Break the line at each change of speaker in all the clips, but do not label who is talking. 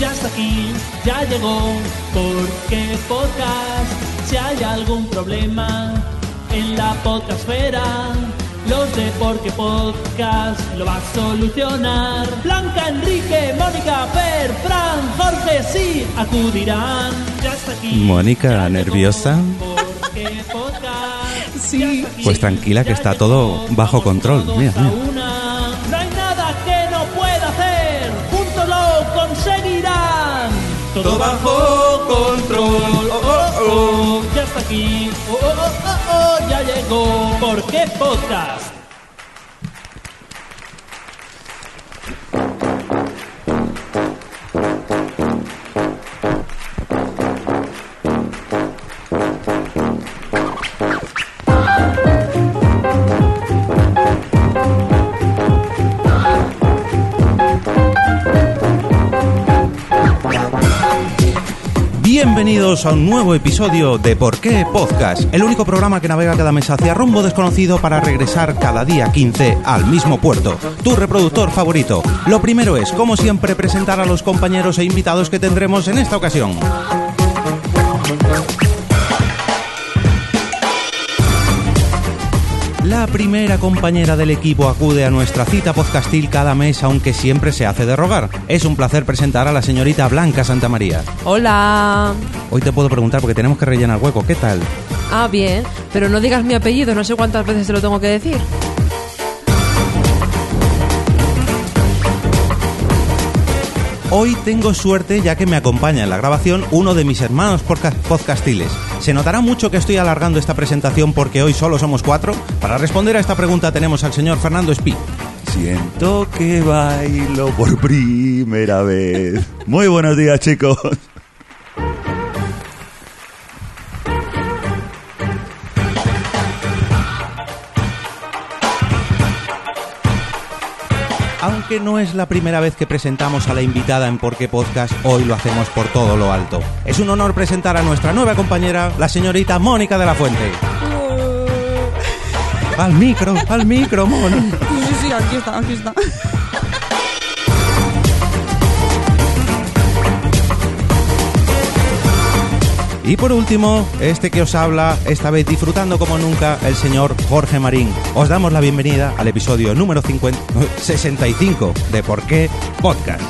ya está aquí, ya llegó, porque podcast, si hay algún problema en la podcastfera, los de Porque Podcast lo va a solucionar. Blanca, Enrique, Mónica, Per, Fran, Jorge, sí, acudirán, ya está aquí.
Mónica,
ya llegó,
¿nerviosa?
Porque Podcast,
Sí.
ya está aquí,
Pues tranquila, que
ya
está
llegó,
todo bajo
vamos
control.
todos
Mira,
a
mira.
una. No hay nada que no pueda hacer. Juntos lo conseguirán. Todo bajo control. Oh, oh, oh. Ya está aquí. Oh, oh, oh, oh, oh. Ya llegó. ¿Por qué podcast?
Bienvenidos a un nuevo episodio de Por qué Podcast, el único programa que navega cada mes hacia rumbo desconocido para regresar cada día 15 al mismo puerto, tu reproductor favorito. Lo primero es, como siempre, presentar a los compañeros e invitados que tendremos en esta ocasión. La primera compañera del equipo acude a nuestra cita podcastil cada mes, aunque siempre se hace de rogar. Es un placer presentar a la señorita Blanca Santamaría.
Hola.
Hoy te puedo preguntar porque tenemos que rellenar hueco. ¿Qué tal?
Ah, bien. Pero no digas mi apellido, no sé cuántas veces te lo tengo que decir.
Hoy tengo suerte ya que me acompaña en la grabación uno de mis hermanos porca- podcastiles. Se notará mucho que estoy alargando esta presentación porque hoy solo somos cuatro. Para responder a esta pregunta tenemos al señor Fernando Espí.
Siento que bailo por primera vez. Muy buenos días, chicos.
Aunque no es la primera vez que presentamos a la invitada en Porque Podcast, hoy lo hacemos por todo lo alto. Es un honor presentar a nuestra nueva compañera, la señorita Mónica de la Fuente. Al micro, al micro, mono.
Sí, sí, aquí está, aquí
Mm.
está.
Y por último, este que os habla, esta vez disfrutando como nunca, el señor Jorge Marín. Os damos la bienvenida al episodio número 50 65 de Por qué Podcast.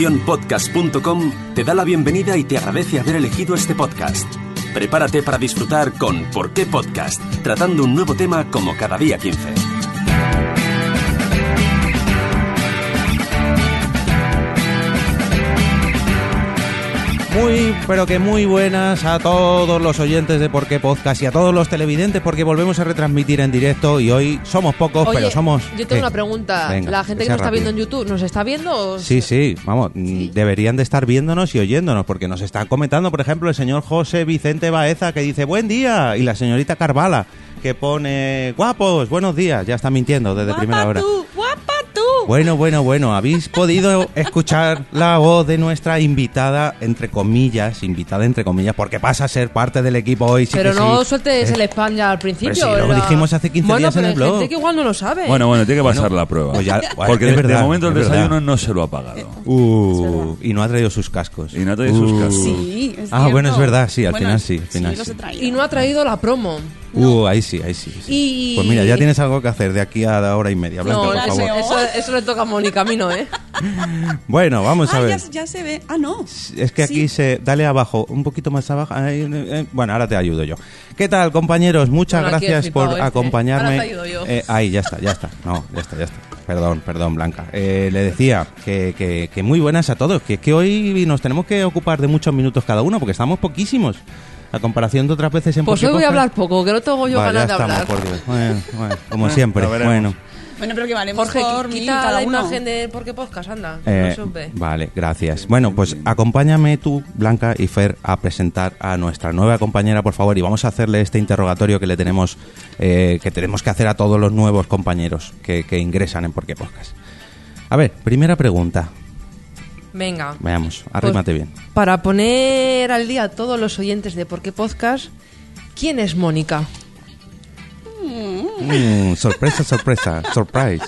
Naciónpodcast.com te da la bienvenida y te agradece haber elegido este podcast. Prepárate para disfrutar con ¿Por qué podcast? Tratando un nuevo tema como cada día 15.
Muy, pero que muy buenas a todos los oyentes de Por qué Podcast y a todos los televidentes porque volvemos a retransmitir en directo y hoy somos pocos,
Oye,
Oh, pero somos...
Yo tengo
eh,
una pregunta.
venga,
la gente que
sea
nos está
rápido.
viendo en YouTube, ¿nos está viendo? o-
Sí, sí, vamos, mm,
Sí.
deberían de estar viéndonos y oyéndonos, porque nos están comentando, por ejemplo, el señor José Vicente Baeza, que dice buen día, y la señorita Carvala, que pone guapos, buenos días, ya está mintiendo desde primera hora.
tú, guapa tú.
Bueno, bueno, bueno, habéis podido escuchar la voz de nuestra invitada, entre comillas, invitada entre comillas, porque pasa a ser parte del equipo hoy. sí
pero
que
no
sí.
sueltes
Eh,
el spam ya al principio.
si lo
era-
dijimos hace 15
bueno,
días en
pero
el
hay
blog.
gente que igual no lo sabe.
Bueno, bueno, tiene que pasar
Bueno,
la prueba.
pues ya-
Porque
es
de, de
verdad,
momento el
es verdad.
desayuno no se lo ha pagado.
Uh, y no ha traído sus cascos.
Y no ha traído sus
Uh.
cascos.
Sí, es
Ah, bueno, es
cierto.
verdad, sí, al
Bueno,
final sí, al final
sí, los
sí.
he traído.
y no ha traído la promo.
Uh, ahí sí, ahí sí. sí.
Y-
Pues mira, ya tienes algo que hacer de aquí a la hora y media, Blanca,
no,
por
eso,
favor.
sé.
eso, eso le toca a Mónica, a mí no, ¿eh?
Bueno, vamos a
Ah, ya,
ver.
ya se ve. Ah, no.
Es que aquí se... Dale abajo, un poquito más abajo. Ahí, eh, eh, Bueno, ahora te ayudo yo. ¿Qué tal, compañeros? Muchas
Bueno, aquí el
gracias
flipado
por
este.
acompañarme.
Ahora te ayudo yo.
Eh, ahí, ya está, ya está. No, ya está, ya está. Perdón, perdón, Blanca. Eh, le decía que, que- que muy buenas a todos, que es que hoy nos tenemos que ocupar de muchos minutos cada uno, porque estamos poquísimos. A comparación de otras veces en
Pues
Porque
hoy voy a
Podcast-
hablar poco, que no tengo yo
Vale,
ganas
ya
de hablar.
estamos, por Dios. Bueno, bueno, como siempre.
lo veremos.
Bueno,
Bueno, pero que valemos
Jorge,
por mí
quita
cada
la
uno.
imagen de Porque Podcast, anda.
Eh,
no sube.
vale, gracias. Bueno, pues acompáñame tú, Blanca y Fer, a presentar a nuestra nueva compañera, por favor, y vamos a hacerle este interrogatorio que le tenemos, eh, que tenemos que hacer a todos los nuevos compañeros que, que ingresan en Porqué Podcast. A ver, primera pregunta.
Venga.
Veamos, arrímate
Pues,
bien.
Para poner al día a todos los oyentes de Por qué Podcast, ¿quién es Mónica?
Mm, sorpresa, sorpresa, surprise.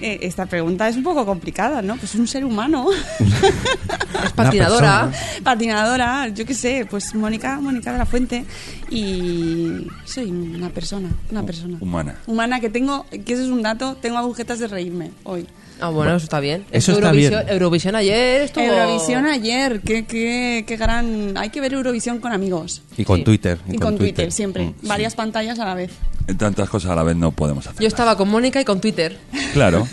Eh, esta pregunta es un poco complicada, ¿no? Pues un ser humano.
Es patinadora.
persona.
patinadora, yo qué sé, pues Mónica, Mónica de la Fuente y soy una persona, una persona
humana.
humana que tengo, que ese es un dato, tengo agujetas de reírme hoy.
Ah, bueno, eso está bien.
Eso está
Eurovisión,
bien.
Eurovisión ayer
Oh.
estuvo...
Eurovisión ayer, qué, qué, qué gran, hay que ver Eurovisión con amigos
Y con
Sí.
Twitter.
y, con, Twitter, siempre,
Mm, sí.
varias pantallas a la vez.
Tantas cosas a la vez no podemos hacer.
Yo estaba con Mónica y con Twitter.
Claro.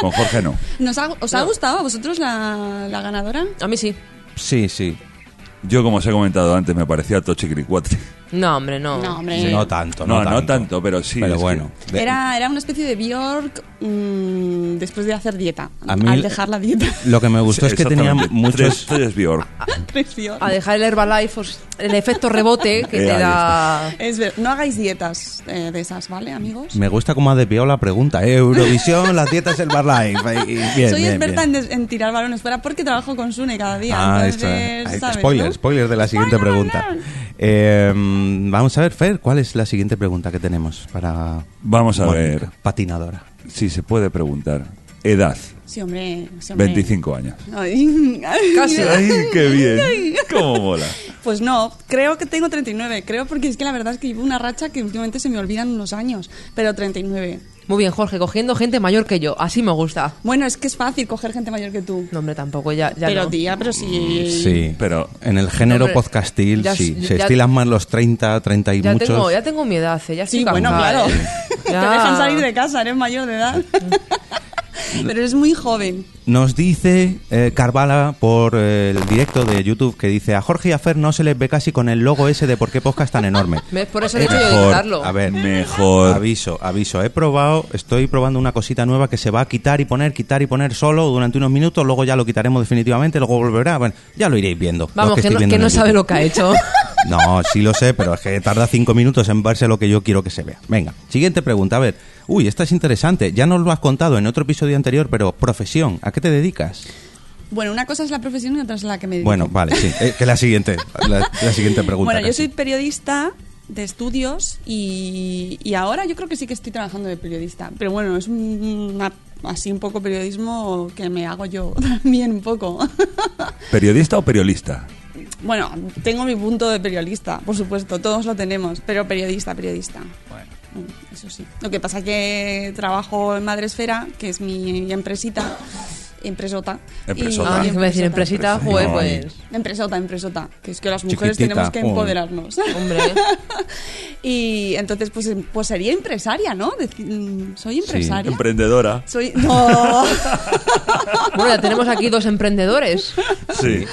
Con Jorge no.
¿Nos ha- ¿Os ha gustado a vosotros la, la ganadora?
A mí sí.
Sí, sí.
Yo, como os he comentado antes, me parecía Tochicricuatre.
No, hombre, no.
No, hombre.
No tanto, no,
No, no tanto, pero sí,
Pero
es que-
bueno. de-
Era, era una especie de Bjork mm, después de hacer dieta,
A mí-
al dejar la dieta.
Lo que me gustó es que tenía
Exactamente.
muchos...
Tres, tres Bjork.
Precioso.
A dejar el Herbalife, pues, el efecto rebote que
Eh,
te
ahí
da...
Es ver, no hagáis dietas eh, de esas, ¿vale, amigos?
Ah. Me gusta cómo ha desviado la pregunta. ¿eh? Eurovisión, las dietas, el bar life. Y- y bien,
Soy
bien,
experta
bien.
en, des- en tirar balones fuera porque trabajo con Sune cada día.
Ah, esto,
entonces,
eh,
¿sabes,
spoiler,
no?
spoiler de la siguiente
Spoiler
pregunta.
alert.
Eh, vamos a ver, Fer, ¿cuál es la siguiente pregunta que tenemos para
Vamos a
Mónica,
ver.
patinadora?
Si se puede preguntar. Edad,
Sí, hombre. sí, hombre.
25 años.
Ay, ay,
Casi.
¡Ay, qué bien! ¡Cómo mola!
Pues no, creo que tengo 39. Creo porque es que la verdad es que llevo una racha que últimamente se me olvidan los años. Pero 39.
Muy bien, Jorge, cogiendo gente mayor que yo. Así me gusta.
Bueno, es que es fácil coger gente mayor que tú.
No, hombre, tampoco, ya, ya
pero
no.
tía, pero sí.
Mm, Sí,
Pero-
en el género
Hombre,
podcastil
ya-
sí, se
ya-
estilan más los 30, 30 y
Ya
muchos.
tengo, ya tengo mi edad, eh, ya estoy
Sí, bueno,
cansada,
claro.
eh.
Te
Ya.
dejan salir de casa, eres mayor de edad. pero eres muy joven.
Nos dice eh, Carvala por eh, el directo de YouTube que dice a Jorge y a Fer no se les ve casi con el logo ese de por qué podcast tan enorme.
Me- Por eso he
Eh,
hecho yo
mejor,
editarlo.
A ver,
Mejor.
Aviso, aviso. He probado, estoy probando una cosita nueva que se va a quitar y poner, quitar y poner solo durante unos minutos. Luego ya lo quitaremos definitivamente, luego volverá. Bueno, ya lo iréis viendo. lo
Vamos, que,
estoy
no,
viendo
que
en
no
el
sabe
vídeo.
lo que ha hecho.
No, sí lo sé, pero es que tarda cinco minutos en verse lo que yo quiero que se vea. Venga, siguiente pregunta. A ver, uy, esta es interesante. Ya nos lo has contado en otro episodio anterior, pero profesión, ¿a qué te dedicas?
Bueno, una cosa es la profesión y otra es la que me dedico.
Bueno, vale, sí. eh, que la siguiente, la, la siguiente pregunta.
Bueno, yo
casi.
soy periodista de estudios y, y ahora yo creo que sí que estoy trabajando de periodista. Pero bueno, es un- una- así un poco periodismo que me hago yo también un poco.
¿Periodista o periodista?
bueno, tengo mi punto de periodista, por supuesto, todos lo tenemos, pero periodista, periodista. Bueno. Eso sí. Lo que pasa que trabajo en Madresfera, que es mi empresita, empresota.
Empresota.
Ah,
Y-
que me voy a decir empresita, joder,
No.
pues.
Empresota, empresota. Que es que las mujeres
Chiquitita,
tenemos que
joder.
empoderarnos.
pues, Hombre.
y entonces, pues, em- pues sería empresaria, ¿no? Deci- mm, soy empresaria.
Emprendedora.
soy. No.
Bueno, ya tenemos aquí dos emprendedores.
Sí.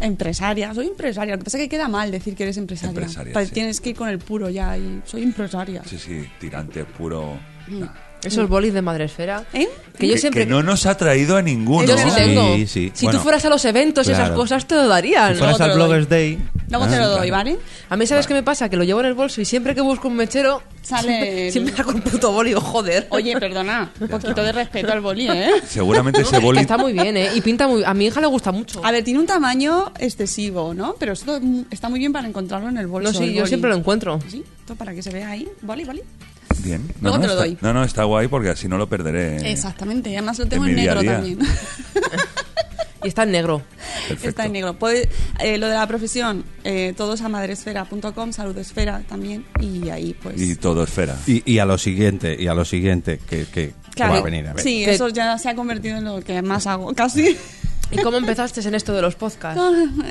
empresaria, soy empresaria. Lo que pasa es que queda mal decir que eres empresaria.
Empresaria,
Pa-
sí.
Tienes que ir con el puro ya. Y soy empresaria.
Sí, sí, tirante puro. Nah.
Esos bolis de madresfera.
¿Eh?
Que yo siempre.
que no nos ha traído a ninguno.
Yo sí
Sí,
tengo.
sí.
Si
Bueno,
tú fueras a los eventos y esas
claro.
cosas, te lo darían.
Si fueras
Luego te
al
lo doy.
Bloggers Day.
Luego te
Ah,
lo doy,
claro.
¿vale?
A mí, ¿sabes qué me pasa? Que lo llevo en el bolso y siempre que busco un mechero,
Sale el-
siempre saco un puto boli, digo, joder.
Oye, perdona, un poquito de respeto al boli, ¿eh?
Seguramente ese
Que
boli
está muy bien, ¿eh? Y pinta muy. A mi hija le gusta mucho.
A ver, tiene un tamaño excesivo, ¿no? Pero esto mm, está muy bien para encontrarlo en el bolso.
No, sí,
el
yo
boli.
siempre lo encuentro.
Sí, esto para que se vea ahí. Boli, boli.
Bien.
Luego
no,
te lo
está,
doy.
No, no, está guay porque así no lo perderé.
Exactamente, y además lo tengo
Eh, en
en,
mi día a
negro
día.
también.
Y está en negro.
Perfecto.
Está en negro. Puede- eh, lo de la profesión, eh, todos a madresfera.com, saludesfera también, y ahí pues...
Y todo esfera.
Y, y a lo siguiente, y a lo siguiente que, que- que va a venir. A ver.
sí,
Que-
eso ya se ha convertido en lo que más hago, casi.
¿Y cómo empezaste en esto de los podcasts?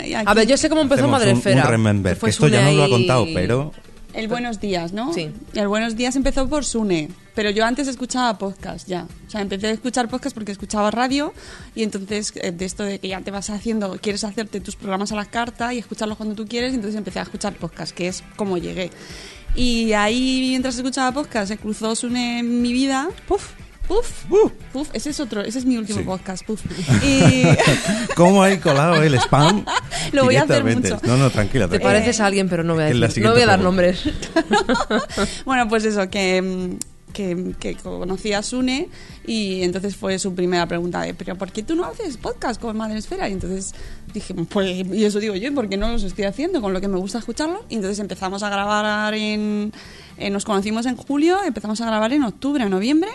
Y aquí,
A ver, yo sé cómo empezó
Hacemos un-
Madresfera.
un remember,
Se fue
que esto ya
Sune
no lo ha
ahí-
contado, pero
El Buenos Días, ¿no?
Sí.
El Buenos Días empezó por Sune, pero yo antes escuchaba podcast ya. O sea, empecé a escuchar podcast porque escuchaba radio y entonces eh, de esto de que ya te vas haciendo, quieres hacerte tus programas a la carta y escucharlos cuando tú quieres, entonces empecé a escuchar podcast, que es como llegué. Y ahí, mientras escuchaba podcast, se cruzó Sune en mi vida. Puf, puf,
Uh.
puf. Ese es otro, ese es mi último
Sí.
podcast, puf. Y
¿Cómo hay colado el spam?
Lo voy a hacer
Directamente.
mucho.
No, no, tranquila.
Te
Eh,
tranquila.
pareces a alguien, pero no voy a,
en la
decir- no voy a
siguiente
dar
pregunta.
nombres.
bueno, pues eso, que, mm, que, que conocí a Sune y entonces fue su primera pregunta de, pero ¿por qué tú no haces podcast con Madre Esfera? Y entonces dije, pues, y eso digo yo, ¿y ¿por qué no los estoy haciendo? Con lo que me gusta escucharlo. Y entonces empezamos a grabar en, eh, nos conocimos en julio, empezamos a grabar en octubre, noviembre.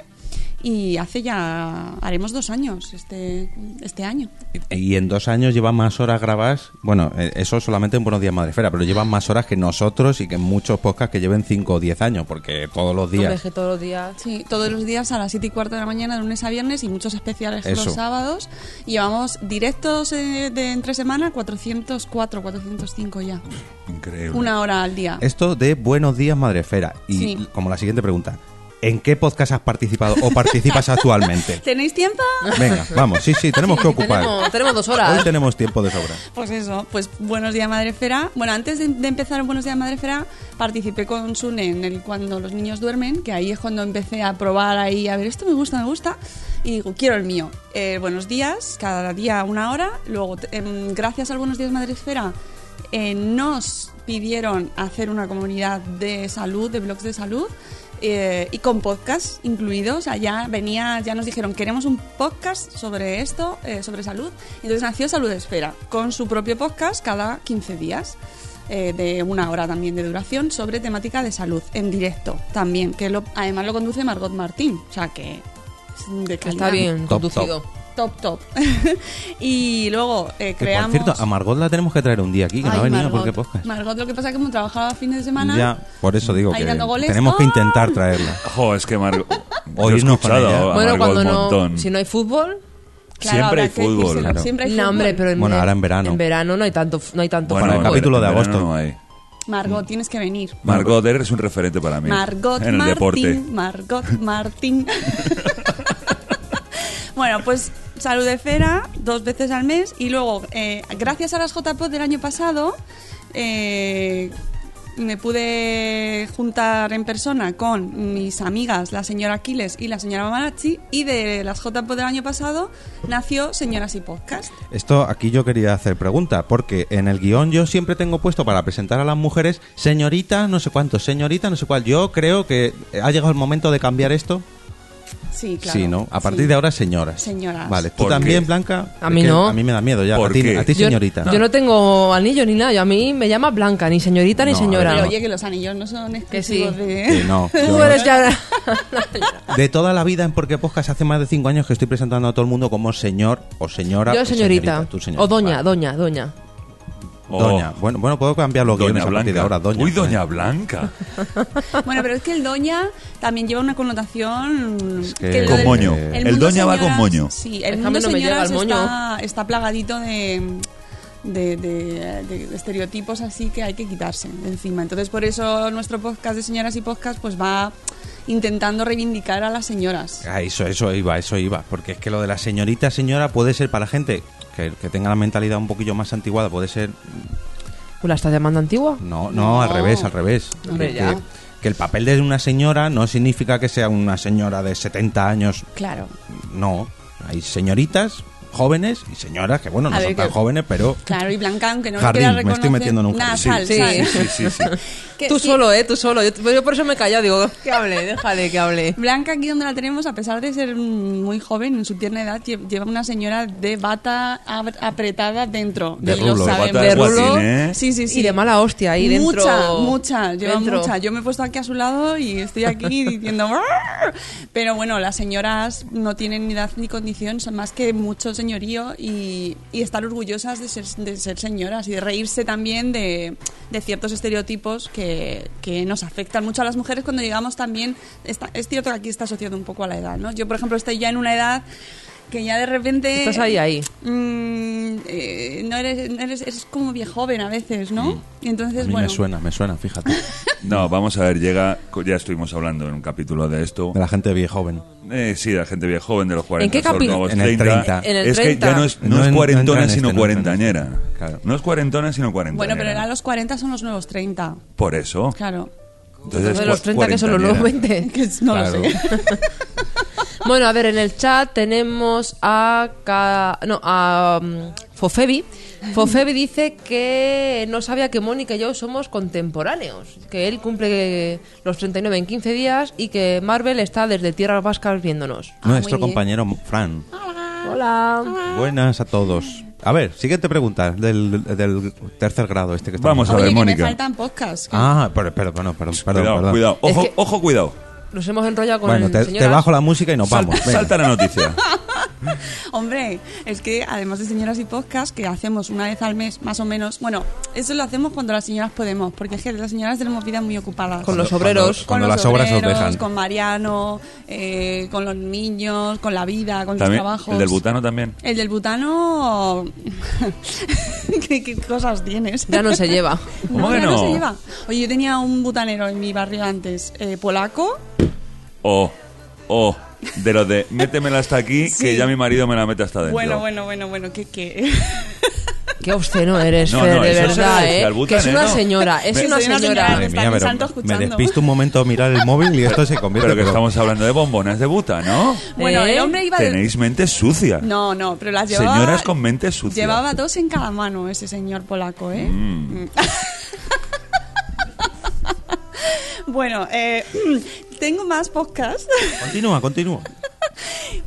Y hace ya, haremos dos años este, este año.
Y en dos años llevan más horas grabadas. Bueno, eh, eso solamente en Buenos Días Madrefera, pero llevan más horas que nosotros y que muchos podcasts que lleven 5 o 10 años, porque todos los
Tú
días.
ves que todos los días.
Sí, todos los días a las 7 y cuarto de la mañana, de lunes a viernes, y muchos especiales
Eso.
los sábados. Y Llevamos directos eh, de entre semana 404, 405 ya.
Increíble.
Una hora al día.
Esto de Buenos Días Madrefera. Y
Sí.
como la siguiente pregunta: ¿en qué podcast has participado o participas actualmente?
¿Tenéis tiempo?
Venga, vamos, sí, sí, tenemos que ocupar.
Tenemos, tenemos dos
Hoy
horas.
tenemos tiempo de sobra.
Pues eso, pues Buenos Días Madrefera. Bueno, antes de, de empezar en Buenos Días Madrefera, participé con Sune en el Cuando los niños duermen, que ahí es cuando empecé a probar ahí, a ver, esto me gusta, me gusta, y digo, quiero el mío. Eh, buenos días, cada día una hora. Luego, t- em, gracias al Buenos Días Madrefera, eh, nos pidieron hacer una comunidad de salud, de blogs de salud. eh, y con podcast incluidos, o sea, ya venía, ya nos dijeron, queremos un podcast sobre esto, eh, sobre salud. Entonces nació Salud Esfera, con su propio podcast cada 15 días, eh, de una hora también de duración, sobre temática de salud, en directo también, que lo- además lo conduce Margot Martín, o sea que es de
Que
calidad.
está bien
Top,
conducido.
Top, top. y luego eh,
Que,
creamos...
por cierto, a Margot la tenemos que traer un día aquí, que no
Ay,
ha venido
Margot.
porque podcast.
Margot, lo que pasa es que como trabajaba fines de semana...
Ya, por eso digo
Ahí
que
dando goles.
tenemos que
¡Ah!
intentar traerla.
Jo, es que Margot.
Hoy ¿eh?
Hoy he
no,
escuchado
Juanella.
a
Bueno,
Margot
cuando
un
no,
montón.
si no hay fútbol,
Claro,
Siempre
habrá
hay
que
fútbol,
decírselo,
claro.
Siempre hay
No,
fútbol.
hombre, pero en,
Bueno, ahora en verano.
En verano no hay tanto, no hay tanto
Bueno,
fútbol.
el capítulo de
en verano
agosto.
no hay.
Margot, tienes que venir.
Margot, eres un referente para mí.
Margot
En el
Martín.
deporte.
Margot Martín. bueno, pues salud de Fera dos veces al mes y luego, eh, gracias a las JPOD del año pasado, eh, me pude juntar en persona con mis amigas, la señora Aquiles y la señora Mamarachi, y de las JPOD del año pasado nació Señoras y Podcast.
Esto aquí yo quería hacer pregunta, porque en el guión yo siempre tengo puesto para presentar a las mujeres, señorita, no sé cuánto, señorita, no sé cuál. Yo creo que eh, ha llegado el momento de cambiar esto.
Sí, claro.
Sí, ¿no? A partir de ahora, señoras.
Señoras.
Vale, tú
¿Por
también,
qué?
Blanca.
A
Es
mí
que
no.
A mí me da miedo ya.
¿Por
a ti,
qué?
a ti,
Yo-
señorita.
Yo, no tengo anillo ni nada. Yo a mí me llama Blanca, ni señorita ni
No,
señora.
Pero
no.
oye, que los anillos no son exclusivos
sí.
de...
Sí, no, yo
Tú
no.
eres ya.
De toda la vida en Porque Podcast hace más de cinco años que estoy presentando a todo el mundo como señor o señora.
Yo
o
señorita.
Tú señorita.
O doña,
Vale.
doña, doña.
Doña. Bueno, bueno, puedo cambiar los
Oh, Doña
guiones a partir de
Blanca.
ahora. Doña.
Uy, Doña Blanca.
Bueno, pero es que el doña también lleva una connotación
que-
lo
Con
del-
moño. El
mundo
doña va con moño.
Sí,
Es que
el
a
mundo
mí no me llega
señoras
el moño.
Está, está plagadito de, de- de- de estereotipos así que hay que quitarse de encima. Entonces, por eso nuestro podcast de señoras y podcast pues va intentando reivindicar a las señoras.
Ah, eso, eso iba, eso iba. Porque es que lo de la señorita, señora, puede ser para la gente que, que tenga la mentalidad un poquillo más antiguada, puede ser.
¿La estás llamando antigua?
No, no,
No.
al revés, al revés.
Hombre,
que,
ya.
que el papel de una señora no significa que sea una señora de 70 años.
Claro.
No. Hay señoritas jóvenes y señoras que, bueno, no
A
son
ver,
tan
que-
jóvenes, pero.
Claro, y Blanca, aunque no lo
Jardín,
quiera
me estoy
reconocer...
metiendo en un
Nah,
jardín.
sal,
Sí,
sal.
sí, sí, sí.
Que
Tú
sí,
solo, ¿eh? Tú solo. Yo, yo por eso me he callado. Digo, que hable, déjale que hable.
Blanca, aquí donde la tenemos, a pesar de ser mm, muy joven, en su tierna edad, lle- lleva una señora de bata ab- apretada dentro.
De
Y lo
rulo, de
sabemos.
bata
de rulo.
guatín, ¿eh?
Sí, sí, sí.
Y de mala hostia ahí dentro.
Mucha, mucha, lleva
dentro.
mucha. Yo me he puesto aquí a su lado y estoy aquí diciendo. "Brrr". Pero bueno, las señoras no tienen ni edad ni condición, son más que mucho señorío y, y estar orgullosas de ser, de ser señoras y de reírse también de, de ciertos estereotipos que, que nos afectan mucho a las mujeres cuando llegamos también. está- es cierto que aquí está asociado un poco a la edad, ¿no? Yo, por ejemplo, estoy ya en una edad que ya de repente.
Estás ahí, ahí.
Mm, eh, no eres, no eres, eres como bien joven a veces, ¿no? Y entonces,
A mí
bueno,
me suena, me suena, fíjate.
No, vamos a ver, llega. Ya estuvimos hablando en un capítulo de esto.
De la gente vieja joven.
Eh, sí, la gente bien joven de los 40.
¿En qué
son
capi-
nuevos
En el 30.
En el
es que
30.
ya no es, no
No
es
en- no
cuarentona,
entra en
sino
este, no entra en
cuarentañera.
este. Claro.
No es cuarentona, sino cuarentañera.
bueno, pero ahora los 40 son los nuevos 30,
Por eso.
claro.
Entonces, pues,
de los 30
cua-
que son los nuevos
cuarentañera.
20.
Que no
Claro.
lo sé.
Bueno, a ver, en el chat tenemos a, Ca- no, a mm, Fofebi. Fofebi dice que no sabía que Mónica y yo somos contemporáneos, que él cumple los 39 en 15 días y que Marvel está desde tierras vascas viéndonos.
Ah,
Nuestro
muy bien.
compañero Fran.
Hola.
Buenas a todos. A ver, siguiente pregunta del, del tercer grado este que estamos-
Vamos a
Oye,
ver,
que
Mónica.
me faltan podcasts.
Ah, pero, pero, bueno, perdón, perdón,
cuidado,
perdón.
cuidado. Ojo,
Es que-
ojo, cuidado.
Nos hemos enrollado con
Bueno,
el
te, te
señoras.
bajo la música y nos
Sal-
vamos. venga.
salta la noticia.
Hombre, es que además de señoras y podcast, que hacemos una vez al mes más o menos, bueno, eso lo hacemos cuando las señoras podemos, porque es que las señoras tenemos vidas muy ocupadas.
Con los
Cuando-
obreros.
cuando
los
las obras nos
obreros,
dejan.
Con Mariano, eh, con los niños, con la vida, con
También,
los trabajos.
el del butano también.
El del butano... ¿Qué, qué cosas tienes?
Ya no se lleva.
No,
¿Cómo que
ya no
no?
se lleva. Oye, yo tenía un butanero en mi barrio antes, eh, polaco,
O, o, de lo de métemela hasta aquí,
Sí.
que ya mi marido me la mete hasta adentro.
Bueno, bueno, bueno, bueno, ¿qué qué?
Qué obsceno eres,
No,
Fer,
no,
de
eso se lo
verdad,
decía
¿eh?
al
Que es
Butanero.
una señora, es
Soy
una
una
señora.
señora.
Madre
Está
mía,
pensando,
pero me
escuchando.
despisto un momento a mirar el móvil y esto se convierte
Pero que
en-
estamos hablando de bombonas de buta, ¿no?
Bueno,
¿Eh?
el hombre iba de...
Tenéis mente sucia.
No, no, pero las llevaba...
Señoras con mente sucia.
Llevaba dos en cada mano ese señor polaco, ¿eh? Mm. bueno, eh, tengo más podcasts
Continúa, continúa.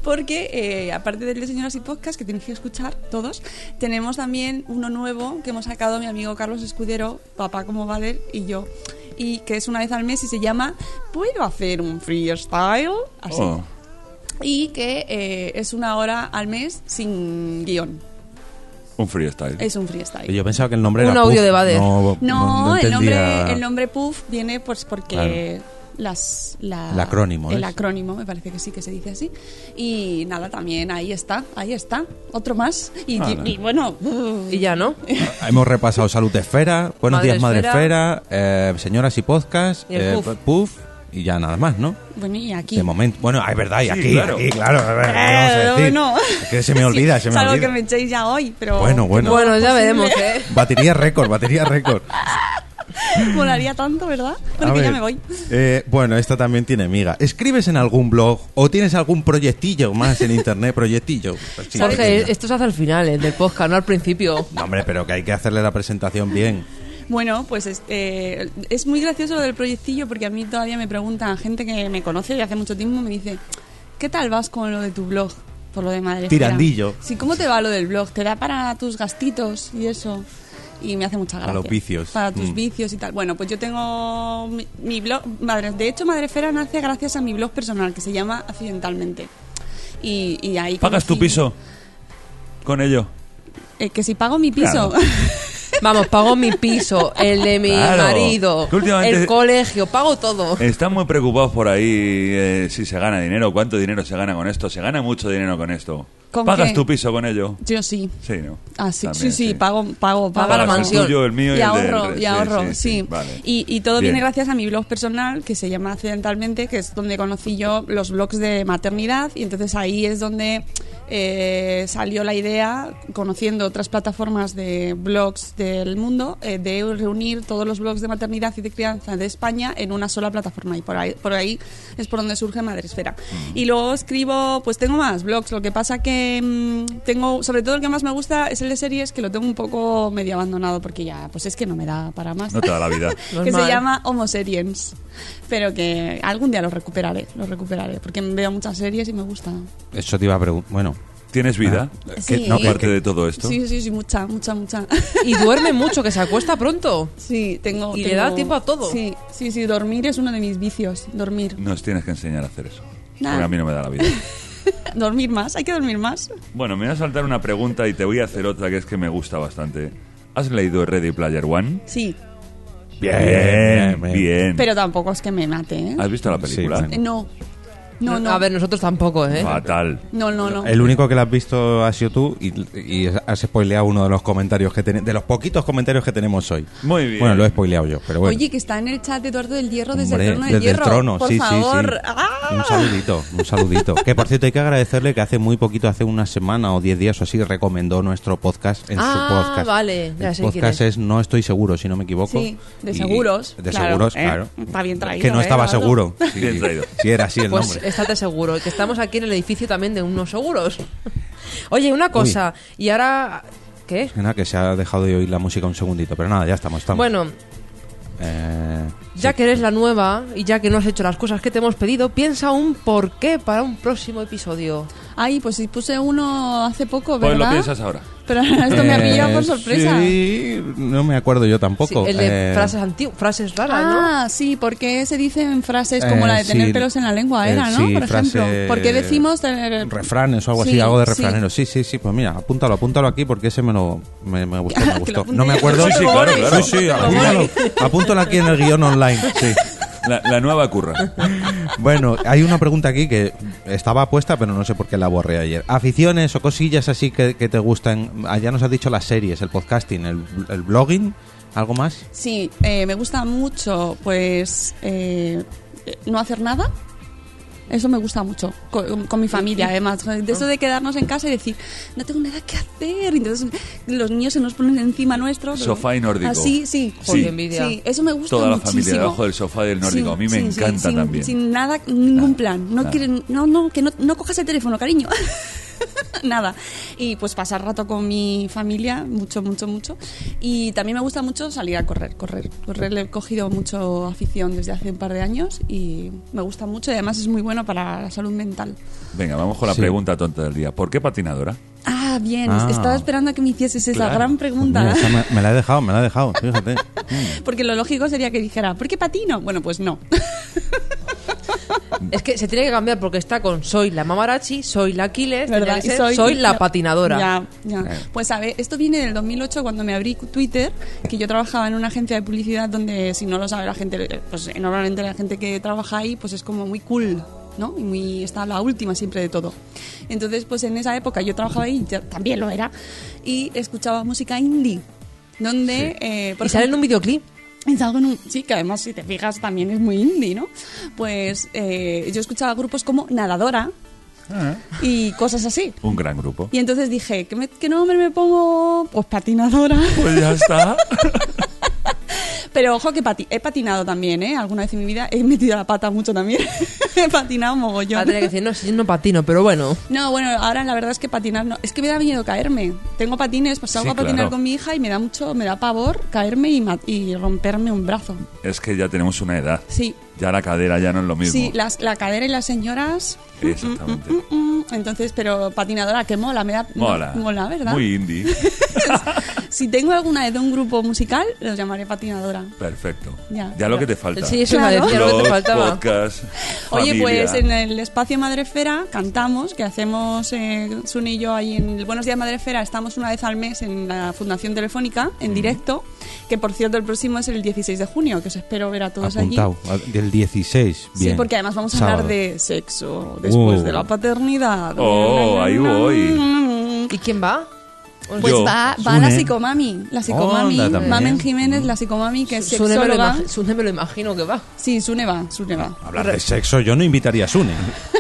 porque eh, aparte de señoras y podcast que tenéis que escuchar todos, tenemos también uno nuevo que hemos sacado mi amigo Carlos Escudero, papá como Valer y yo, y que es una vez al mes y se llama ¿Puedo hacer un freestyle? Así.
Oh.
Y que eh, es una hora al mes sin guión.
Un freestyle.
Es un freestyle.
Yo pensaba que el nombre
Un
era
audio
Puff.
de Bader.
No,
No,
no
el,
entendía.
nombre, el nombre puff viene pues porque las, la-
El acrónimo,
El
¿es?
acrónimo, me parece que sí que se dice así. Y nada, también ahí está, ahí está. Otro más. Y,
Ah,
y-
no.
y bueno,
Y ya, ¿no?
Hemos repasado Salud Esfera, Buenos
Madre
Días Madre
Esfera.
Esfera, eh, Señoras y Podcast,
Y el
eh,
Puff.
Puff, y ya nada más, ¿no?
bueno, y aquí.
De momento. Bueno, ah, es verdad, y
Sí,
aquí,
claro.
aquí, claro. a ver, ¿qué vamos a
Eh,
decir?
bueno.
Es que se me olvida, se me
Salvo
olvida.
que me echéis ya hoy, pero.
Bueno, bueno.
Bueno,
pues
ya veremos, ¿eh?
Batería récord, batería récord.
Molaría tanto, ¿verdad?
A
Porque
ver,
ya me voy.
eh, bueno, esta también tiene miga. ¿Escribes en algún blog o tienes algún proyectillo más en internet? Proyectillo. Pues sí,
Jorge,
pequeño.
esto se hace al final eh, del podcast, no al principio.
No, hombre, pero que hay que hacerle la presentación bien.
Bueno, pues es, eh, es muy gracioso lo del proyectillo porque a mí todavía me preguntan gente que me conoce de hace mucho tiempo, me dice, ¿qué tal vas con lo de tu blog? Por lo de madre. Esfera?".
Tirandillo.
Sí, ¿cómo te va lo del blog? ¿Te da para tus gastitos y eso? Y me hace mucha gracia.
Para los vicios.
Para tus
Mm.
vicios y tal. Bueno, pues yo tengo mi, mi blog. Madre, de hecho, Madrefera nace gracias a mi blog personal que se llama Accidentalmente. Y, y ahí.
¿Pagas tu
conocí-
piso? Con ello.
Eh, que si pago mi piso.
Claro.
Vamos, pago mi piso, el de mi
Claro,
marido,
que últimamente-
el colegio, pago todo.
Están muy preocupados por ahí eh, si se gana dinero, cuánto dinero se gana con esto. Se gana mucho dinero con esto.
¿Con
¿Pagas
qué?
tu piso con ello?
yo sí.
Sí, ¿no?
Ah, sí,
También,
sí, sí, pago, pago, pago
Paga la
Pagas el
mansión.
tuyo, el mío y, el del
ahorro,
re-
y ahorro, sí.
vale.
Y, y todo
Bien.
viene gracias a mi blog personal que se llama Accidentalmente, que es donde conocí yo los blogs de maternidad y entonces ahí es donde eh, salió la idea, conociendo otras plataformas de blogs del mundo, eh, de reunir todos los blogs de maternidad y de crianza de España en una sola plataforma y por ahí, por ahí es por donde surge Madresfera. Y luego escribo, pues tengo más blogs, lo que pasa que mm, tengo, sobre todo el que más me gusta es el de series, que lo tengo un poco medio abandonado porque ya, pues es que no me da para más
No te da la vida.
que
Normal.
se llama Homo Seriens. Pero que algún día lo recuperaré, lo recuperaré, porque veo muchas series y me gusta.
Eso te iba a preguntar. Bueno,
¿Tienes vida?
Ah, Sí.
¿Qué- no, parte de todo esto.
Sí, sí, sí, mucha, mucha, mucha.
Y duerme mucho, que se acuesta pronto.
Sí, tengo.
Y le
tengo-
da tiempo a todo.
Sí, sí, sí, dormir es uno de mis vicios. Dormir.
Nos tienes que enseñar a hacer eso.
Nah.
Porque a mí no me da la vida.
Dormir más, hay que dormir más.
Bueno, me voy a saltar una pregunta y te voy a hacer otra que es que me gusta bastante. ¿Has leído Ready Player One?
Sí,
Bien, bien.
bien.
pero tampoco es que me mate, ¿eh?
¿Has visto la película?
Sí, bueno.
No. No, no.
A ver, nosotros tampoco, ¿eh?
Fatal.
No, no, no.
El único que la has visto ha sido tú y, y has spoileado uno de los comentarios que tenemos, de los poquitos comentarios que tenemos hoy.
Muy bien.
Bueno, lo he spoileado yo, pero bueno.
Oye, que está en el chat de Eduardo del Hierro desde
Hombre,
el trono del
desde
Hierro.
el trono,
por
sí, sí,
favor.
sí.
¡Ah!
Un saludito, un saludito. que por cierto hay que agradecerle que hace muy poquito, hace una semana o diez días o así, recomendó nuestro podcast en
Ah,
su podcast.
vale, ya
El
sé quién
podcast
es.
es No estoy seguro, si no me equivoco.
Sí, de
Y-
seguros,
De
claro,
seguros,
eh,
claro.
está bien traído,
Que no
eh,
estaba
Eduardo.
seguro. Sí,
Bien traído.
sí, era así el
Pues
nombre.
estate seguro, que estamos aquí en el edificio también de unos seguros. Oye, una cosa, y ahora. ¿Qué?
Nada, que se ha dejado de oír la música un segundito, pero nada, ya estamos. estamos.
Bueno,
Eh,
ya que eres la nueva y ya que no has hecho las cosas que te hemos pedido, piensa un porqué para un próximo episodio.
Ay, pues sí, puse uno hace poco, ¿verdad?
Pues lo piensas ahora.
Pero esto me ha pillado por
eh,
sorpresa.
Sí, no me acuerdo yo tampoco.
Sí, el de
Eh,
frases antigu- frases raras, ¿no?
Ah, sí, porque se dicen frases como
Eh,
la de tener
sí,
pelos en la lengua,
eh,
era, ¿no?
sí,
Por
frase-
ejemplo. ¿Por qué decimos tener...
refranes o algo así,
Sí,
algo de
sí.
refraneros. Sí, sí, sí, pues mira, apúntalo, apúntalo aquí porque ese me lo me, me gustó,
Que
me
lo
gustó.
apunte
No me
yo.
acuerdo.
Sí, sí, claro, claro.
Sí, sí, apúntalo, apúntalo aquí en el guión online. Sí.
La, la nueva curra.
Bueno, hay una pregunta aquí que estaba puesta, pero no sé por qué la borré ayer. Aficiones o cosillas así que, que te gustan. Allá nos has dicho las series, el podcasting, el, el blogging, algo más.
Sí, eh, me gusta mucho, pues, eh, no hacer nada. Eso me gusta mucho, co- con, mi familia, además. De eso de quedarnos en casa y decir, no tengo nada que hacer. Entonces, los niños se nos ponen encima nuestro.
Sofá y nórdico.
Así, sí.
Sí. Joder,
qué envidia.
Sí, eso me gusta
Toda la
muchísimo.
familia debajo del sofá del nórdico. A mí me encanta
sin-
también.
Sin nada, ningún plan. No,
claro.
quieren- no, no, que no, no cojas el teléfono, cariño. nada. Y pues pasar rato con mi familia, mucho, mucho, mucho. Y también me gusta mucho salir a correr, correr. Correr le he cogido mucho afición desde hace un par de años y me gusta mucho y además es muy bueno para la salud mental.
Venga, vamos con la
Sí.
pregunta tonta del día. ¿Por qué patinadora?
Ah, bien,
Ah.
estaba esperando a que me hicieses
Claro.
esa gran pregunta.
Pues Mira, esa me, me la he dejado, me la he dejado, fíjate.
Porque lo lógico sería que dijera, ¿por qué patino? Bueno, pues no.
Es que se tiene que cambiar porque está con soy la mamarachi, soy la Aquiles,
¿verdad?
tenía que ser
Y
soy, la patinadora. Eh.
Ya, ya. Pues a ver, esto viene del 2008 cuando me abrí Twitter, que yo trabajaba en una agencia de publicidad donde, si no lo sabe la gente, eh, pues eh, normalmente la gente que trabaja ahí, pues es como muy cool. ¿no? Y muy, está la última siempre de todo. Entonces, pues en esa época yo trabajaba ahí, ya también lo era, y escuchaba música indie, donde... eh, por
y sale en
ejemplo-
un videoclip.
es algo en un- sí, que además si te fijas también es muy indie, ¿no? Pues eh, yo escuchaba grupos como Nadadora
Ah.
y cosas así.
Un gran grupo.
Y entonces dije, ¿qué, me- qué nombre me pongo? Pues patinadora.
Pues ya está.
Pero ojo que pati- he patinado también, ¿eh? Alguna vez en mi vida he metido la pata mucho también. he patinado
Va a
mogollón.
tener Ah, que decir, no, si yo no patino, pero bueno.
No, bueno, ahora la verdad es que patinar no. Es que me da miedo caerme. Tengo patines, pues salgo
Sí,
a patinar
claro.
con mi hija y me da mucho, me da pavor caerme y, ma- y romperme un brazo.
Es que ya tenemos una edad.
Sí,
Ya la cadera ya no es lo mismo.
sí, las- la cadera y las señoras.
Exactamente.
Mm, mm, Entonces, pero patinadora, que mola, me da
Mola.
mola, ¿verdad?
Muy indie.
Si tengo alguna de un grupo musical, los llamaré patinadora.
Perfecto. Ya,
Ya.
lo que te falta.
Sí, eso me
Claro.
decía, lo que te
Blog,
faltaba.
podcast,
Oye,
familia.
pues en el espacio Madrefera cantamos, que hacemos eh, Sun y yo ahí en el Buenos Días Madrefera, estamos una vez al mes en la Fundación Telefónica,
Mm.
en directo, que por cierto el próximo es el 16 de junio, que os espero ver a todos
Apuntado,
allí.
del 16. Bien.
Sí, porque además vamos a
Sábado.
hablar de sexo después
Uh.
de la paternidad. Mm,
Oh, ahí voy.
¿Y quién va?
Pues
Yo,
va, va la
Sune.
psicomami, la psicomami,
Onda también. Mm.
Mamen Jiménez, la psicomami que es
Sune me, lo
sexóloga.
imagi- Sune me lo imagino que va.
Sí, Sune va, Sune va.
Hablar de sexo, yo no invitaría a Sune.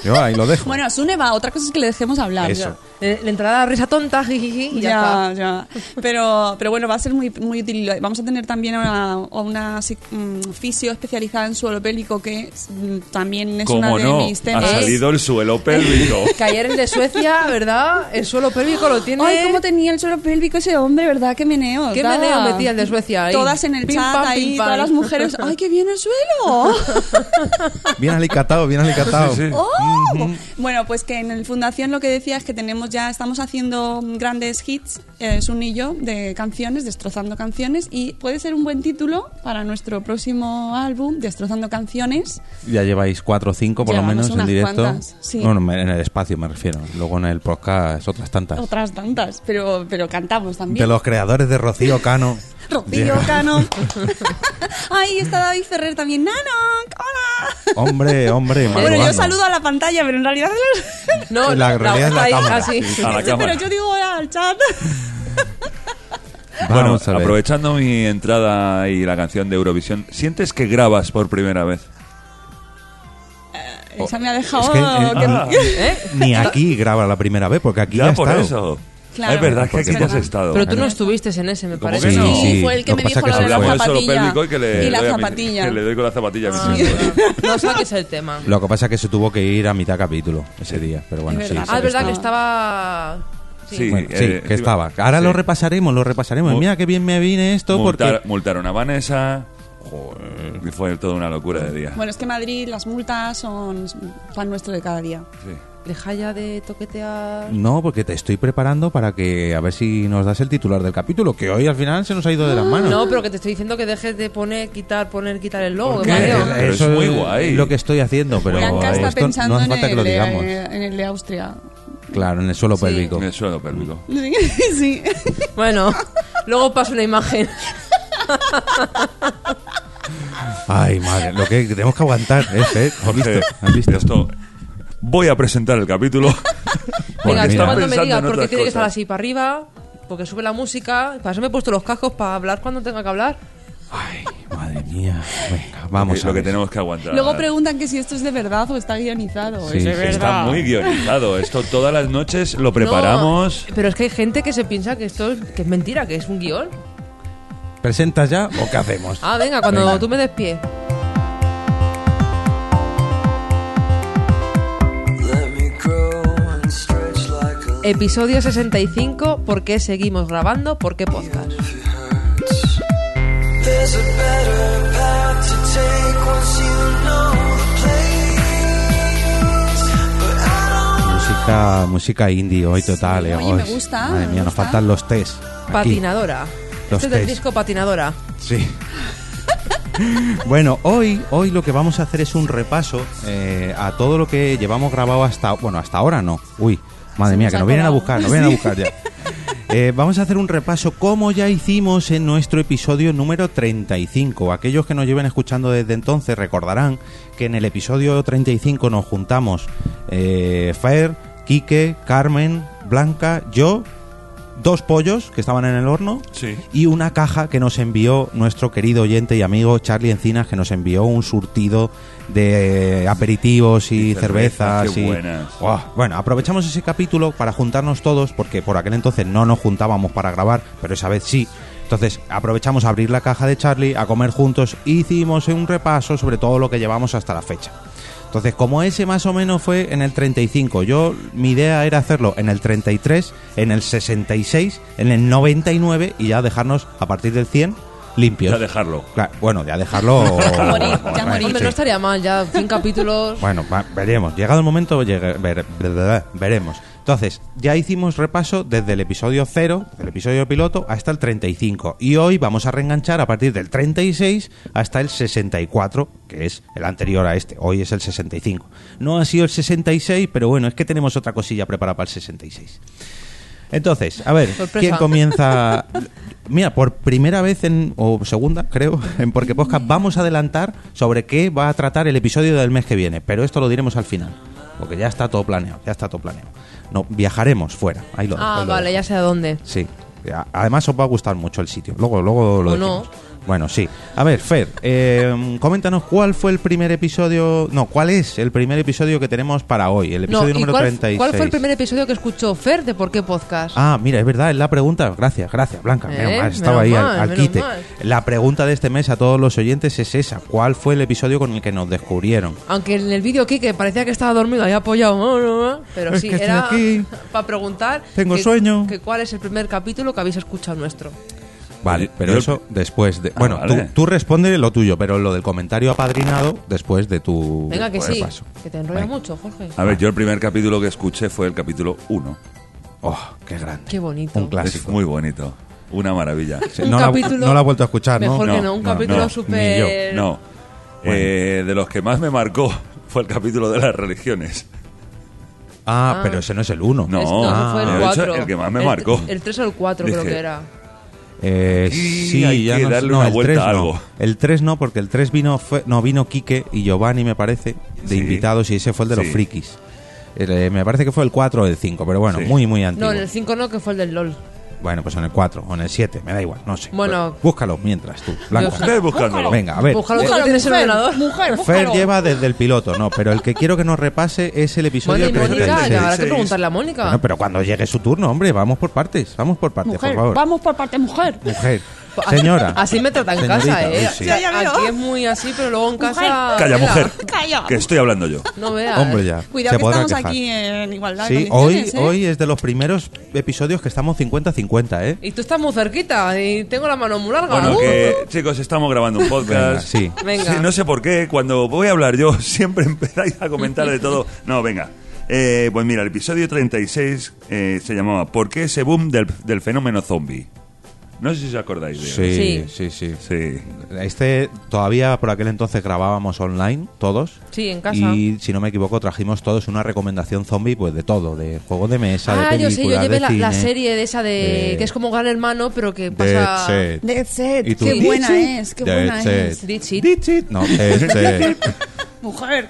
Yo ahí lo dejo.
Bueno, Sune va, otra cosa es que le dejemos hablar.
Eso.
Eh, Le, le entrará la risa tonta, jijiji, y ya, está.
Ya, ya. Pero, pero bueno, va a ser muy, muy útil. Vamos a tener también a una, a una psi- mm, fisio especializada en suelo pélvico que mm, también es
Como
una de
no,
mis
ha
temas. ¿Eh?
salido el suelo pélvico.
Que ayer el de Suecia, ¿verdad? El suelo pélvico lo tiene.
Ay, cómo tenía el suelo pélvico ese hombre, ¿verdad? Qué meneo.
Qué
daba.
meneo metía el de Suecia ahí.
Todas en el
Pim,
chat
pam,
ahí,
pim, pam.
todas las mujeres. ¡Ay, qué bien el suelo!
Bien alicatado, bien alicatado.
Sí, sí.
¡Oh! Bueno, pues que en el Fundación lo que decía es que tenemos ya, estamos haciendo grandes hits, eh, es un hillo de canciones, destrozando canciones, y puede ser un buen título para nuestro próximo álbum, Destrozando Canciones.
Ya lleváis cuatro o cinco por lo
Llevamos
menos en
unas
directo.
cuantas, sí.
No, no, me- en el espacio me refiero. Luego en el podcast otras tantas.
Otras tantas, pero, pero cantamos
De
también.
los creadores de Rocío Cano.
Rocío
Llega-
Cano. Ahí está David Ferrer también. ¡Nano! ¡Hola!
Hombre, hombre,
Bueno, yo
madrugando.
saludo a la pantalla, pero en realidad...
No,
La realidad es la
ahí,
cámara.
así.
A la
Sí, pero
cámara.
yo digo al chat.
Bueno,
Vamos a ver.
aprovechando mi entrada y la canción de Eurovisión, ¿sientes que grabas por primera vez?
Esa me ha dejado...
Oh, Es que, eh,
que-
ah, Ni aquí graba la primera vez, porque aquí ya,
Ya por
está.
eso.
Claro.
es verdad que
Porque
aquí ya
no.
has estado.
Pero tú no estuviste en ese, me
¿Cómo
parece.
que no?
Sí,
Sí,
fue el que
lo
me
que pasa
dijo
es
lo
que
de la
se
Hablamos de solo
zapatilla.
pélvico y que le,
Y la
doy a mi-
zapatilla.
que le doy con la zapatilla. a mi
Ah,
señor.
No saques el tema.
Lo que pasa es que se tuvo que ir a mitad capítulo ese día, pero bueno,
Es
sí.
verdad.
sí
Ah, es verdad
está.
que estaba.
Sí,
Bueno, sí,
eh,
que estaba. Ahora
sí.
lo repasaremos, lo repasaremos.
Mu-
Mira qué bien me viene esto
Multar-
porque...
Multaron a Vanessa. Joder, y fue toda una locura de día.
Bueno, es que en Madrid las multas son pan nuestro de cada día.
Sí.
Deja ya de toquetear.
No, porque te estoy preparando para que a ver si nos das el titular del capítulo, que hoy al final se nos ha ido de las
Mm.
manos.
No, pero que te estoy diciendo que dejes de poner, quitar, poner, quitar el logo.
¿Por
que
qué?
Mario.
Pero es muy guay.
Lo que estoy haciendo, pero
pues, Blanca está
esto no
pensando
hace
en,
falta que lo
el, eh, de-
digamos.
en el de Austria.
Claro, en el suelo pélvico.
En el suelo pélvico.
sí.
Bueno, luego paso una imagen.
Ay, madre, lo que tenemos que aguantar es, ¿eh? ¿Has visto?
Jorge,
¿Has visto?
Esto. Voy a presentar el capítulo.
Venga, tú
están
cuando me
pensando
digas
en
porque
otras
tiene que estar
cosas.
así para arriba, porque sube la música. Para eso me he puesto los cascos para hablar cuando tenga que hablar.
Ay, madre mía. Venga, vamos
Eh,
a
Lo que
ver.
tenemos que aguantar.
Luego preguntan que si esto es de verdad o está guionizado.
Sí, sí.
Está muy guionizado. Esto todas las noches lo preparamos.
No, pero es que hay gente que se piensa que esto es, que es mentira, que es un guión.
¿Presentas ya o qué hacemos?
Ah, venga, cuando
Venga.
tú me despies. Episodio 65, ¿por qué seguimos grabando? ¿Por qué podcast?
There's a better path to take once you know the place. But I don't
Música, música indie hoy total. eh.
Oye, me
Ay,
gusta,
Madre
me
mía, nos
gusta.
faltan los test. aquí.
Patinadora.
Los
este es del
test.
disco Patinadora.
Sí. Bueno, hoy, hoy lo que vamos a hacer es un repaso eh, a todo lo que llevamos grabado hasta, bueno, hasta ahora no. Uy, madre
Se
mía,
nos
que
ha
nos vienen a
colado.
buscar, nos vienen a buscar ya. Eh, vamos a hacer un repaso como ya hicimos en nuestro episodio número 35. Aquellos que nos lleven escuchando desde entonces recordarán que en el episodio 35 nos juntamos eh, Fer, Quique, Carmen, Blanca, yo, dos pollos que estaban en el horno
Sí.
y una caja que nos envió nuestro querido oyente y amigo Charlie Encinas, que nos envió un surtido de aperitivos y,
Y cervezas,
cervezas.
qué
y-
buenas.
¡Buah! Bueno, aprovechamos ese capítulo para juntarnos todos, porque por aquel entonces no nos juntábamos para grabar, pero esa vez sí. Entonces aprovechamos a abrir la caja de Charlie, a comer juntos, e hicimos un repaso sobre todo lo que llevamos hasta la fecha. Entonces, como ese más o menos fue en el 35, yo mi idea era hacerlo en el 33, en el 66, en el 99 y ya dejarnos a partir del 100 limpios.
Ya dejarlo.
Claro, bueno, ya dejarlo.
morir, ya
Bueno,
morir.
Hombre,
sí.
no estaría mal, ya 100 capítulos.
Bueno, va- veremos. Llegado el momento, llegue- ver- ver- veremos. Entonces, ya hicimos repaso desde el episodio 0, desde el episodio piloto, hasta el 35. Y hoy vamos a reenganchar a partir del 36 hasta el 64, que es el anterior a este. Hoy es el 65. No ha sido el 66, pero bueno, es que tenemos otra cosilla preparada para el 66. Entonces, a ver,
Sorpresa.
¿quién comienza? Mira, por primera vez en, o segunda, creo, en Porque Podcast vamos a adelantar sobre qué va a tratar el episodio del mes que viene, pero esto lo diremos al final, porque ya está todo planeado, ya está todo planeado. No, viajaremos fuera, ahí lo
ah,
ahí lo
vale,
dejo.
ya sé a dónde.
Sí, A- además os va a gustar mucho el sitio, luego, luego lo
O no.
decimos. Bueno, sí. A ver, Fer, eh, coméntanos cuál fue el primer episodio, no, cuál es el primer episodio que tenemos para hoy, el
No,
episodio
¿y
número
cuál,
36.
cuál fue el primer episodio que escuchó Fer de Por qué Podcast?
Ah, mira, es verdad, es la pregunta. Gracias, gracias, Blanca.
Eh,
menos mal, estaba ahí
menos
al,
mal,
al
menos
quite.
mal.
La pregunta de este mes a todos los oyentes es esa: ¿Cuál fue el episodio con el que nos descubrieron?
Aunque en el vídeo Kike parecía que estaba dormido, ahí apoyado, no, no, no, pero
Es
sí,
que estoy
era
aquí.
para preguntar
Tengo
que-
sueño.
que cuál es el primer capítulo que habéis escuchado nuestro.
Vale,
Yo-
pero
yo-
eso después de. Bueno,
vale.
tú, tú responde lo tuyo, pero lo del comentario apadrinado después de tu.
Venga, que sí,
repaso.
que te enrollas
Venga.
mucho, Jorge.
pues A ver, yo el primer capítulo que escuché fue el capítulo 1.
Oh, qué grande.
Qué bonito.
Un
Es
clásico.
muy bonito. Una maravilla.
Sí,
Un
no, la,
capítulo-
no la he vuelto a escuchar, ¿no?
Mejor
No.
que no, un
no,
capítulo
no, ni
súper...
No. Eh, de los que más me marcó fue el capítulo de las religiones.
Ah, pero ese no es el uno.
No,
Es- no, ese fue el
de hecho,
4.
el que más me marcó.
El 3 o el 4 creo
Dije,
que era.
Eh,
Y
sí,
hay
ya
que
no sé-
darle
no,
una
el
vuelta
3
a
no.
algo.
El 3 no, porque el 3 vino, fue, no, vino Quique y Giovanni, me parece, de
Sí.
invitados, y ese fue el de los
Sí.
frikis. El, eh, me parece que fue el 4 o el 5, pero bueno,
Sí.
muy, muy antiguo.
No, en el 5 no, que fue el del LOL.
Bueno, pues en el 4 o en el 7, me da igual, no sé.
Bueno.
Búscalo mientras tú, Blanca.
Yo
Ve buscándolo.
Venga, a ver. Eh,
Búscalo,
Búscalo,
que tienes el
mujer,
ordenador. Mujer,
Fer lleva desde el piloto, no, pero el que quiero que nos repase es el
Bueno,
episodio
y
Oye,
del
Mónica,
36.
que habrá que
seis.
preguntarle a Mónica.
Bueno, pero cuando llegue su turno, hombre, vamos por partes, vamos por partes,
Mujer,
por favor.
vamos por parte mujer.
Mujer,
Pues, Así-
señora.
Así me trata en casa,
Señorita,
¿eh?
uy, sí.
Ya, ya veo.
Aquí es muy así, pero luego en casa.
Calla,
Mira,
mujer.
Calla.
Que estoy hablando yo.
No veas.
Hombre, ya.
Cuidado
se
que
podrá
estamos
quejar.
aquí en igualdad. de
Sí, hoy,
condiciones, ¿eh?
hoy es de los primeros episodios que estamos 50-50, ¿eh?
Y tú estás muy cerquita y tengo la mano muy larga.
Bueno,
Uh.
que chicos, estamos grabando un
Venga,
podcast.
sí.
Venga.
Sí, No sé por qué, cuando voy a hablar yo, siempre empezáis a comentar de todo. No, venga. Eh, pues mira, el episodio 36 eh, se llamaba ¿Por qué ese boom del, del fenómeno zombie? No sé si os acordáis de
Sí,
él.
Sí.
sí, sí.
Sí.
Este todavía por aquel entonces grabábamos online, todos.
Sí, en casa.
Y si no me equivoco, trajimos todos una recomendación zombie, pues de todo, de juegos de mesa, de
Ah, yo
películas,
sé, yo
de
llevé la, la
cine,
serie de esa de,
de-
que es como Gran Hermano, pero que
Dead
pasa.
Set.
Dead Set,
¿Y tú?
qué
Dead
buena
Set.
es, qué
Dead
buena
Set.
es.
Dead Set.
Dead Set, No, Dead Set.
Mujer,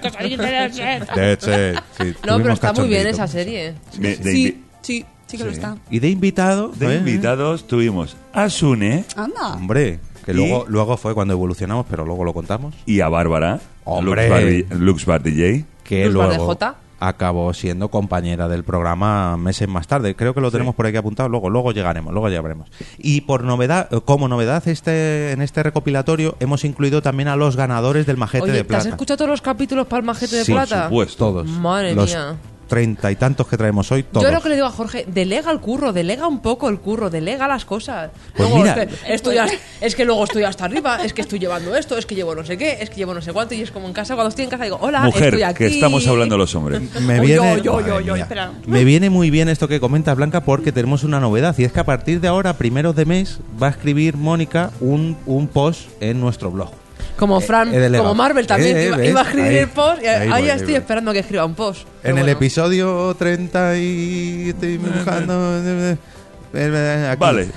que soy de Dead Set.
Dead Set, sí,
No, pero
tuvimos
está muy bien
cachondeito.
esa serie. ¿eh?
De- de
Sí,
invi-
sí, sí que lo está.
Y de invitado,
de
¿eh?
invitados tuvimos a Sune
Anda.
Hombre, que
Y-
luego, luego fue cuando evolucionamos, pero luego lo contamos.
y a Bárbara.
Hombre.
Lux Bar- Lux Bar DJ.
que
Luz Bar de
luego
Jota.
acabó siendo compañera del programa meses más tarde. Creo que lo tenemos por aquí apuntado, luego luego llegaremos, luego llegaremos. Y por novedad, eh, como novedad este en este recopilatorio hemos incluido también a los ganadores del Majete
Oye,
de
¿te has
Plata.
escuchado todos los capítulos para el Majete de
Sí,
Plata?
por supuesto.
Todos.
Madre
los
mía.
Treinta y tantos que traemos hoy, todos.
Yo lo que le digo a Jorge, delega el curro, delega un poco el curro, delega las cosas.
Pues
luego
mira.
este- estoy hasta- es que luego estoy hasta arriba, es que estoy llevando esto, es que llevo no sé qué, es que llevo no sé cuánto, y es como en casa, cuando estoy en casa digo, hola,
Mujer,
estoy aquí.
que estamos hablando los hombres.
me
Oy,
viene,
oy, oy,
madre
oy, oy,
mía.
espera.
me viene muy bien esto que comentas, Blanca, porque tenemos una novedad. Y es que a partir de ahora, primeros de mes, va a escribir Mónica un, un post en nuestro blog.
Como Fran,
Eh, he delegado.
como Marvel también,
Eh, eh,
iba,
¿ves?
iba a escribir
Ahí,
el post, y
ahí
ahí,
voy, ahí
estoy
voy.
esperando que escriba un post.
En
Pero
el
bueno.
episodio 30 y... Estoy buscando... eh, eh, aquí.
Vale.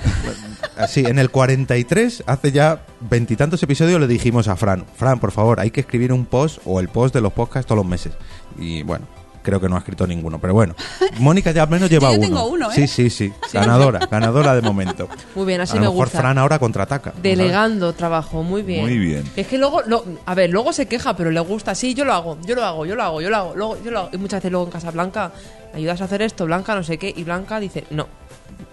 Así, en el 43, hace ya veintitantos episodios, le dijimos a Fran, Fran, por favor, hay que escribir un post o el post de los podcasts todos los meses. Y bueno, creo que no ha escrito ninguno, pero bueno. Mónica ya al menos lleva
Yo
uno.
tengo uno, ¿eh?
Sí, sí, sí. Ganadora, ganadora de momento.
Muy bien, así
a lo
me
mejor
gusta.
Fran ahora contraataca. ¿no sabes?
Delegando trabajo, muy bien.
Muy bien.
Es que luego, lo- a ver, luego se queja, pero le gusta. Sí, yo lo hago, yo lo hago, yo lo hago, yo lo hago, luego, yo lo hago. Y muchas veces luego en Casa Blanca, ¿me ayudas a hacer esto, Blanca, no sé qué? Y Blanca dice, no,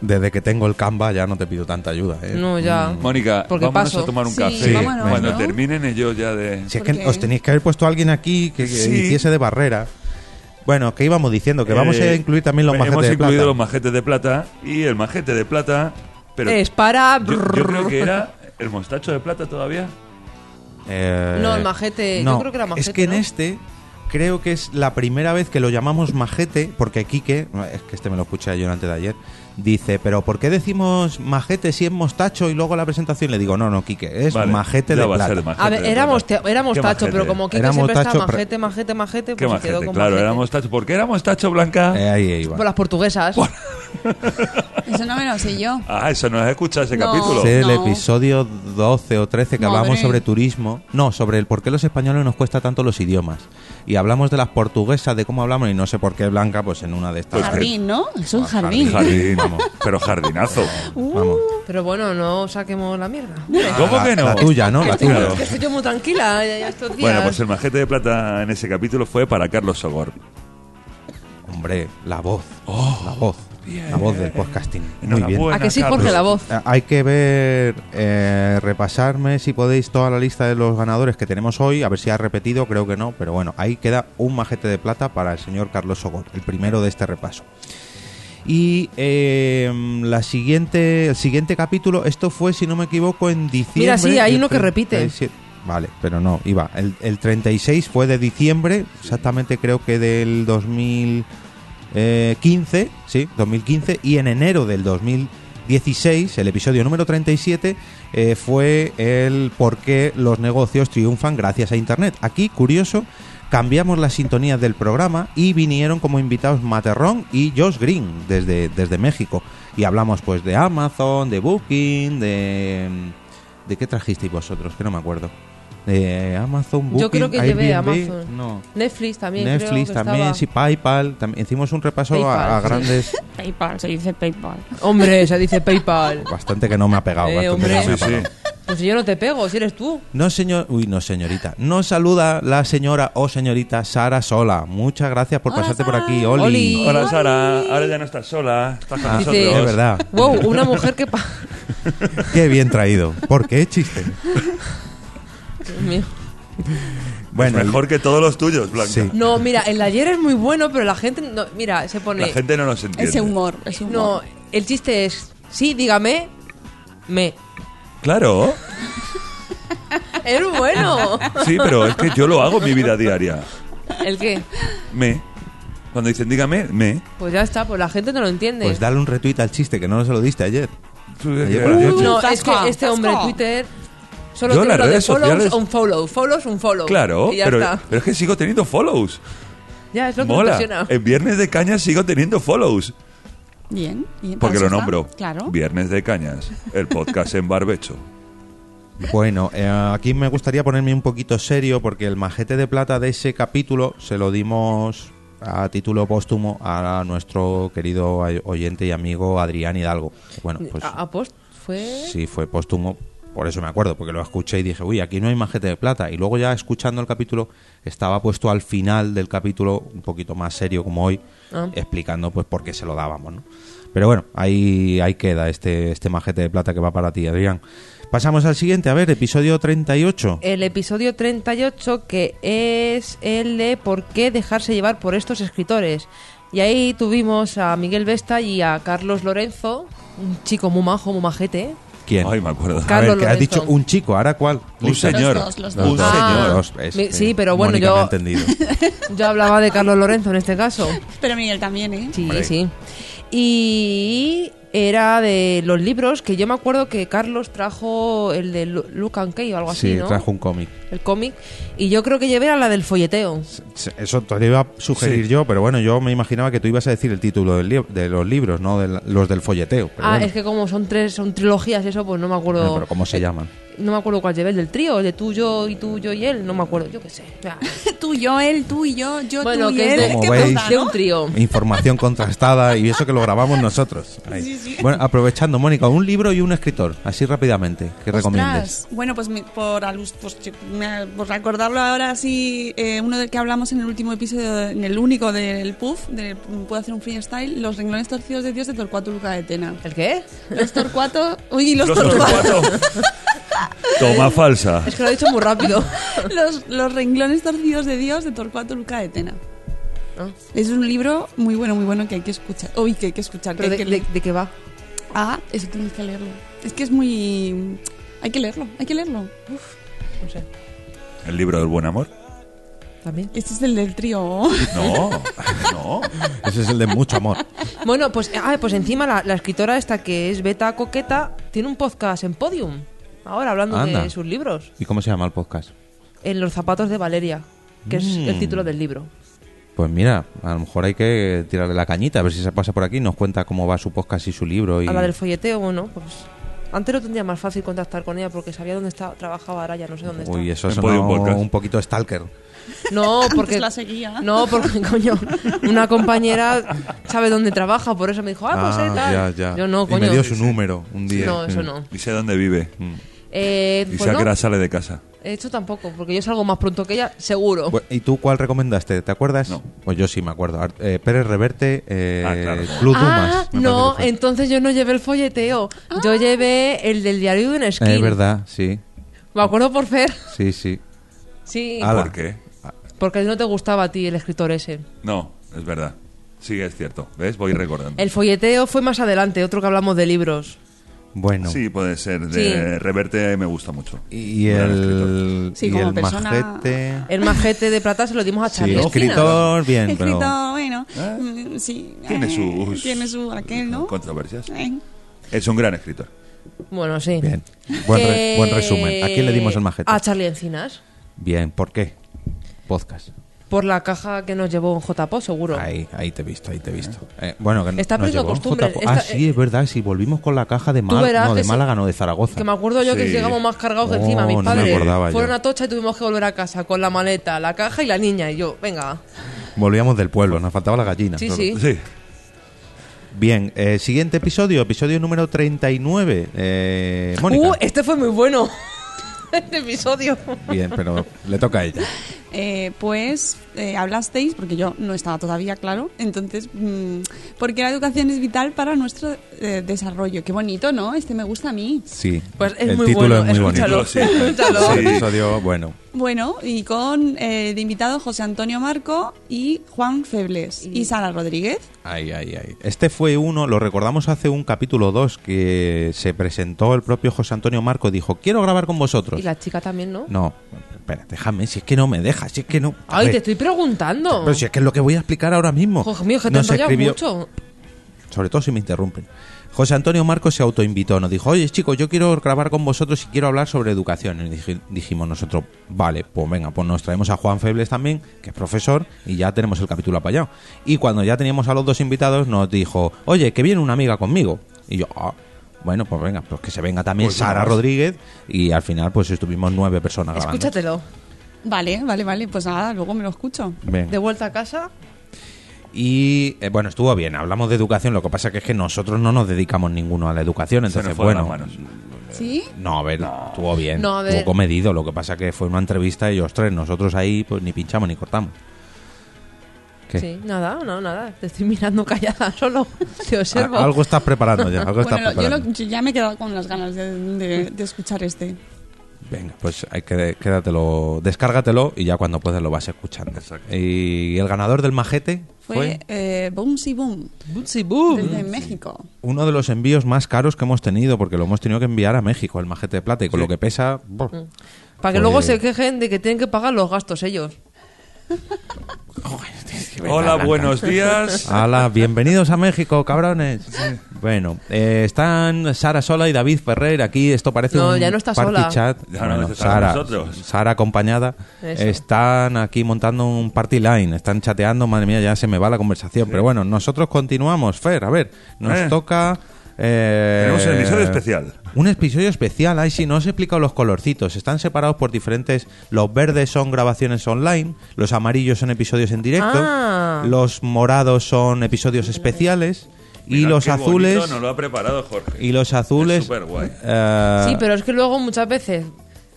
Desde que tengo el Canva ya no te pido tanta ayuda, ¿eh?
no,
mm,
ya.
Mónica,
Porque
vámonos
paso.
a tomar un
Sí,
café.
vámonos,
Cuando
¿no?
terminen ellos ya de...
Si es que
Porque-
os tenéis que haber puesto a alguien aquí que, que
Sí.
hiciese de barrera. Bueno, que íbamos diciendo que vamos
Eh,
a incluir también los majetes
Hemos
de plata.
incluido los majetes de plata y el majete de plata. Pero
es para.
yo, yo creo que era el mostacho de plata todavía.
Eh,
No, el majete, yo creo que era
Es
majete,
que en
¿no?
este creo que es la primera vez que lo llamamos majete, porque Quique, es que este me lo escuché yo antes de ayer, dice, pero ¿por qué decimos majete si es mostacho y luego la presentación? Le digo, no, no, Quique, es
Vale,
majete
ya
de
va a
plata.
ser majete.
A ver,
de
era,
plata.
moste- era
¿Qué
mostacho,
majete?
pero como que
Era
siempre está
mostacho, pero-
majete, majete, majete,
¿Qué
pues se
majete?
quedó
Claro,
con
era
majete.
mostacho. ¿Por qué era mostacho blanca?
Eh, ahí, ahí va.
Por las portuguesas.
Eso no me lo sé yo.
Ah, eso no has escuchado ese
No.
capítulo.
Es el
No.
episodio 12 o 13 que
Madre.
hablamos sobre turismo. No, sobre el por qué los españoles nos cuesta tanto los idiomas. Y hablamos de las portuguesas, de cómo hablamos, y no sé por qué Blanca, pues en una de estas.
Pues
Jardín, ¿no? Es un
Ah,
jardín.
Jardín, vamos. Pero jardinazo.
Vamos.
Pero bueno, no saquemos la mierda.
¿Cómo
Ah, La-
que no?
La tuya, ¿no? La tuya.
Claro.
Que estoy yo muy tranquila eh, estos días.
Bueno, pues el majete de plata en ese capítulo fue para Carlos Sogor.
Hombre, la voz. la voz. La voz del podcasting. Muy bien.
Enhorabuena,
¿A que sí, Jorge,
Carlos.
la voz?
Eh, Hay que ver, eh, repasarme si podéis toda la lista de los ganadores que tenemos hoy, a ver si ha repetido, creo que no, pero bueno, ahí queda un majete de plata para el señor Carlos Sogor, el primero de este repaso. Y eh, la siguiente, el siguiente capítulo, esto fue, si no me equivoco, en diciembre.
Mira, sí, hay
del
uno que repite.
37. Vale, pero no, iba. El, el 36 fue de diciembre, exactamente creo que del 2000. Eh, 15, sí, 2015, y en enero del 2016, el episodio número 37, eh, fue el por qué los negocios triunfan gracias a Internet. Aquí, curioso, cambiamos la sintonía del programa y vinieron como invitados Materrón y Josh Green desde, desde México. Y hablamos pues de Amazon, de Booking, de... ¿De qué trajisteis vosotros? Que no me acuerdo. De Amazon, Booking,
Yo creo que llevé
Airbnb,
Amazon.
No.
Netflix también. creo
Netflix
que
también,
estaba.
sí, PayPal. También. Hicimos un repaso a- a,
PayPal, sí.
grandes...
PayPal, se dice PayPal.
Hombre, se dice PayPal.
Bastante que no me ha
Ah,
pegado.
Eh,
bastante
hombre.
que no me ha
Sí, sí.
pegado.
Pues si yo no te pego, si eres tú.
No, señor. Uy, no, señorita. Nos saluda la señora o señorita Sara Sola. Muchas gracias por pasarte por aquí, Oli.
Oli.
Hola Sara, ahora ya no estás sola, estás con
Ah,
nosotros.
Dice,
es verdad.
Wow, una mujer que. pa-
Qué bien traído. ¿Por qué chiste?
Dios mío.
Bueno, el-
Pues Mejor que todos los tuyos, Blanca.
Sí.
No, mira, el de ayer es muy bueno, pero la gente. no- mira, se pone.
La gente no nos entiende.
Ese humor, ese
No,
humor.
el chiste es. Sí, dígame. Me.
Claro,
Es bueno.
sí, pero es que yo lo hago en mi vida diaria.
¿El qué?
Me. Cuando dicen dígame, me.
Pues ya está, pues la gente no lo entiende.
pues dale un retweet al chiste que no se lo diste ayer. Ayer por la
Yo-
noche.
No,
Tasca,
es que este
tasca.
hombre en Twitter solo
Yo
tiene
en las
lo de
redes
follows
sociales-
un follow, follows un follow.
Claro,
Y ya
pero,
está.
pero es que sigo teniendo follows.
Ya, es lo que me
Mola. Eh,
impresiona.
En Viernes de Cañas sigo teniendo follows.
Bien, bien.
Porque
para
lo
eso ¿Ah, está.
nombro.
Claro.
Viernes de Cañas, el podcast en barbecho.
Bueno, eh, aquí me gustaría ponerme un poquito serio porque el majete de plata de ese capítulo se lo dimos a título póstumo a nuestro querido oyente y amigo Adrián Hidalgo. Bueno, pues
A- a post fue.
Sí, fue póstumo. Por eso me acuerdo, porque lo escuché y dije, uy, aquí no hay majete de plata. Y luego ya escuchando el capítulo, estaba puesto al final del capítulo, un poquito más serio como hoy,
Ah.
explicando pues por qué se lo dábamos, ¿no? Pero bueno, ahí, ahí queda este, este majete de plata que va para ti, Adrián. Pasamos al siguiente, a ver, episodio 38.
El episodio 38, que es el de por qué dejarse llevar por estos escritores. Y ahí tuvimos a Miguel Vesta y a Carlos Lorenzo, un chico muy majo, muy majete.
¿Quién?
Ay, me acuerdo.
a
Carlos
ver, que has
Lorenzo.
dicho un chico, ¿ahora cuál?
Un
Lista.
señor.
Los dos,
Los
los dos.
un
dos.
señor.
Los dos, es-
Mi- sí, pero bueno,
Mónica
yo-
me ha entendido.
Yo hablaba de Carlos Lorenzo en este caso.
Pero Miguel también, ¿eh?
Sí,
Hombre.
sí. Y era de los libros que yo me acuerdo que Carlos trajo el de Lu- Luke and Kay o algo así,
Sí,
¿no?
trajo un cómic.
El cómic. Y yo creo que llevé a la del folleteo.
Se- Eso te lo iba a sugerir
Sí.
yo, pero bueno, yo me imaginaba que tú ibas a decir el título del li- de los libros, no de la- los del folleteo. Pero
ah,
bueno.
es que como son tres, son trilogías, eso pues no me acuerdo.
Bueno, pero ¿cómo se llaman?
No me acuerdo cuál llevé, el del trío, el de tú, yo y tú, yo y él, no me acuerdo, yo qué sé. O sea,
Tú, yo, él, tú y yo, yo,
bueno,
tú y
que es
él.
de,
Como
¿Qué
veis-
pasa,
de
no?
un trío.
Información contrastada y eso que lo grabamos nosotros. Ahí. Bueno, aprovechando, Mónica, un libro y un escritor, así rápidamente, que recomiendes.
Ostras, Bueno, pues, me- por, alus- pues, yo- me- por recordarlo ahora así, eh, uno del que hablamos en el último episodio, en el único del PUF, de Puedo hacer un freestyle, Los renglones torcidos de Dios de Torcuato Luca de Tena.
¿El qué?
Los Torcuato... Uy, los,
Los
Torcuato.
cuatro. Toma falsa.
Es que lo he dicho muy rápido.
los, los renglones torcidos de Dios de Torcuato Luca de Tena.
Ah.
Es un libro muy bueno, muy bueno que hay que escuchar. Uy, que hay que escuchar. que
Pero de,
hay que
de-
leer.
de qué va?
Ah, eso tienes que leerlo. Es que es muy... Hay que leerlo, hay que leerlo.
No sé.
¿El libro del buen amor?
También.
Este es el del trío.
No, no.
Ese es el de mucho amor.
Bueno, pues, ah, pues encima la, la escritora esta que es Beta Coqueta tiene un podcast en Podium. Ahora hablando
Anda.
de sus libros.
¿Y cómo se llama el podcast?
En los zapatos de Valeria, que es el título del libro.
Pues mira, a lo mejor hay que tirarle la cañita, a ver si se pasa por aquí, nos cuenta cómo va su podcast y su libro. Y...
A la del folleteo, bueno, pues antes lo tendría más fácil contactar con ella porque sabía dónde estaba, trabajaba ahora ya no sé dónde está.
Uy, eso
En
es
Podium Podcast.
un poquito stalker.
No, porque
la seguía.
No, porque coño, una compañera sabe dónde trabaja, por eso me dijo, "Ah, pues eh, tal".
ya, ya.
Yo no,
Y
coño.
me dio su número un día. Mm.
No, eso no.
Y sé dónde vive.
Eh,
Y
pues
sé a
no,
qué hora sale de casa.
esto tampoco, porque yo salgo más pronto que ella, seguro.
Bu- ¿Y tú cuál recomendaste? ¿Te acuerdas?
No.
Pues yo sí me acuerdo. Ar- eh, Pérez Reverte, eh,
Ah, claro.
Club
ah,
Dumas. me
no,
parece que Eh,
entonces yo no llevé el folleteo.
Ah.
Yo llevé el del diario de un
fue.
esquí.
Es verdad, sí.
Me acuerdo por Fer.
Sí, sí.
Sí,
Ala.
¿Por qué?
porque no te gustaba a ti el escritor ese.
No, es verdad. Sí, es cierto. ¿Ves? Voy recordando.
El folleteo fue más adelante, otro que hablamos de libros.
Bueno.
Sí, puede ser. De
Sí.
Reverte me gusta mucho.
Y
Gran escritor.
el,
Sí,
y
como
el
persona-
majete.
El majete de plata se lo dimos a
Sí,
Charlie. Esquina.
escritor, bien,
Escrito,
pero.
bueno. mm, Sí.
Tiene
eh,
sus-
Tiene su aquel, ¿no?
Controversias.
Eh,
Es un gran escritor.
Bueno, sí.
Bien. Buen, re- buen resumen. ¿A quién le dimos el
Eh,
majete?
A Charlie Encinas.
Bien, ¿por qué? Podcast.
por la caja que nos llevó J-Po, seguro.
Ahí, ahí te he visto, ahí te he visto. Eh, bueno, que
Está
nos
perdiendo
llevó
costumbre,
JPO.
esta-
ah, sí, es verdad, sí, volvimos con la caja de
Tú
Málaga.
verás
No, de
que sí.
Málaga, no, de Zaragoza.
Que me acuerdo yo que
Sí.
llegamos más cargados que
Oh,
encima. Mis
no me
padres
acordaba
fueron
yo.
a Tocha y tuvimos que volver a casa con la maleta, la caja y la niña. Y yo, venga.
Volvíamos del pueblo, nos faltaba la gallina.
Sí,
solo.
sí.
Sí.
Bien, eh, siguiente episodio, episodio número 39. Eh, Mónica.
Uh, este fue muy bueno. este episodio.
Bien, pero le toca a ella.
Eh, pues eh, hablasteis, porque yo no estaba todavía, claro, entonces, mm, porque la educación es vital para nuestro eh, desarrollo. Qué bonito, ¿no? Este me gusta a mí.
Sí.
Pues es
el
muy
título
bueno,
es muy
escúchalo.
bonito.
Sí.
escúchalo.
Es un
Sí.
episodio bueno.
Bueno, y con eh, de invitado José Antonio Marco y Juan Febles y Sara Rodríguez.
Ahí, ahí, ahí. Este fue uno, lo recordamos hace un capítulo 2 que se presentó el propio José Antonio Marco y dijo, quiero grabar con vosotros.
Y la chica también, ¿no?
No, espera, déjame, si es que no me dejas, si es que no... A
Ay,
ver,
te estoy preguntando.
Pero si es que es lo que voy a explicar ahora mismo.
Joder mío, que te
Nos
has enrollado
escribió-
mucho.
sobre todo si me interrumpen. José Antonio Marcos se autoinvitó, nos dijo, oye chicos, yo quiero grabar con vosotros y quiero hablar sobre educación. Y dij- dijimos nosotros, vale, pues venga, pues nos traemos a Juan Febles también, que es profesor, y ya tenemos el capítulo apallado. Y cuando ya teníamos a los dos invitados, nos dijo, oye, que viene una amiga conmigo. Y yo, "Ah, bueno, pues venga, pues que se venga también
Pues
Sara
vamos.
Rodríguez. Y al final, pues estuvimos nueve personas grabando.
Escúchatelo.
Vale, vale, vale, pues nada, luego me lo escucho.
Venga.
De vuelta a casa.
Y eh, bueno, estuvo bien. Hablamos de educación. Lo que pasa que es que nosotros no nos dedicamos ninguno a la educación.
Se nos
Entonces,
fue de
bueno,
las manos.
¿Sí?
No, a ver, estuvo bien.
No, a ver.
Estuvo comedido. Lo que pasa que fue una entrevista de ellos tres. Nosotros ahí, pues ni pinchamos ni cortamos. ¿Qué?
Sí, nada, no, nada. Te estoy mirando callada solo. Te
A-
observo.
Ah, algo estás preparando ya. Algo estás
Bueno, lo- yo,
preparando.
lo- yo ya me he quedado con las ganas de, de- de escuchar este.
Venga, pues hay que, quédatelo, descárgatelo y ya cuando puedas lo vas escuchando.
Exacto.
Y el ganador del majete
Fue,
fue,
eh, Boomsy Boom,
Bootsy boom.
desde México.
uno de los envíos más caros que hemos tenido porque lo hemos tenido que enviar a México, el majete de plata. Y con
Sí.
lo que pesa... buah.
Para que
Pues-
luego se quejen de que tienen que pagar los gastos ellos.
Hola, buenos días.
Hola, bienvenidos a México, cabrones. Bueno, eh, están Sara Sola y David Ferrer aquí. Esto parece
No,
un
ya no está
party
sola.
chat.
Ya no,
Bueno,
estamos
Sara,
nosotros.
Sara acompañada.
Eso.
Están aquí montando un party line. Están chateando. Madre mía, ya se me va la conversación. Pero bueno, nosotros continuamos. Fer, a ver, nos
Eh.
toca. eh,
Tenemos el episodio especial.
Un episodio especial, ahí sí, no os he explicado los colorcitos. Están separados por diferentes. Los verdes son grabaciones online, los amarillos son episodios en directo,
Ah.
los morados son episodios especiales y
Mira,
los
qué
azules
bonito nos lo ha preparado Jorge.
y los azules.
Es superguay.
eh,
Sí, pero es que luego muchas veces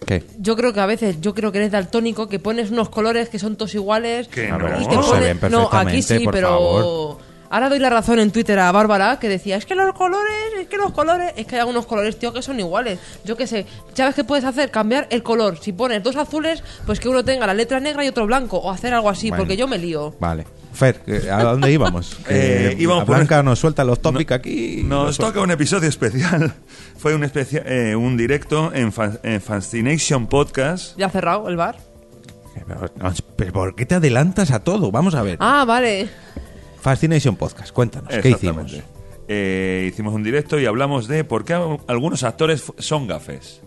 ¿qué?
Yo creo que a veces, yo creo que eres daltónico, que pones unos colores que son todos iguales.
Que
y
no.
te
Pero
se ven
no, aquí
perfectamente,
sí,
por
pero.
favor.
Ahora doy la razón en Twitter a Bárbara que decía: Es que los colores, es que los colores, es que hay algunos colores, tío, que son iguales. Yo qué sé, ¿sabes qué puedes hacer? Cambiar el color. Si pones dos azules, pues que uno tenga la letra negra y otro blanco, o hacer algo así,
Bueno.
porque yo me lío.
Vale. Fer, eh, ¿a dónde íbamos? Que
Eh, íbamos
a
por-
Blanca nos suelta los tópicos aquí.
Nos toca un episodio especial. Fue un, especia- eh, un directo en, Fan- en Fascination Podcast.
Ya ha cerrado el bar.
Eh, Pero, pero ¿por qué te adelantas a todo? Vamos a ver.
Ah, vale.
Fascination Podcast, cuéntanos, Pues, ¿qué
Exactamente.
hicimos?
Eh, hicimos un directo y hablamos de por qué a- algunos actores fu- son gafes.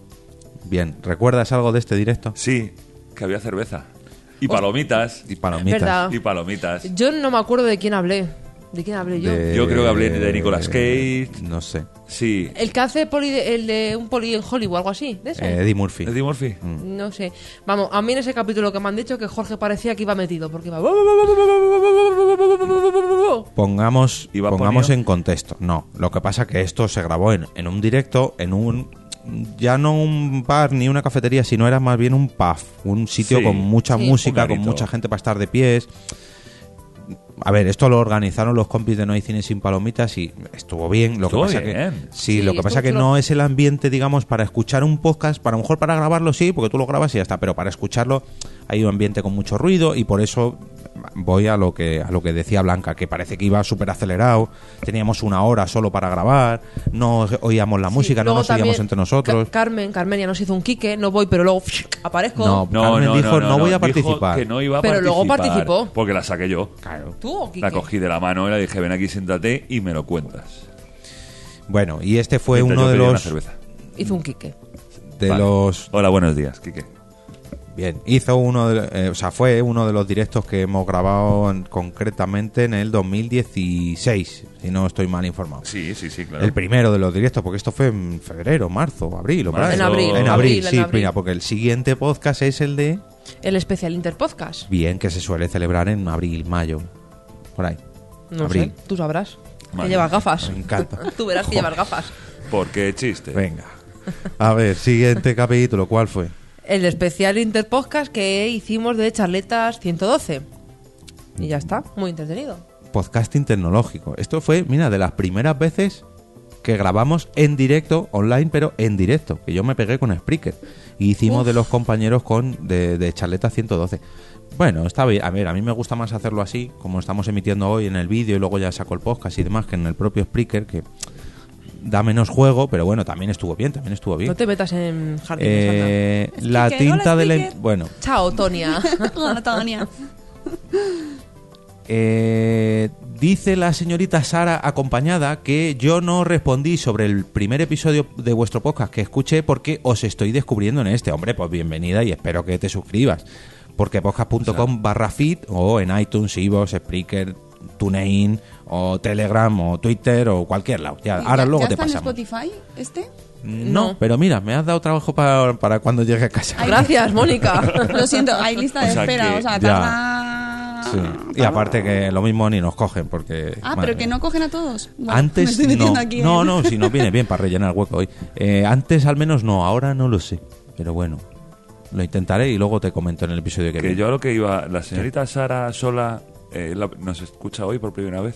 Bien, ¿recuerdas algo de este directo?
Sí, que había cerveza. Y palomitas.
Y palomitas.
Verdad.
Y palomitas.
Yo no me acuerdo de quién hablé. ¿De quién hablé yo?
De-
Yo creo que hablé de Nicolas Cage.
No sé.
Sí.
El que hace poli de- el de un poli en Hollywood, algo así. ¿De ese?
Eh, Eddie Murphy.
Eddie Murphy.
Mm.
No sé. Vamos, a mí en ese capítulo que me han dicho que Jorge parecía que iba metido, porque iba...
Pongamos,
Iba
pongamos
poniendo-
en contexto. No, lo que pasa que esto se grabó en, en un directo, en un ya no un bar ni una cafetería, sino era más bien un pub, un sitio
Sí,
con mucha
sí.
música,
Un
con
garito.
mucha gente para estar de pies. A ver, esto lo organizaron los compis de No hay cine sin palomitas y estuvo bien. Lo
Estuvo
que pasa
bien.
que sí,
Sí,
lo que pasa
estuvo
que
chulo.
no es el ambiente, digamos, para escuchar un podcast. Para a lo mejor para grabarlo sí, porque tú lo grabas y ya está. Pero para escucharlo hay un ambiente con mucho ruido y por eso voy a lo que a lo que decía Blanca, que parece que iba súper acelerado. Teníamos una hora solo para grabar, no oíamos la música, no
Luego
nos oíamos
también
entre nosotros.
Ca- Carmen, Carmen ya nos hizo un quique, no voy, pero luego aparezco.
No. Carmen dijo, "No voy a
dijo
participar".
que no iba a
Pero luego
participar,
participó.
Porque la saqué yo.
¿Tú o Quique?
La cogí de la mano y la dije, ven aquí, siéntate y me lo cuentas.
Bueno, y este fue
Mientras
uno
yo
de
pedía una
los
cerveza.
Hizo un quique.
de
Vale.
los
Hola, buenos días, Quique.
Bien, hizo uno, de- eh, o sea, fue uno de los directos que hemos grabado en- concretamente en el 2016, si no estoy mal informado.
Sí, sí, sí, claro.
El primero de los directos, porque esto fue en febrero, marzo, abril, o por ahí.
Marzo. En abril,
En
en
abril,
abril,
sí,
en abril.
mira, porque el siguiente podcast es el de
El especial Interpodcast.
Bien, que se suele celebrar en abril, mayo, por ahí.
No
abril.
sé, tú sabrás.
Vale.
Que llevas gafas.
Me encanta.
Tú verás que llevas gafas.
Porque chiste.
Venga. A ver, siguiente capítulo, ¿cuál fue?
El especial Interpodcast que hicimos de Charletas 112. Y ya está, muy entretenido.
Podcasting tecnológico. Esto fue, mira, de las primeras veces que grabamos en directo, online, pero en directo, que yo me pegué con Spreaker. Y hicimos de los compañeros con de, de Charleta 112. Bueno, está bien. A ver, a mí me gusta más hacerlo así, como estamos emitiendo hoy en el vídeo y luego ya saco el podcast y demás, que en el propio Spreaker, que da menos juego, pero bueno, también estuvo bien, también estuvo bien.
No te metas en jardines, anda.
Eh,
Spreaker,
la
hola,
tinta de la...
Spreaker.
Bueno,
Chao, Tonia.
Hola, Tonia.
Eh, dice la señorita Sara acompañada que yo no respondí sobre el primer episodio de vuestro podcast que escuché porque os estoy descubriendo en este. Hombre, pues bienvenida y espero que te suscribas. Porque podcast.com barra feed o en iTunes, iVoox, Spreaker, TuneIn o Telegram o Twitter o cualquier lado. Ya, ahora luego
¿Ya
te
está en
pasamos. Mm,
Spotify este?
No,
No.
pero mira, me has dado trabajo para, para cuando llegue a casa.
Gracias, Mónica.
Lo siento, hay lista de
O sea
espera,
que-
o sea,
ya.
tarda...
Sí. Y aparte que lo mismo ni nos cogen porque...
Ah,
madre
pero que
mía.
no cogen a todos. Bueno, me
antes
estoy
no,
metiendo aquí, ¿eh?
no, no, si nos viene bien para rellenar el hueco hoy. Eh, antes al menos no, ahora no lo sé. Pero bueno, lo intentaré y luego te comento en el episodio que,
Que
viene.
yo a lo que iba, la señorita Sara sola eh, la- nos escucha hoy por primera vez.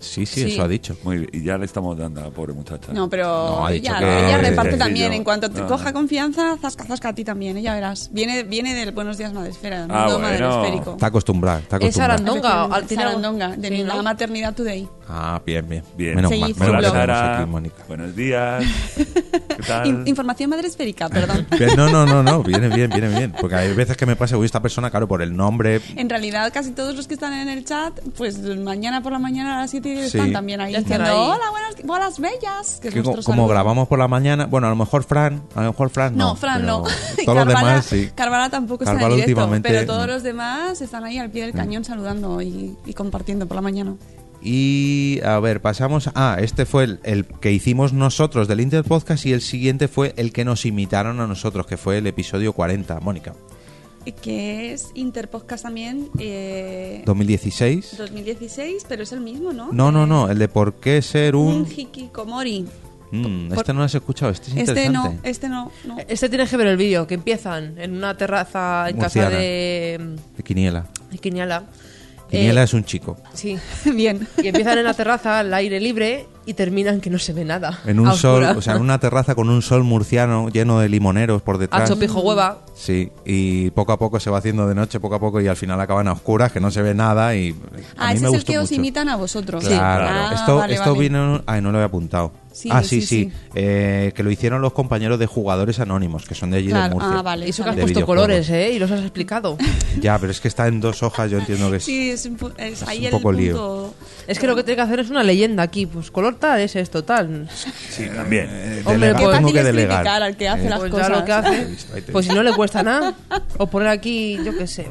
Sí, sí,
Sí.
eso ha dicho.
Muy bien, y ya le estamos dando a la pobre muchacha.
No, pero
No, ha dicho
ella,
que-
ella reparte
Sí, sí,
también.
yo-
en cuanto te
no,
coja
no.
confianza, zasca, zasca a ti también, ella verás. Viene, viene del Buenos Días Madresfera,
Ah,
no
bueno.
Madresférico.
Está acostumbrada, está
Es
acostumbrada.
Sarandonga. Sarandonga, al final-
Sarandonga, de
Sí,
la
¿no?
maternidad today.
Ah, bien, bien.
Bien.
Menos
Sí,
mal,
hizo
menos
un
mal
Hola
que
blog.
tenemos
Sara,
aquí, Mónica.
buenos días. ¿Qué tal?
In- información madresférica, perdón.
Bien, No, no, no, no, viene bien, viene bien. Porque hay veces que me pasa, uy, esta persona, claro, por el nombre.
En realidad, casi todos los que están en el chat, pues mañana por la mañana a las 7 y diez
Sí.
están también ahí
Ya están
diciendo:
ahí.
Hola, buenas, buenas bellas. que es
que co-
nuestro
como
saludo.
grabamos por la mañana, bueno, a lo mejor Fran, a lo mejor Fran no.
No, Fran
pero
no.
Todos los
Carvala-
demás sí.
Carvala tampoco
Carvala
está en directo,
últimamente,
pero todos
no.
los demás están ahí al pie del cañón saludando y, y compartiendo por la mañana.
Y a ver, pasamos. Ah, este fue el, el que hicimos nosotros del Interpodcast y el siguiente fue el que nos imitaron a nosotros, que fue el episodio 40, Mónica.
Y eh, Que es Interpodcast también, eh,
2016.
2016, pero es el mismo, ¿no?
No, no, no, el de por qué ser
Un
un.
hikikomori.
Mm, este no lo has escuchado, este es
Este no,
interesante. Eh,
este no, no.
Este tienes que ver el vídeo, que empiezan en una terraza en
Murciana.
casa de,
De Quiniela.
de Quiniala.
Quiniela
Eh,
es un chico.
Sí.
Bien.
Y empiezan en la terraza al aire libre y terminan que no se ve nada.
En un
A
sol,
oscuras.
o sea, en una terraza con un sol murciano lleno de limoneros por
A
detrás.
chopijo hueva.
Sí, y poco a poco se va haciendo de noche, poco a poco, y al final acaban a oscuras, que no se ve nada. Y a
Ah,
mí me
ese es el
gustó
que os
mucho.
imitan a vosotros.
Claro,
Ah,
esto,
vale,
esto
vale.
vino. Ay, no lo he apuntado.
Sí,
ah, sí, sí.
sí, sí.
Eh, que lo hicieron los compañeros de jugadores anónimos, que son de allí de
Claro,
Murcia.
ah, vale.
Y eso que has
De
puesto
videojuegos.
colores, ¿eh? Y los has explicado.
Ya, pero es que está en dos hojas, yo entiendo que es.
Sí, es, un pu- es ahí
un
el
poco lío.
punto.
Es que lo que tiene que hacer es una leyenda aquí. Pues color tal es esto, tal.
Sí, también.
Hombre,
Eh, Delegar,
pues-
tengo
Fácil
que
es
delegar.
criticar al que hace
Eh,
las
Pues ya
cosas.
lo que hace.
Ahí te-
Pues si no le cuesta nada. O poner aquí, yo qué sé.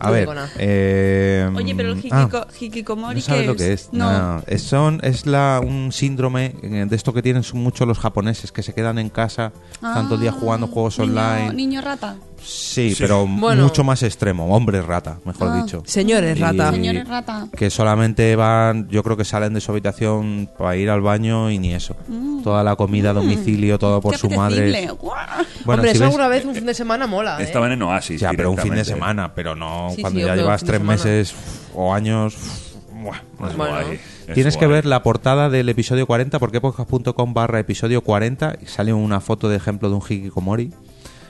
A
no
ver.
digo nada.
eh,
Oye, pero el
ah,
hikiko- hikikomori
no sabes
¿qué
lo que es. No, es, son, es la, un síndrome eh, de esto que tienen muchos los japoneses, que se quedan en casa tanto día jugando juegos
Ah. niño-
online.
Niño rata.
Sí,
Sí.
pero
Bueno.
mucho más extremo. Hombre rata, mejor
Ah.
dicho.
Señores,
Y-
rata.
Señores rata.
Que solamente van, yo creo que salen de su habitación para ir al baño y ni eso.
Mm.
Toda la comida a domicilio, todo por
Qué
su madre.
apetecible. Guau.
Bueno,
Hombre,
si
eso
ves-
alguna vez un fin de semana mola. ¿eh?
Estaban en Oasis.
ya, pero un fin de
directamente.
semana, pero no
Sí,
cuando
sí,
ya
obvio,
llevas
fin de
tres
semana.
meses uf, o años. uf, buah, no sé.
Es
Bueno.
guay, es
Tienes que
guay.
ver la portada del episodio 40, porque podcast.com barra episodio 40 y sale una foto de ejemplo de un hikikomori.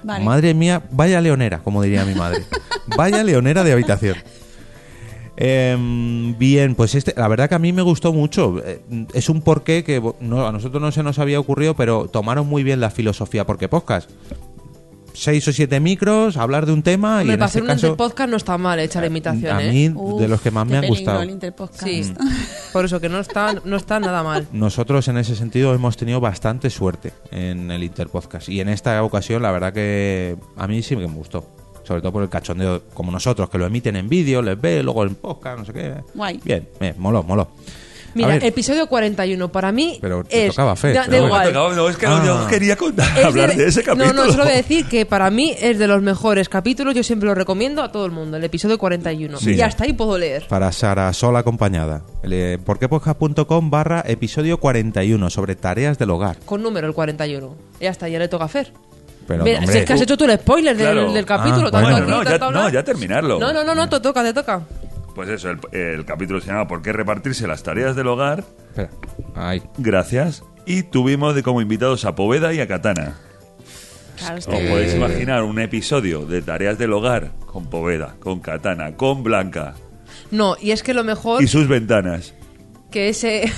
Vale.
Madre mía, vaya leonera, como diría mi madre. vaya leonera de habitación. Em, bien, pues este, la verdad que a mí me gustó mucho. Eh, Es un porqué que bo- no, a nosotros no se nos había ocurrido, pero tomaron muy bien la filosofía porque podcast. seis o siete micros, hablar de un tema y
Hombre,
en
para
este
hacer un
caso Eh,
interpodcast no está mal echar
a
imitaciones.
mí
Uf,
de los que más
qué
me han
peligro
gustado. Mm.
el interpodcast.
Sí, por eso que no está, no está nada mal.
Nosotros en ese sentido hemos tenido bastante suerte en el Interpodcast y en esta ocasión la verdad que a mí sí que me gustó. Sobre todo por el cachondeo como nosotros, que lo emiten en vídeo, les ve, luego en podcast, no sé qué.
Guay.
Bien, bien, moló, moló. A
Mira,
ver,
episodio 41 para mí
Pero te
es...
tocaba, Fer,
da,
pero
da
bueno.
igual.
No, no, es que
Ah.
no, yo quería contar,
Es
hablar de, ese capítulo.
No, no, solo voy a decir que para mí es de los mejores capítulos. Yo siempre lo recomiendo a todo el mundo, el episodio 41.
Sí.
Y hasta ahí puedo leer.
para Sara Sola acompañada. el, eh, Porquepodcast.com barra episodio 41 sobre tareas del hogar.
Con número el 41. Y hasta ya le toca a Fer.
Pero,
Ve,
hombre,
si es que has hecho tú el spoiler del-
Claro.
del, capítulo.
Ah,
tanto
bueno.
aquí,
Bueno, no,
tanto
ya-
hablar.
no, ya terminarlo.
No, no, no, no, te toca, te toca.
Pues eso, el, el capítulo se llama ¿Por qué repartirse las tareas del hogar?
espera. Ay,
Gracias. Y tuvimos de como invitados a Poveda y a Katana.
Claro, es
Os
que-
Eh.
podéis imaginar un episodio de tareas del hogar con Poveda, con Katana, con Blanca
No, y es que lo mejor
y sus ventanas.
que ese...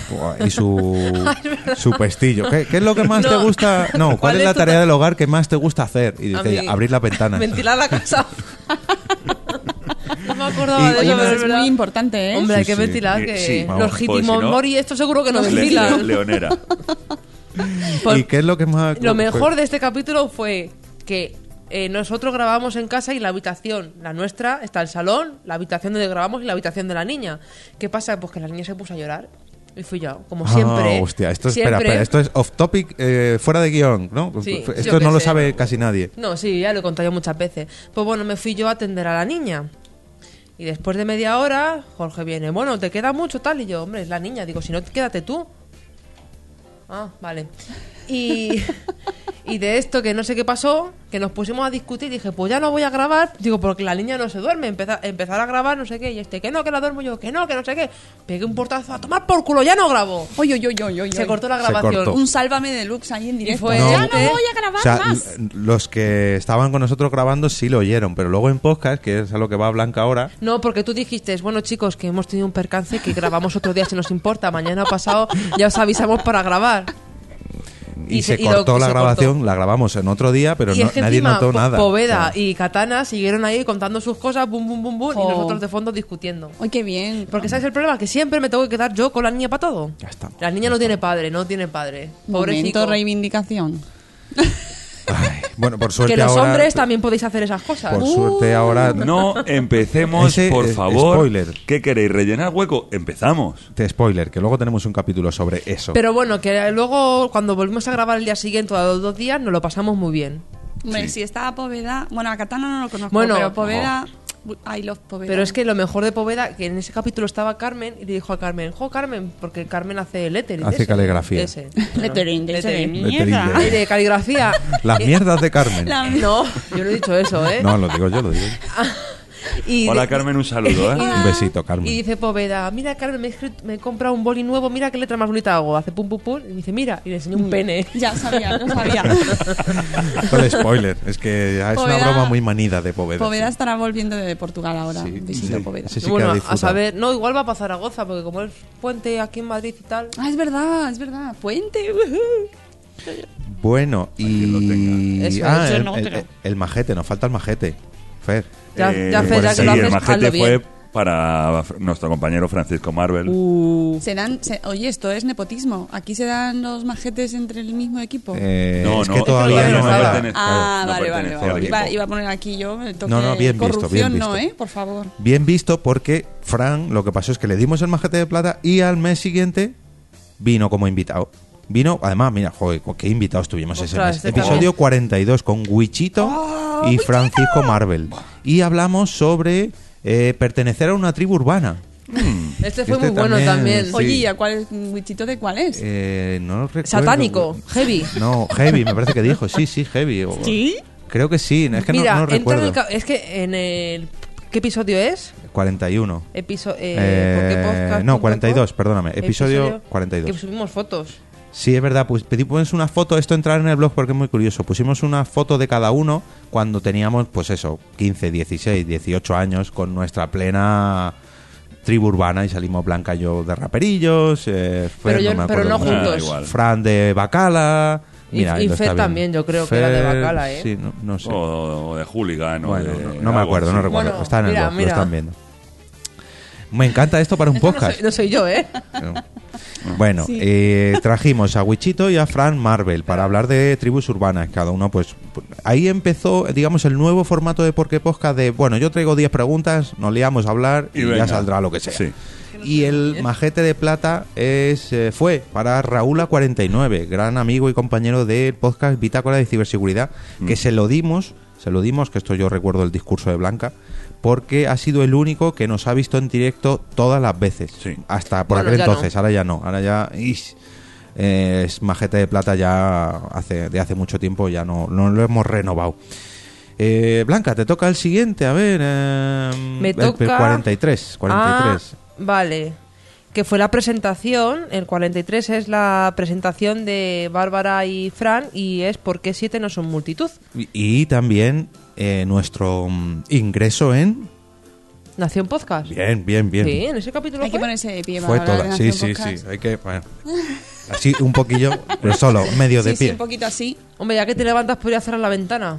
y su,
Ah, es verdad.
su pestillo. ¿Qué, qué es lo que más
No.
te gusta? No, ¿cuál,
¿Cuál
es
es
la
tu
tarea
ta-
del hogar que más te gusta hacer? Y
A
dice,
mí-
abrir la ventana.
Ventilar la casa. no me acordaba
Y-
de
Oye, pero
eso, pero
es
es verdad.
muy importante, ¿eh?
Hombre,
Sí,
hay que
sí.
ventilar
Eh,
que
sí,
vamos,
los
pues si no- pues
hitimomori estos seguro que no
Le- le-
ventilan.
Leonera.
Por-
¿Y qué es lo que más.?
Lo
pues.
mejor de este capítulo fue que eh, nosotros grabamos en casa y la habitación, la nuestra, está el salón, la habitación donde grabamos y la habitación de la niña. ¿Qué pasa? Pues que la niña se puso a llorar y fui yo, como
Ah,
siempre.
hostia, esto, espera,
siempre.
espera, esto es off topic, eh, fuera de guión, ¿no?
Sí,
F-
yo
esto
qué
no lo
sé.
sabe casi nadie.
No, sí, ya lo he contado yo muchas veces. Pues bueno, me fui yo a atender a la niña. Y después de media hora, Jorge viene, bueno, te queda mucho tal. Y yo, hombre, es la niña. Digo, si no, quédate tú. Ah, vale. Y, y de esto que no sé qué pasó, que nos pusimos a discutir, dije, pues ya no voy a grabar, digo, porque la niña no se duerme, empezar, empezar a grabar, no sé qué, y este, que no, que la duermo yo, que no, que no sé qué, pegué un portazo a tomar por culo, ya no grabo.
Oy, oy, oy, oy, oy,
Se
oy.
cortó la
Se
grabación.
cortó.
Un sálvame deluxe ahí en directo.
fue-
Pues Ya
Pues No.
no voy a grabar
O sea,
más.
l- los que estaban con nosotros grabando sí lo oyeron, pero luego en podcast, que es a lo que va Blanca ahora,
No, porque tú dijiste, bueno chicos, que hemos tenido un percance, que grabamos otro día si nos importa, mañana o pasado ya os avisamos para grabar.
y,
Y
se,
se- y lo-
cortó
y
la
se
grabación,
cortó.
la grabamos en otro día, pero
y
no-
es que
nadie
encima
notó
Po-
nada.
Poveda
O sea,
y Katana siguieron ahí contando sus cosas, bum, bum, bum, bum, y
Jo.
nosotros de fondo discutiendo.
Ay, qué bien.
Porque ¿sabes el problema? Que siempre me tengo que quedar yo con la niña para todo.
Ya está.
La niña no tiene padre, no tiene padre. Pobrecito.
Momento reivindicación.
ay, bueno, por suerte
Que los
ahora,
hombres también podéis hacer esas cosas. Uh.
Por suerte ahora
No empecemos,
Ese
por
es-
favor.
spoiler.
¿Qué queréis? ¿Rellenar hueco? Empezamos.
te spoiler, que luego tenemos un capítulo sobre eso.
Pero bueno, que luego cuando volvimos a grabar el día siguiente o a los dos días nos lo pasamos muy bien.
Hombre,
Sí.
si estaba Poveda. Bueno, a Katana no lo conozco,
Bueno.
pero Poveda. I love Poveda.
Pero es que lo mejor de Poveda, que en ese capítulo estaba Carmen y le dijo a Carmen, jo Carmen, porque Carmen hace lettering.
Hace
ese,
caligrafía.
ese. Bueno,
Lettering, de ese de
lettering.
mierda.
Lettering
Y de caligrafía.
Las
Eh,
mierdas de Carmen.
La-
No, yo no he dicho eso, ¿eh?
No, lo digo yo, lo digo yo.
Y
Hola
de- Ah,
Carmen, un saludo. ¿eh?
Un besito, Carmen.
Y dice Poveda, mira Carmen, me he, escrito- me he comprado un boli nuevo, mira qué letra más bonita hago. Hace pum pum pum y me dice, mira, y le enseño
Mm.
un pene.
Ya sabía, lo sabía.
Esto es spoiler, es que ya es una
Poveda-
broma muy manida de Poveda.
Poveda estará volviendo de Portugal ahora.
Sí,
Visita
sí.
Poveda.
Sí, sí que ha
bueno, a
disfrutado.
saber, no, igual va a pasar a Goza, porque como es puente aquí en Madrid y tal.
Ah, es verdad, es verdad. Puente. ujú.
Bueno, y.
Eso,
ah,
yo
el,
no
el-
creo.
el majete, nos falta el majete. Fer.
Ya,
Eh,
ya, Fer, ya
pues
que lo
sí,
haces,
el
hazlo
majete
bien. Uh,
fue para fr- nuestro compañero Francisco Marvel.
Se dan, se- oye, esto es nepotismo. Aquí se dan los majetes entre el mismo equipo.
Eh,
No,
es
no,
que
es que
todavía
todavía
no
no
era.
pertenece.
Ah,
no
vale, vale,
pertenece
vale.
al equipo.
Iba, iba a poner aquí yo el toque
No, no, bien visto, bien
corrupción, no,
visto.
¿eh? Por favor.
Bien visto porque Fran lo que pasó es que le dimos el majete de plata y al mes siguiente vino como invitado. Vino, además, mira, joder, con qué invitados tuvimos ese
Ostras,
mes.
este
Episodio 42 con Wichito
Ah,
y Francisco Marvel. Y hablamos sobre eh, pertenecer a una tribu urbana.
Este fue
Este
muy bueno
también,
también.
sí.
Oye, ¿y a cuál es? ¿Wichito de cuál es?
Eh, no recuerdo.
Satánico, heavy.
No, Heavy, me parece que dijo. Sí, sí, Heavy. o-
¿Sí?
Creo que sí, es que no-
Mira,
no,
entra en
recuerdo.
el ca- es que en el. ¿Qué episodio es?
41.
Episodio.
Eh, no, 42, perdóname, episodio 42.
Que subimos fotos.
Sí, es verdad, pues pedimos una foto, esto entrar en el blog porque es muy curioso. Pusimos una foto de cada uno cuando teníamos, pues eso, 15, 16, 18 años con nuestra plena tribu urbana y salimos Blanca y yo de raperillos, eh, Fer,
Pero yo-
no me
pero
acuerdo
no
cómo se llama,
juntos.
Fran de Bacala, Mira,
y
lo está
Fer
viendo.
también, yo creo que era de
Fer,
Bacala, ¿eh?
Sí, no, no sé.
O de hooligan. o
Bueno,
de
Oh, no, no me
algo
acuerdo,
así.
no recuerdo.
Bueno,
Está en el
mira,
blog, lo
mira.
están viendo. Me encanta esto para un
Eso no
podcast.
soy- no soy yo, ¿eh?
Bueno, eh, trajimos a Wichito y a Fran Marvel para hablar de tribus urbanas. Cada uno, pues, ahí empezó, digamos, el nuevo formato de Porque Podcast de, bueno, yo traigo 10 preguntas, nos liamos a hablar y,
Y venga.
ya saldrá lo que sea.
Sí.
Y el majete de plata es, eh, fue para Raúl A49, gran amigo y compañero del podcast Bitácora de Ciberseguridad,
Mm.
que se lo dimos, se lo dimos, que esto yo recuerdo el discurso de Blanca, porque ha sido el único que nos ha visto en directo todas las veces.
Sí.
Hasta por
Bueno,
aquel
ya no.
entonces, ahora ya no, ahora ya... ish, eh, es majete de plata ya hace, de hace mucho tiempo, ya no, no lo hemos renovado. Eh, Blanca, te toca el siguiente, a ver. eh,
Me
el- el
toca...
43, 43.
Ah, vale. Que fue la presentación, el 43 es la presentación de Bárbara y Fran y es ¿Por qué siete no son multitud?
Y- Y también eh, nuestro mm, ingreso en.
Nació en podcast.
Bien, bien, bien.
Sí, en ese capítulo
Hay que
fue.
ponerse de pie para
Fue
hablar de
toda. Sí,
Nación
sí,
Podcast.
sí. Hay que. bueno, así un poquillo, pero solo, medio de
Sí, sí,
pie.
un poquito así.
Hombre, ya que te levantas podría cerrar la ventana.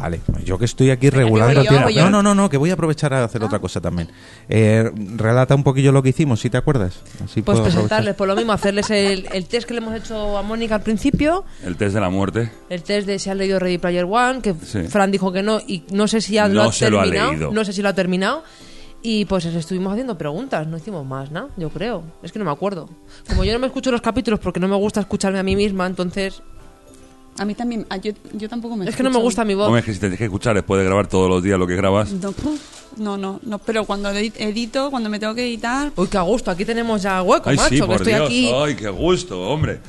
Vale, yo que estoy aquí regulando
voy yo,
tiempo.
voy yo.
No, no, no, no, que voy a aprovechar a
Ah.
hacer otra cosa también. Eh, relata un poquillo lo que hicimos, si te acuerdas. Así
Pues
puedo aprovechar.
presentarles, por lo mismo, hacerles el, el test que le hemos hecho a Mónica al principio,
El test de la muerte.
el test de si ha leído Ready Player One, que
Sí.
Fran dijo que no, y no sé si ya lo
No
ha
se lo ha
terminado.
leído.
No sé si lo ha terminado. Y pues les estuvimos haciendo preguntas, no hicimos más, ¿no? Yo creo. Es que no me acuerdo. Como yo no me escucho los capítulos porque no me gusta escucharme a mí misma, entonces.
A mí también, ah, yo, yo tampoco me
Es que no me
escucho.
gusta mi voz.
Hombre, es que si te tienes que escuchar después de grabar todos los días lo que grabas.
No, no, no, no, pero cuando edi- edito, cuando me tengo que editar,
Uy, qué a gusto, aquí tenemos ya hueco,
Ay,
macho,
sí,
que
por
estoy
Dios.
aquí.
Ay, qué gusto, hombre.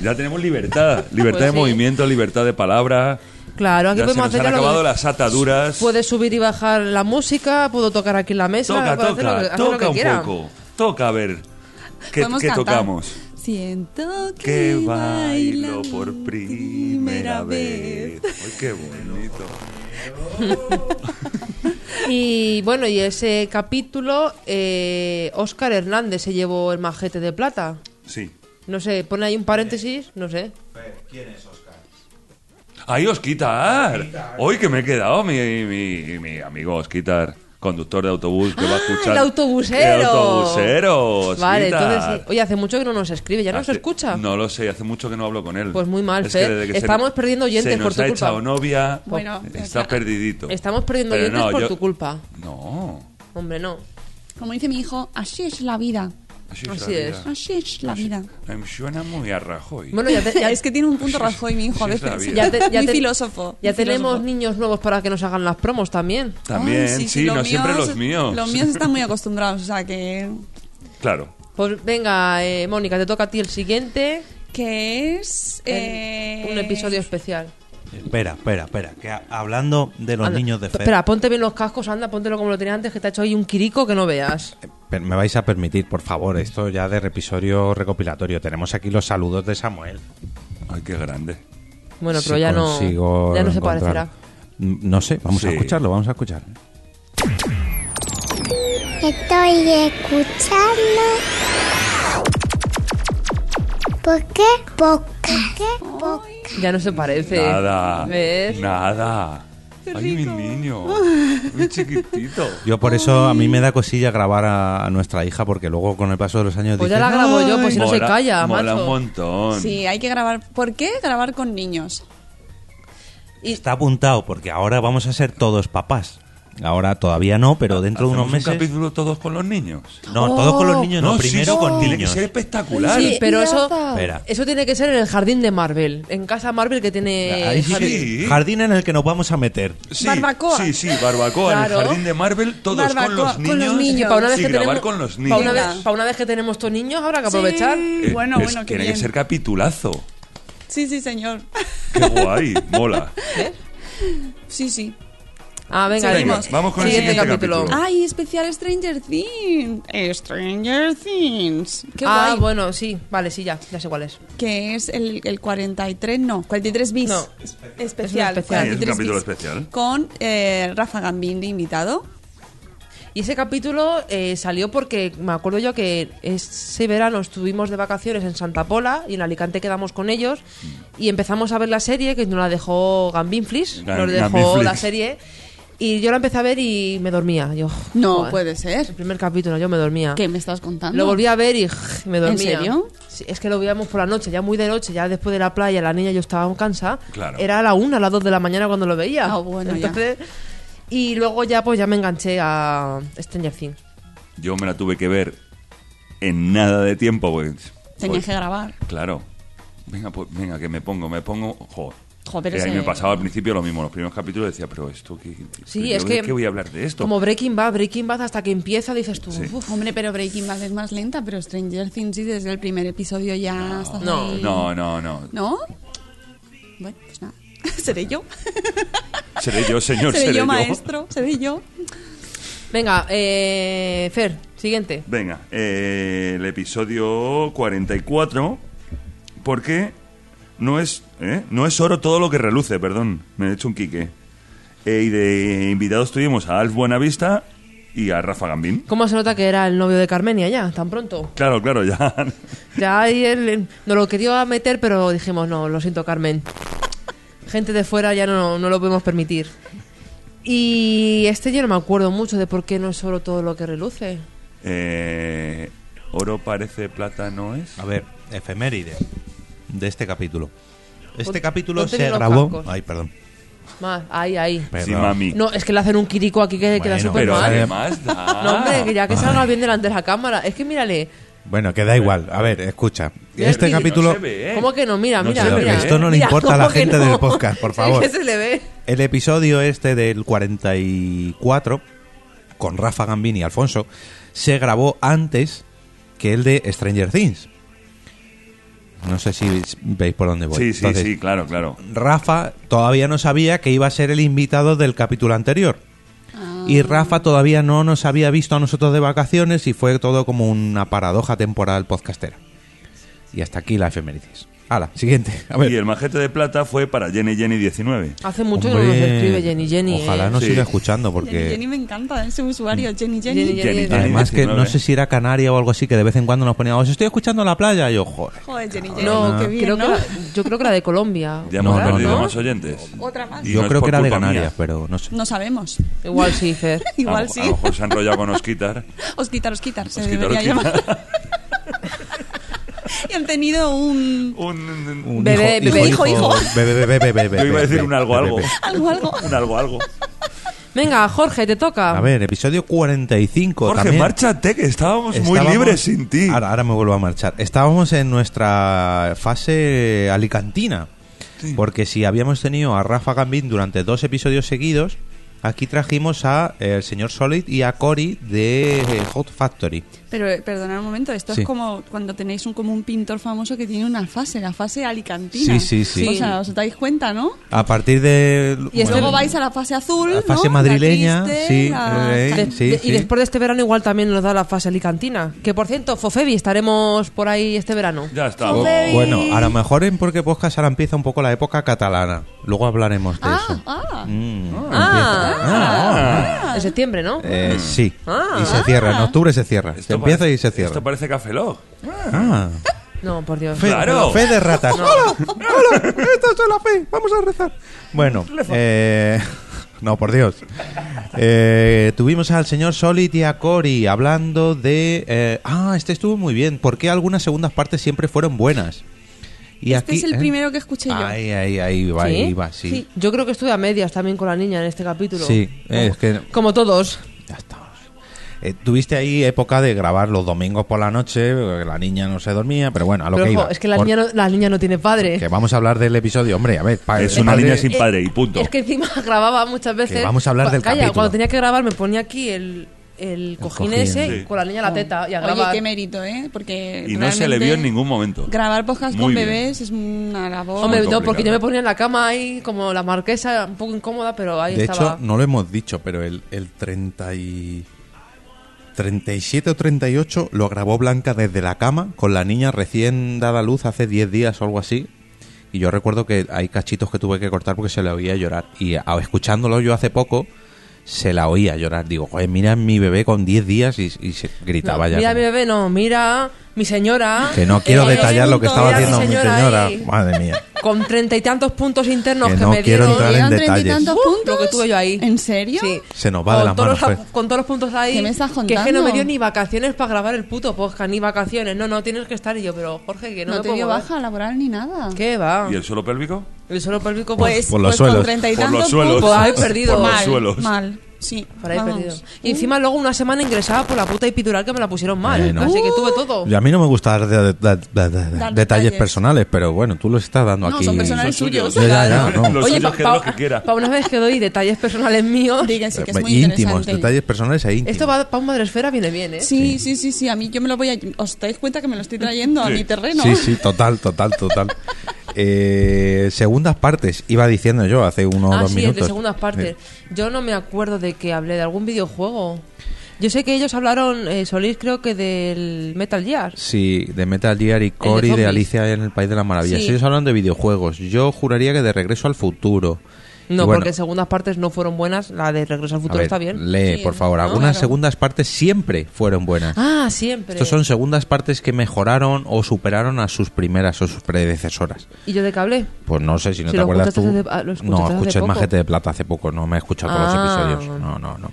Ya tenemos libertad. Libertad
Pues
de
sí.
movimiento, libertad de palabra.
Claro, aquí
Ya se
podemos
nos
hacer
han
ya lo
acabado
que- Pues
las ataduras.
Puedes subir y bajar la música, puedo tocar aquí en la mesa,
toca,
puedo hacer lo que-
toca,
hacer lo que
toca un
quiera.
poco. Toca a ver qué,
podemos
qué
cantar.
tocamos.
Siento que,
Que bailo por primera vez. Ay, qué bonito.
Y bueno, y ese capítulo, eh, Oscar Hernández se llevó el majete de plata.
Sí.
No sé, pone ahí un paréntesis, no sé.
¡Ay, Osquitar! Hoy que me he quedado, mi, mi, mi amigo Osquitar, conductor de autobús que va a
Ah,
escuchar.
el autobusero.
¡El autobusero!
Vale,
Osquitar.
entonces sí. Oye, hace mucho que no nos escribe, ya no nos
Hace-
escucha.
No lo sé, hace mucho que no hablo con él.
Pues muy mal, Fer.
desde se
Estamos
nos-
perdiendo oyentes
se
por
nos
tu
ha
culpa.
echado novia,
Bueno,
está
claro.
perdidito.
Estamos perdiendo
Pero
oyentes
no,
por
yo-
tu culpa.
No,
Hombre, no.
Como dice mi hijo, así es la vida.
así es.
Así
la
es.
vida.
Así es la vida.
Me suena muy a Rajoy.
Bueno, ya, te- ya-
es que tiene un punto Rajoy mi hijo a
Así es la
veces.
vida.
ya te- ya
Muy
te-
filósofo.
Ya
muy
tenemos
filósofo.
niños nuevos para que nos hagan las promos también.
También,
Ay,
sí, no
los
siempre los míos.
Los míos están muy acostumbrados, o sea que...
Claro.
Pues venga, eh, Mónica, te toca a ti el siguiente.
Que es...
el-
eh,
Un episodio especial.
Espera, espera, espera. Que ha- hablando de los
Anda,
niños de Fer.
Espera, ponte bien los cascos, anda, póntelo como lo tenías antes, que te ha hecho ahí un quirico que no veas.
Pero Me vais a permitir, por favor, esto ya de repisorio recopilatorio. Tenemos aquí los saludos de Samuel.
Ay, qué grande.
Bueno,
Si
pero ya no,
consigo
ya no se
encontrar-
parecerá.
Mm, No sé, vamos a
Sí.
escucharlo, vamos a escuchar.
Estoy escuchando. ¿Por qué? Podcast.
Ya no se parece.
Nada.
Eh, ¿Ves?
Nada. Ay, mi niño. Mi chiquitito.
Yo por eso a mí me da cosilla grabar a, a nuestra hija porque luego con el paso de los años
Pues ya
dicen,
la grabo yo, pues si no se
Mola-
calla,
mola
macho.
un montón.
Sí, hay que grabar. ¿Por qué grabar con niños?
Está apuntado porque ahora vamos a ser todos papás. Ahora todavía no, pero dentro de
Ah, Hacemos
unos meses.
un capítulo todos con los niños.
No, todos con los niños, no,
sí,
primero
sí,
con
Tiene que
niños.
ser espectacular.
Sí, pero eso,
Espera.
eso tiene que ser en el jardín de Marvel, en casa Marvel que tiene
Ahí sí
jardín.
que-
Sí.
Jardín en el que nos vamos a meter.
Sí,
Barbacoa.
Sí, sí, barbacoa en el
Claro.
jardín de Marvel, todos con
Barbacoa,
los
con
niños.
los
Es que
niños.
pa' una vez
y
que
grabar
tenemos-
con los
pa'
niños.
una, vez,
Venga.
pa' una vez que tenemos estos niños, habrá que aprovechar.
Sí,
Eh,
bueno,
es-
bueno, qué
tiene que
bien.
ser capitulazo.
Sí, sí, señor.
Qué guay, mola.
Sí, sí.
Ah, venga,
Seguimos.
venga.
vamos con el
siguiente
siguiente
capítulo.
capítulo.
¡Ay, especial Stranger Things! Stranger Things. ¡Qué
Ah,
guay!
bueno, sí, vale, sí, ya, ya sé cuál es.
Que es el, el 43, no, 43 bis.
No, especial.
especial.
Sí, es un
43
capítulo ¿eh?
bis.
especial.
Con eh, Rafa Gambini invitado.
Y ese capítulo eh, salió porque me acuerdo yo que ese verano estuvimos de vacaciones en Santa Pola y en Alicante quedamos con ellos y empezamos a ver la serie que nos la dejó Gambinflis,
Gam-
nos dejó
Gambinflix.
la serie y yo la empecé a ver y me dormía. Yo,
No
joder,
puede
El
ser.
primer capítulo yo me dormía.
¿Qué me estás contando?
Lo volví a ver y j, me dormía.
¿En serio?
Sí, es que lo veíamos por la noche, ya muy de noche, ya después de la playa, la niña yo estaba cansada.
Claro.
Era a la una, a las dos de la mañana cuando lo veía.
Ah, bueno, ya.
Entonces, Y luego ya pues ya me enganché a Stranger Things.
Yo me la tuve que ver en nada de tiempo, pues.
Tenías
pues,
que grabar.
Claro. Venga, pues, venga, que me pongo, me pongo. Joder.
Jo, pero
Eh, ahí
ese-
me pasaba al principio lo mismo, los primeros capítulos decía, pero esto qué.
Sí,
pero
es
yo
que-
¿De qué voy a hablar de esto?
Como Breaking Bad, Breaking Bad hasta que empieza dices tú,
Sí.
"Uf".
Hombre, pero Breaking Bad es más lenta, pero Stranger Things sí, desde el primer episodio ya estás
No.
ahí.
No, no, no.
¿No? Bueno, pues nada. Seré yo.
Seré yo, señor,
seré,
seré,
yo, maestro. Seré yo.
Venga, eh, Fer, siguiente.
Venga, eh, el episodio 44, porque no es, ¿eh? no es oro todo lo que reluce, perdón, me he hecho un quique. Eh, y de invitados tuvimos a Alf Buenavista y a Rafa Gambín.
¿Cómo se nota que era el novio de Carmenia ya, tan pronto?
Claro, claro, ya.
Ya ahí él nos lo quería meter, pero dijimos, no, lo siento, Carmen. Gente de fuera ya no, no lo podemos permitir. Y este yo no me acuerdo mucho de por qué no es solo todo lo que reluce.
Eh, oro parece plata, ¿no es?
A ver, efeméride de este capítulo. Este
Pon-
capítulo
ponte
se
bien los
grabó.
cascos.
Ay, perdón.
Más, ahí, ahí.
Sí,
Perdón.
mami.
No, es que le hacen un quirico aquí que queda
Bueno,
súper
pero
pues,
mal.
eh,
además da-
No, hombre, que ya
Ah.
que salga bien delante de la cámara. Es que mírale.
Bueno, que da igual. A ver, escucha.
Mira,
Este
sí, no
capítulo.
se ve. Eh,
¿Cómo que no? Mira,
no
mira,
se le ve.
mira.
Esto
no le
Mira,
importa a la
¿cómo que
gente del podcast, por
Sí,
favor.
que se le ve.
El episodio este del 44, con Rafa Gambini y Alfonso, se grabó antes que el de Stranger Things. No sé si veis por dónde voy.
Sí, sí,
Entonces,
sí, claro, claro.
Rafa todavía no sabía que iba a ser el invitado del capítulo anterior. Y Rafa todavía no nos había visto a nosotros de vacaciones y fue todo como una paradoja temporal podcastera. Y hasta aquí la efemérides. Hala, siguiente. A ver.
Y el majete de plata fue para Jenny Jenny 19.
Hace mucho que no
Hombre,
nos escribe Jenny Jenny.
Ojalá
eh.
no
Sí.
siga escuchando
Jenny,
porque...
Jenny me encanta ese usuario. Jenny Jenny.
Mm. Jenny, Jenny.
Jenny, Jenny.
Además que no
19.
sé si era Canaria o algo así, que de vez en cuando nos poníamos, estoy escuchando la playa, y yo, joder.
Joder, Jenny Jenny.
No,
qué bien,
creo
¿no?
que la- yo creo que la de Colombia.
Ya
No,
hemos
no,
perdido
no.
más oyentes.
Otra más.
Y
Yo
no es
creo
por
que era de
culpa mía.
Canarias, pero no sé.
No sabemos.
Igual sí, Fer.
A
Igual
lo-
sí.
A lo
pues.
mejor se ha enrollado con Osquitar.
Os quitar, os quitar. Se
Osquitar,
debería
Osquitar.
llamar. y han tenido un...
Un-
Un
Bebé, bebé,
hijo, hijo.
Bebé, bebé, bebé, bebé,
Yo iba a decir
bebé,
un algo
bebé,
algo.
bebé.
Algo, algo.
Un algo algo.
Pues
Venga, Jorge, te toca.
A ver, episodio 45
Jorge,
también.
márchate, que estábamos muy
Estábamos-
libres sin ti.
Ahora, ahora me vuelvo a marchar. Estábamos en nuestra fase alicantina. Porque si habíamos tenido a Rafa Gambín durante dos episodios seguidos, aquí trajimos a eh, el señor Solid y a Cory de eh, Hot Factory.
Pero eh, perdonad un momento, esto
Sí.
es como cuando tenéis un, como un pintor famoso que tiene una fase, la fase alicantina.
Sí, sí, sí.
O sea, os dais cuenta, ¿no?
A partir de...
Y es
Luego
Bueno.
vais a la fase azul,
La
¿no?
fase madrileña,
triste,
sí,
la-
eh,
De-
sí,
de-
sí.
Y después de este verano igual también nos da la fase alicantina. Que por cierto, Fofebi, estaremos por ahí este verano.
Ya está.
Oh, Baby.
Bueno, a lo mejor en Porque Podcast ahora empieza un poco la época catalana. Luego hablaremos de
Ah,
eso.
ah.
Mm, empieza.
Ah.
Ah.
En septiembre, ¿no?
Eh, sí.
Ah.
y se cierra. En octubre se cierra. se
Esto
empieza
parece-
y se cierra.
Esto parece Café Lock.
Ah.
No, por Dios.
Fe,
Claro.
fe de ratas. ¡Hola! ¡Hola! ¡Esta es la fe! ¡Vamos a rezar! Bueno, eh, no, por Dios. Eh, tuvimos al señor Solid y a Cory hablando de. eh, ah, este estuvo muy bien. ¿Por qué algunas segundas partes siempre fueron buenas? Y ¿eh?
Este es el primero que escuché yo.
Ahí, ahí, ahí va,
¿Sí?
ahí va, sí.
Sí. Yo creo que estuve a medias también con la niña en este capítulo.
Sí, es que-
Como todos.
Ya estamos. Eh, tuviste ahí época de grabar los domingos por la noche, porque la niña no se dormía, pero bueno, a lo
Pero
que
ojo,
iba.
es que la,
Por-
niña no, la niña no tiene padre.
Que vamos a hablar del episodio, hombre, a ver. pa-
Es
el
una
Ah, padre-
niña sin padre y punto.
Eh, Es que encima grababa muchas veces.
Que vamos a hablar
Cu-
del
Calla,
capítulo.
cuando tenía que grabar me ponía aquí el, el cojín,
cojín.
ese
Sí.
con la niña en la teta y a
Oye,
grabar.
qué mérito, ¿eh? Porque
Y no se le
realmente
vio en ningún momento.
Grabar podcast
Muy
con
bien.
bebés es una
Oh,
labor.
Hombre,
Muy
no, porque
complicado.
yo me ponía en la cama ahí como la marquesa, un poco incómoda, pero ahí
De
estaba.
hecho, no lo hemos dicho, pero el, el 30 y... 37 o 38 lo grabó Blanca desde la cama con la niña recién dada a luz hace 10 días o algo así. Y yo recuerdo que hay cachitos que tuve que cortar porque se le oía llorar. Y a- escuchándolo yo hace poco, se la oía llorar. Digo, joder, mira mi bebé con 10 días y, y se gritaba ya.
mira
como-
mi bebé, no, mira mi señora.
Que no quiero
Eh,
detallar lo que estaba
mira mi
haciendo mi señora.
ahí,
Madre mía.
Con treinta y tantos puntos internos
Que
que,
no
me
quiero
dieron.
entrar en
¿Eran treinta y
detalles.
tantos
Uh,
puntos?
lo que tuve yo ahí.
¿En serio?
Sí.
Se nos va de
Con
las
todos
manos, pues.
los-
Fer.
Con todos los puntos ahí.
¿Qué me estás
Que es que no me
contando?
dio ni vacaciones para grabar el puto podcast, ni vacaciones. No, no, tienes que estar. Y yo, pero Jorge, que no,
No
me
te
puedo
dio
mover.
baja laboral ni nada.
¿Qué va?
¿Y el suelo pélvico?
El suelo pélvico,
Pues,
pues.
Por los
pues con
suelos.
treinta y
Por los
tantos
suelos.
puntos.
Por ahí perdido.
Por los
mal,
suelos.
Mal, sí.
por ahí
vamos.
perdido. Y encima luego una semana ingresada por la puta epidural que me la pusieron mal.
Bueno.
Así que tuve todo.
Y a mí no me gusta dar de- de- de- de- de- detalles,
detalles.
personales, pero bueno, tú los estás dando
No,
aquí.
son personales
Son suyos.
suyos.
Ya, ya, ya, no.
Los
Oye,
suyos
pa-
que es lo
pa-
que quiera.
Para una vez que doy detalles personales míos,
Digan, sí, que es
Eh,
muy
íntimos,
interesante.
detalles personales e íntimos.
esto va para un madresfera, viene bien, ¿eh?
Sí, sí, sí, sí. A mí yo me lo voy a. ¿Os dais cuenta que me lo estoy trayendo a
Sí.
mi terreno?
Sí, sí, total, total, total. Eh, segundas partes, iba diciendo yo hace uno o
ah,
dos
sí, el
minutos. Eh,
de segundas partes. Yo no me acuerdo de que hablé de algún videojuego. Yo sé que ellos hablaron, eh, Solís, creo que del Metal Gear.
Sí, de Metal Gear y Cory de,
zombies.
Alicia en el País de las Maravillas.
Sí.
Ellos hablan de videojuegos. Yo juraría que de Regreso al Futuro.
No,
Y bueno,
porque segundas partes no fueron buenas. La de Regreso al
a
Futuro
ver,
está bien.
Lee,
Sí,
por favor.
¿no?
Algunas
Claro.
segundas partes siempre fueron buenas.
Ah, siempre.
Estos son segundas partes que mejoraron o superaron a sus primeras o sus predecesoras.
¿Y yo de qué hablé?
Pues no sé si no
Si
te
lo
acuerdas tú.
escuchaste hace- ah, lo escuchaste
no,
hace
escuché
poco.
Majete de Plata hace poco, no me he escuchado todos
Ah.
los episodios. No, no, no.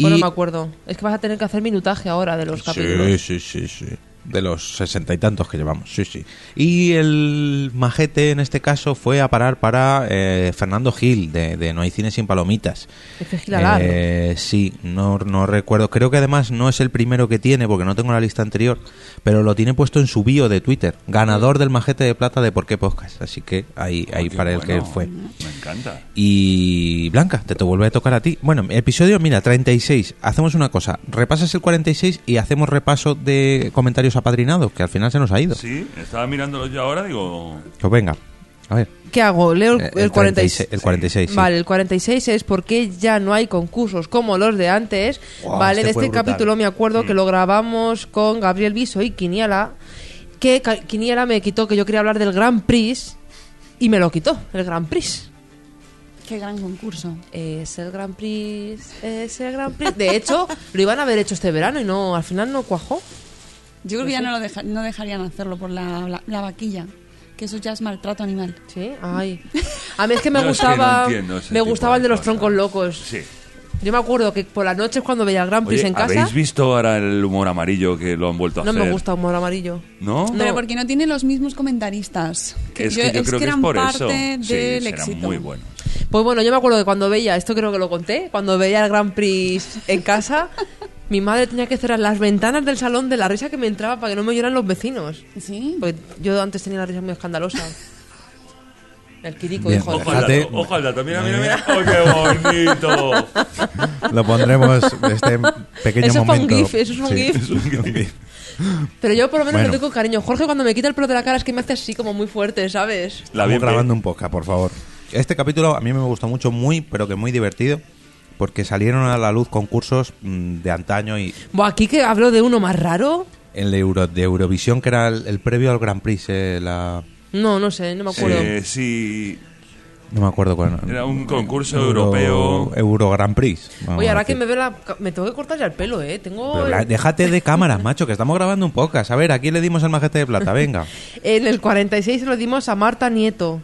Bueno,
Y-
me acuerdo. Es que vas a tener que hacer minutaje ahora de los capítulos.
Sí, sí, sí, sí. De los sesenta y tantos que llevamos, sí, sí. Y el majete en este caso fue a parar para eh, Fernando Gil, de, de No hay cine sin palomitas.
Es que Gil Alar.
Eh, sí, no, no recuerdo. Creo que además no es el primero que tiene, porque no tengo la lista anterior, pero lo tiene puesto en su bio de Twitter. Ganador del majete de plata de Por qué Podcast. Así que ahí, ahí
Qué
para el que
bueno.
fue.
Me encanta.
Y Blanca, te, te vuelve a tocar a ti. Bueno, episodio, mira, 36. Hacemos una cosa. Repasas el 46 y hacemos repaso de comentarios apadrinados, que al final se nos ha ido.
Sí, estaba mirándolo yo ahora, digo.
Pues venga, a ver.
¿Qué hago? Leo el,
eh,
el 46.
El 46, sí.
Vale, el 46 es porque ya no hay concursos como los de antes.
Guau,
vale,
este
de
fue
este
brutal. Mm.
capítulo me acuerdo que lo grabamos con Gabriel Viso y Quiniela, que Ca- Quiniela me quitó que yo quería hablar del Grand Prix y me lo quitó, el Grand Prix.
Qué gran concurso.
Es el Grand Prix, es el Grand Prix. De hecho, lo iban a haber hecho este verano y no, al final no cuajó.
Yo creo que ya no, lo deja- no dejarían hacerlo por la, la- la vaquilla. Que eso ya es maltrato animal.
Sí, ay. A mí es que me
Yo es que no
gustaba,
entiendo ese
me
tipo
gustaba
de
el de los
cosas.
troncos locos.
Sí.
Yo me acuerdo que por las noches cuando veía el Grand Prix
Oye,
en casa,
¿habéis visto ahora el humor amarillo que lo han vuelto a
no
hacer?
me gusta humor amarillo.
¿No?
No.
Pero porque no tiene los mismos comentaristas.
Es que yo creo que es
eran
por
parte
eso.
del
sí, serán
éxito.
muy bueno.
Pues bueno, yo me acuerdo que cuando veía, esto creo que lo conté, cuando veía el Grand Prix en casa, mi madre tenía que cerrar las ventanas del salón de la risa que me entraba para que no me oyeran los vecinos.
Sí.
Porque yo antes tenía la risa muy escandalosa. El quirico,
Bien.
hijo de...
Ojo al dato,
Fíjate.
ojo al dato. Mira,
Ah,
mira, mira. ¡Oh, qué bonito!
Lo pondremos en este pequeño
Eso es pa' un
momento.
gif, eso es un gif. Pero yo por lo menos
Bueno.
lo tengo con cariño. Jorge cuando me quita el pelo de la cara es que me hace así como muy fuerte, ¿sabes?
La
Estamos
bien
grabando un podcast, por favor. Este capítulo a mí me gustó mucho, muy, pero que muy divertido, porque salieron a la luz concursos mm, de antaño y
Buah, aquí que hablo de uno más raro.
el Euro, de Eurovisión, que era el, el previo al Grand Prix, eh, la...
No, no sé, no me acuerdo.
Eh, sí,
No me acuerdo cuál
Era un concurso
Euro-
europeo.
Euro Grand Prix. vamos
Oye,
a
ahora que
decir.
me ve la... ca- Me tengo que cortar ya el pelo, ¿eh? Tengo...
Pero la- déjate de cámaras, macho, que estamos grabando un podcast. A ver, aquí le dimos el majete de plata, venga.
En el 46 se lo dimos a Marta Nieto.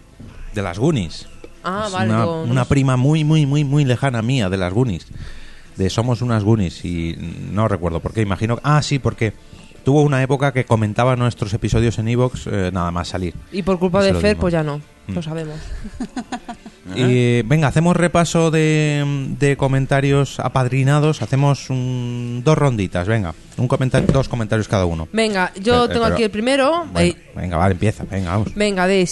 De las Goonies.
Ah,
Es
vale.
Una,
digo, no
una
sé.
prima muy, muy, muy, muy lejana mía de las Goonies. De Somos unas Goonies y no recuerdo por qué. Imagino... Ah, sí, porque tuvo una época que comentaba nuestros episodios en Evox eh, nada más salir.
y por culpa
Se
de
lo
Fer,
dimos. Mm.
pues ya no. Lo sabemos.
Eh, venga, hacemos repaso de, de comentarios apadrinados. Hacemos un- dos ronditas, venga. Un comentario, dos comentarios cada uno.
Venga, yo
Eh, eh,
tengo
pero-
aquí el primero.
Bueno,
Eh,
venga, vale, empieza. Venga, vamos.
venga, de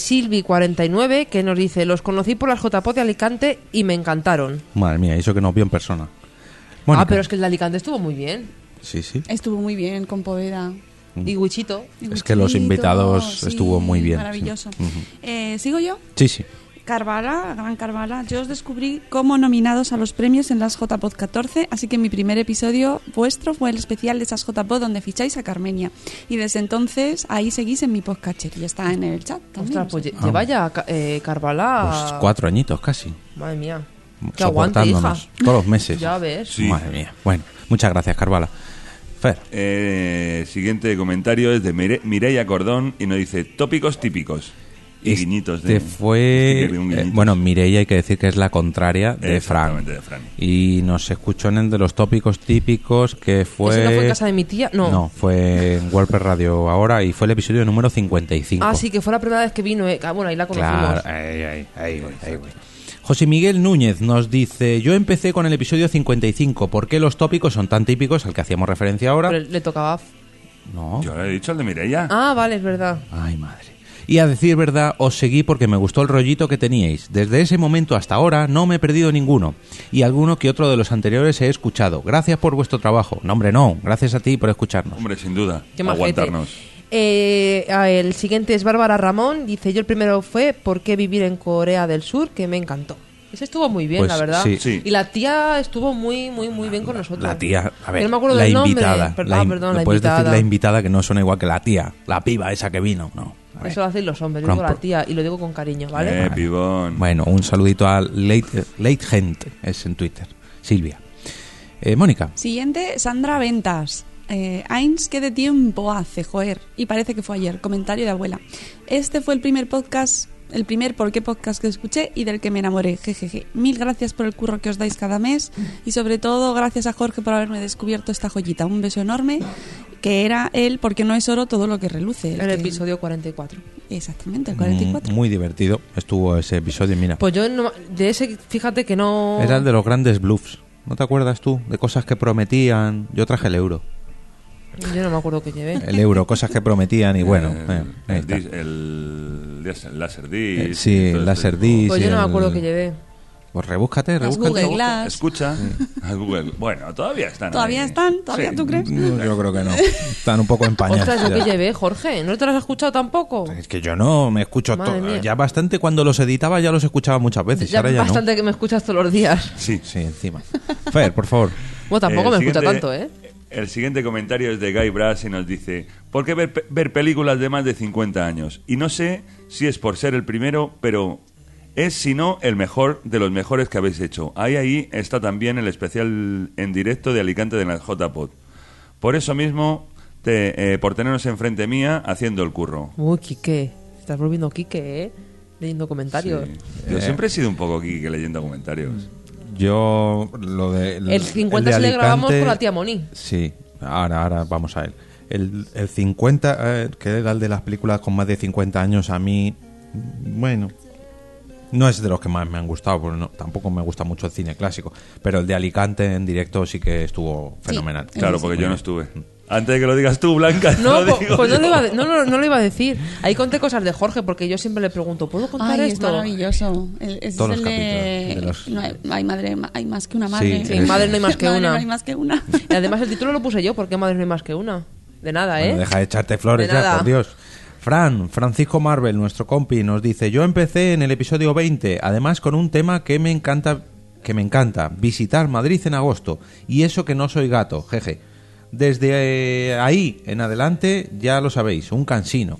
Silvi49, que nos dice: Los conocí por las JPOT de Alicante y me encantaron.
Madre mía, eso que nos vio en persona.
Ah,
Mónica.
pero es que el de Alicante estuvo muy bien.
Sí, sí.
Estuvo muy bien con Poveda.
Mm.
Y Wichito.
Y
Es que los
Guchito,
invitados
sí,
estuvo muy bien, sí.
Maravilloso.
Ujú.
Eh, ¿Sigo yo?
Sí, sí.
Carvala, Gran Carvala, yo os descubrí como nominados a los premios en las JPod 14, así que mi primer episodio vuestro fue el especial de esas JPod donde ficháis a Carmenia. Y desde entonces ahí seguís en mi podcatcher y está en el chat también.
Ah.
Ostras,
o
pues
sea.
lle- lleva ya Ca- eh, Carvalá.
Pues cuatro Pues añitos casi.
Madre mía. Que aguante,
soportándonos
hija.
todos los meses.
Ya ves.
Sí.
Madre mía. Bueno, muchas gracias, Carvala. Fer,
Eh, siguiente comentario es de Mire- Mireia Cordón y nos dice tópicos típicos y
este
guiñitos ¿eh? de
fue...
de un
eh,
guiñito.
bueno, Mireia hay que decir que es la contraria de Fran.
Exactamente, de Fran.
Y nos escuchó en el de los tópicos típicos que fue...
¿Ese no fue en casa de mi tía? No.
fue en WordPress Radio ahora y fue el episodio número 55.
Ah, sí, que fue la primera vez que vino. eh. Ah, Bueno, ahí la
Claro,
conocimos.
ahí, ahí, ahí voy, ahí voy. José Miguel Núñez nos dice, yo empecé con el episodio 55, ¿por qué los tópicos son tan típicos al que hacíamos referencia
Pero
ahora?
le tocaba.
No.
Yo le he dicho el de Mireia.
Ah, vale, es verdad.
Ay, madre. Y a decir verdad, os seguí porque me gustó el rollito que teníais. Desde ese momento hasta ahora no me he perdido ninguno. Y alguno que otro de los anteriores he escuchado. Gracias por vuestro trabajo. No, hombre, no. Gracias a ti por escucharnos.
Hombre, sin duda.
Qué majete.
aguantarnos.
Eh, a- el siguiente es Bárbara Ramón. Dice: Yo el primero fue ¿Por qué vivir en Corea del Sur? Que me encantó. Ese estuvo muy bien,
Pues
la verdad.
sí.
Sí.
Y la tía estuvo muy, muy, muy bien con nosotros.
La tía, a ver,
Yo Pues no me acuerdo
la
del nombre.
invitada.
Per-
la
ah,
in-
perdón,
¿le
la
puedes
invitada.
decir la invitada que no suena igual que la tía, la piba esa que vino, no. a ver.
Eso lo hacen los hombres. Yo digo
Crump.
la tía y lo digo con cariño, ¿vale?
Eh, pibón.
Bueno, un saludito a Late, Late Gente, es en Twitter. Silvia. Eh, Mónica,
Siguiente, Sandra Ventas. Eh, Ains, ¿qué de tiempo hace, joder? Y parece que fue ayer, comentario de abuela. Este fue el primer podcast, el primer por qué podcast que escuché y del que me enamoré, jejeje. Mil gracias por el curro que os dais cada mes y sobre todo gracias a Jorge por haberme descubierto esta joyita. Un beso enorme, que era el porque no es oro todo lo que reluce.
En
el
el
que-
episodio 44.
Exactamente, el 44.
mm, muy divertido estuvo ese episodio, mira.
Pues yo, no- de ese, fíjate que no.
Era el de los grandes bluffs. ¿No te acuerdas tú de cosas que prometían? Yo traje el euro.
Yo no me acuerdo que llevé.
El euro, cosas que prometían y bueno.
Eh,
eh, ahí
el,
está.
dis- el dis- el láser disc.
Eh, sí,
todo
el
este
láser
tipo.
disc,
Pues yo no me
el-
acuerdo que llevé.
Pues rebúscate,
Las
rebúscate.
Google Glass.
Escucha. a Google. Bueno, todavía están.
¿Todavía
ahí.
están?
Mm,
¿Todavía
eh, Sí.
tú crees?
No, Yo creo que no. Están un poco empañados.
Ostras, yo
ya.
que llevé, Jorge. ¿No te lo has escuchado tampoco?
Es que yo no me escucho
Madre
todo.
mía.
Ya bastante cuando los editaba ya los escuchaba muchas veces.
Ya
ahora ya
bastante que me escuchas todos los días.
Sí.
no. Sí, encima. Fer, por favor.
Bueno, tampoco
Eh,
me
el
escucha
siguiente-
tanto, ¿eh?
El siguiente comentario es de Guy Brass y nos dice: ¿Por qué ver, pe- ver películas de más de 50 años? Y no sé si es por ser el primero, pero es si no el mejor de los mejores que habéis hecho. Ahí, ahí está también el especial en directo de Alicante de la JPod. Por eso mismo, te- eh, por tenernos enfrente mía haciendo el curro.
Uy, Quique. Te Estás volviendo Quique, ¿eh? Leyendo comentarios.
Sí. Yo siempre he sido un poco aquí que leyendo comentarios.
Yo lo de...
El 50
de
se le grabamos
Alicante-
con la tía Moni.
Sí, ahora, ahora vamos a él. El, el 50, eh, que era el de las películas con más de 50 años, a mí, bueno, no es de los que más me han gustado, porque no- tampoco me gusta mucho el cine clásico, pero el de Alicante en directo sí que estuvo fenomenal.
Claro, porque yo no estuve. Antes de que lo digas tú, Blanca.
No,
lo
po-
digo
pues no
yo.
lo, iba a de- no, no, no lo iba a decir. Ahí conté cosas de Jorge porque yo siempre le pregunto, ¿puedo contar
Ay, es
esto?
maravilloso. El- ese
Todos
es
los
el de-
capítulos de los-
no hay- hay madre, ma- hay más que una madre.
Sí,
Sí, madre no hay más que
Madre
una.
no hay más que una.
Y además el título lo puse yo, porque madre no hay más que una. De nada, ¿eh?
Bueno, deja de echarte flores
De
ya,
nada.
por Dios. Fran, Francisco Marvel, nuestro compi, nos dice, yo empecé en el episodio 20, además con un tema que me encanta, que me encanta, visitar Madrid en agosto, y eso que no soy gato, jeje. Desde eh, ahí en adelante, ya lo sabéis, un cansino.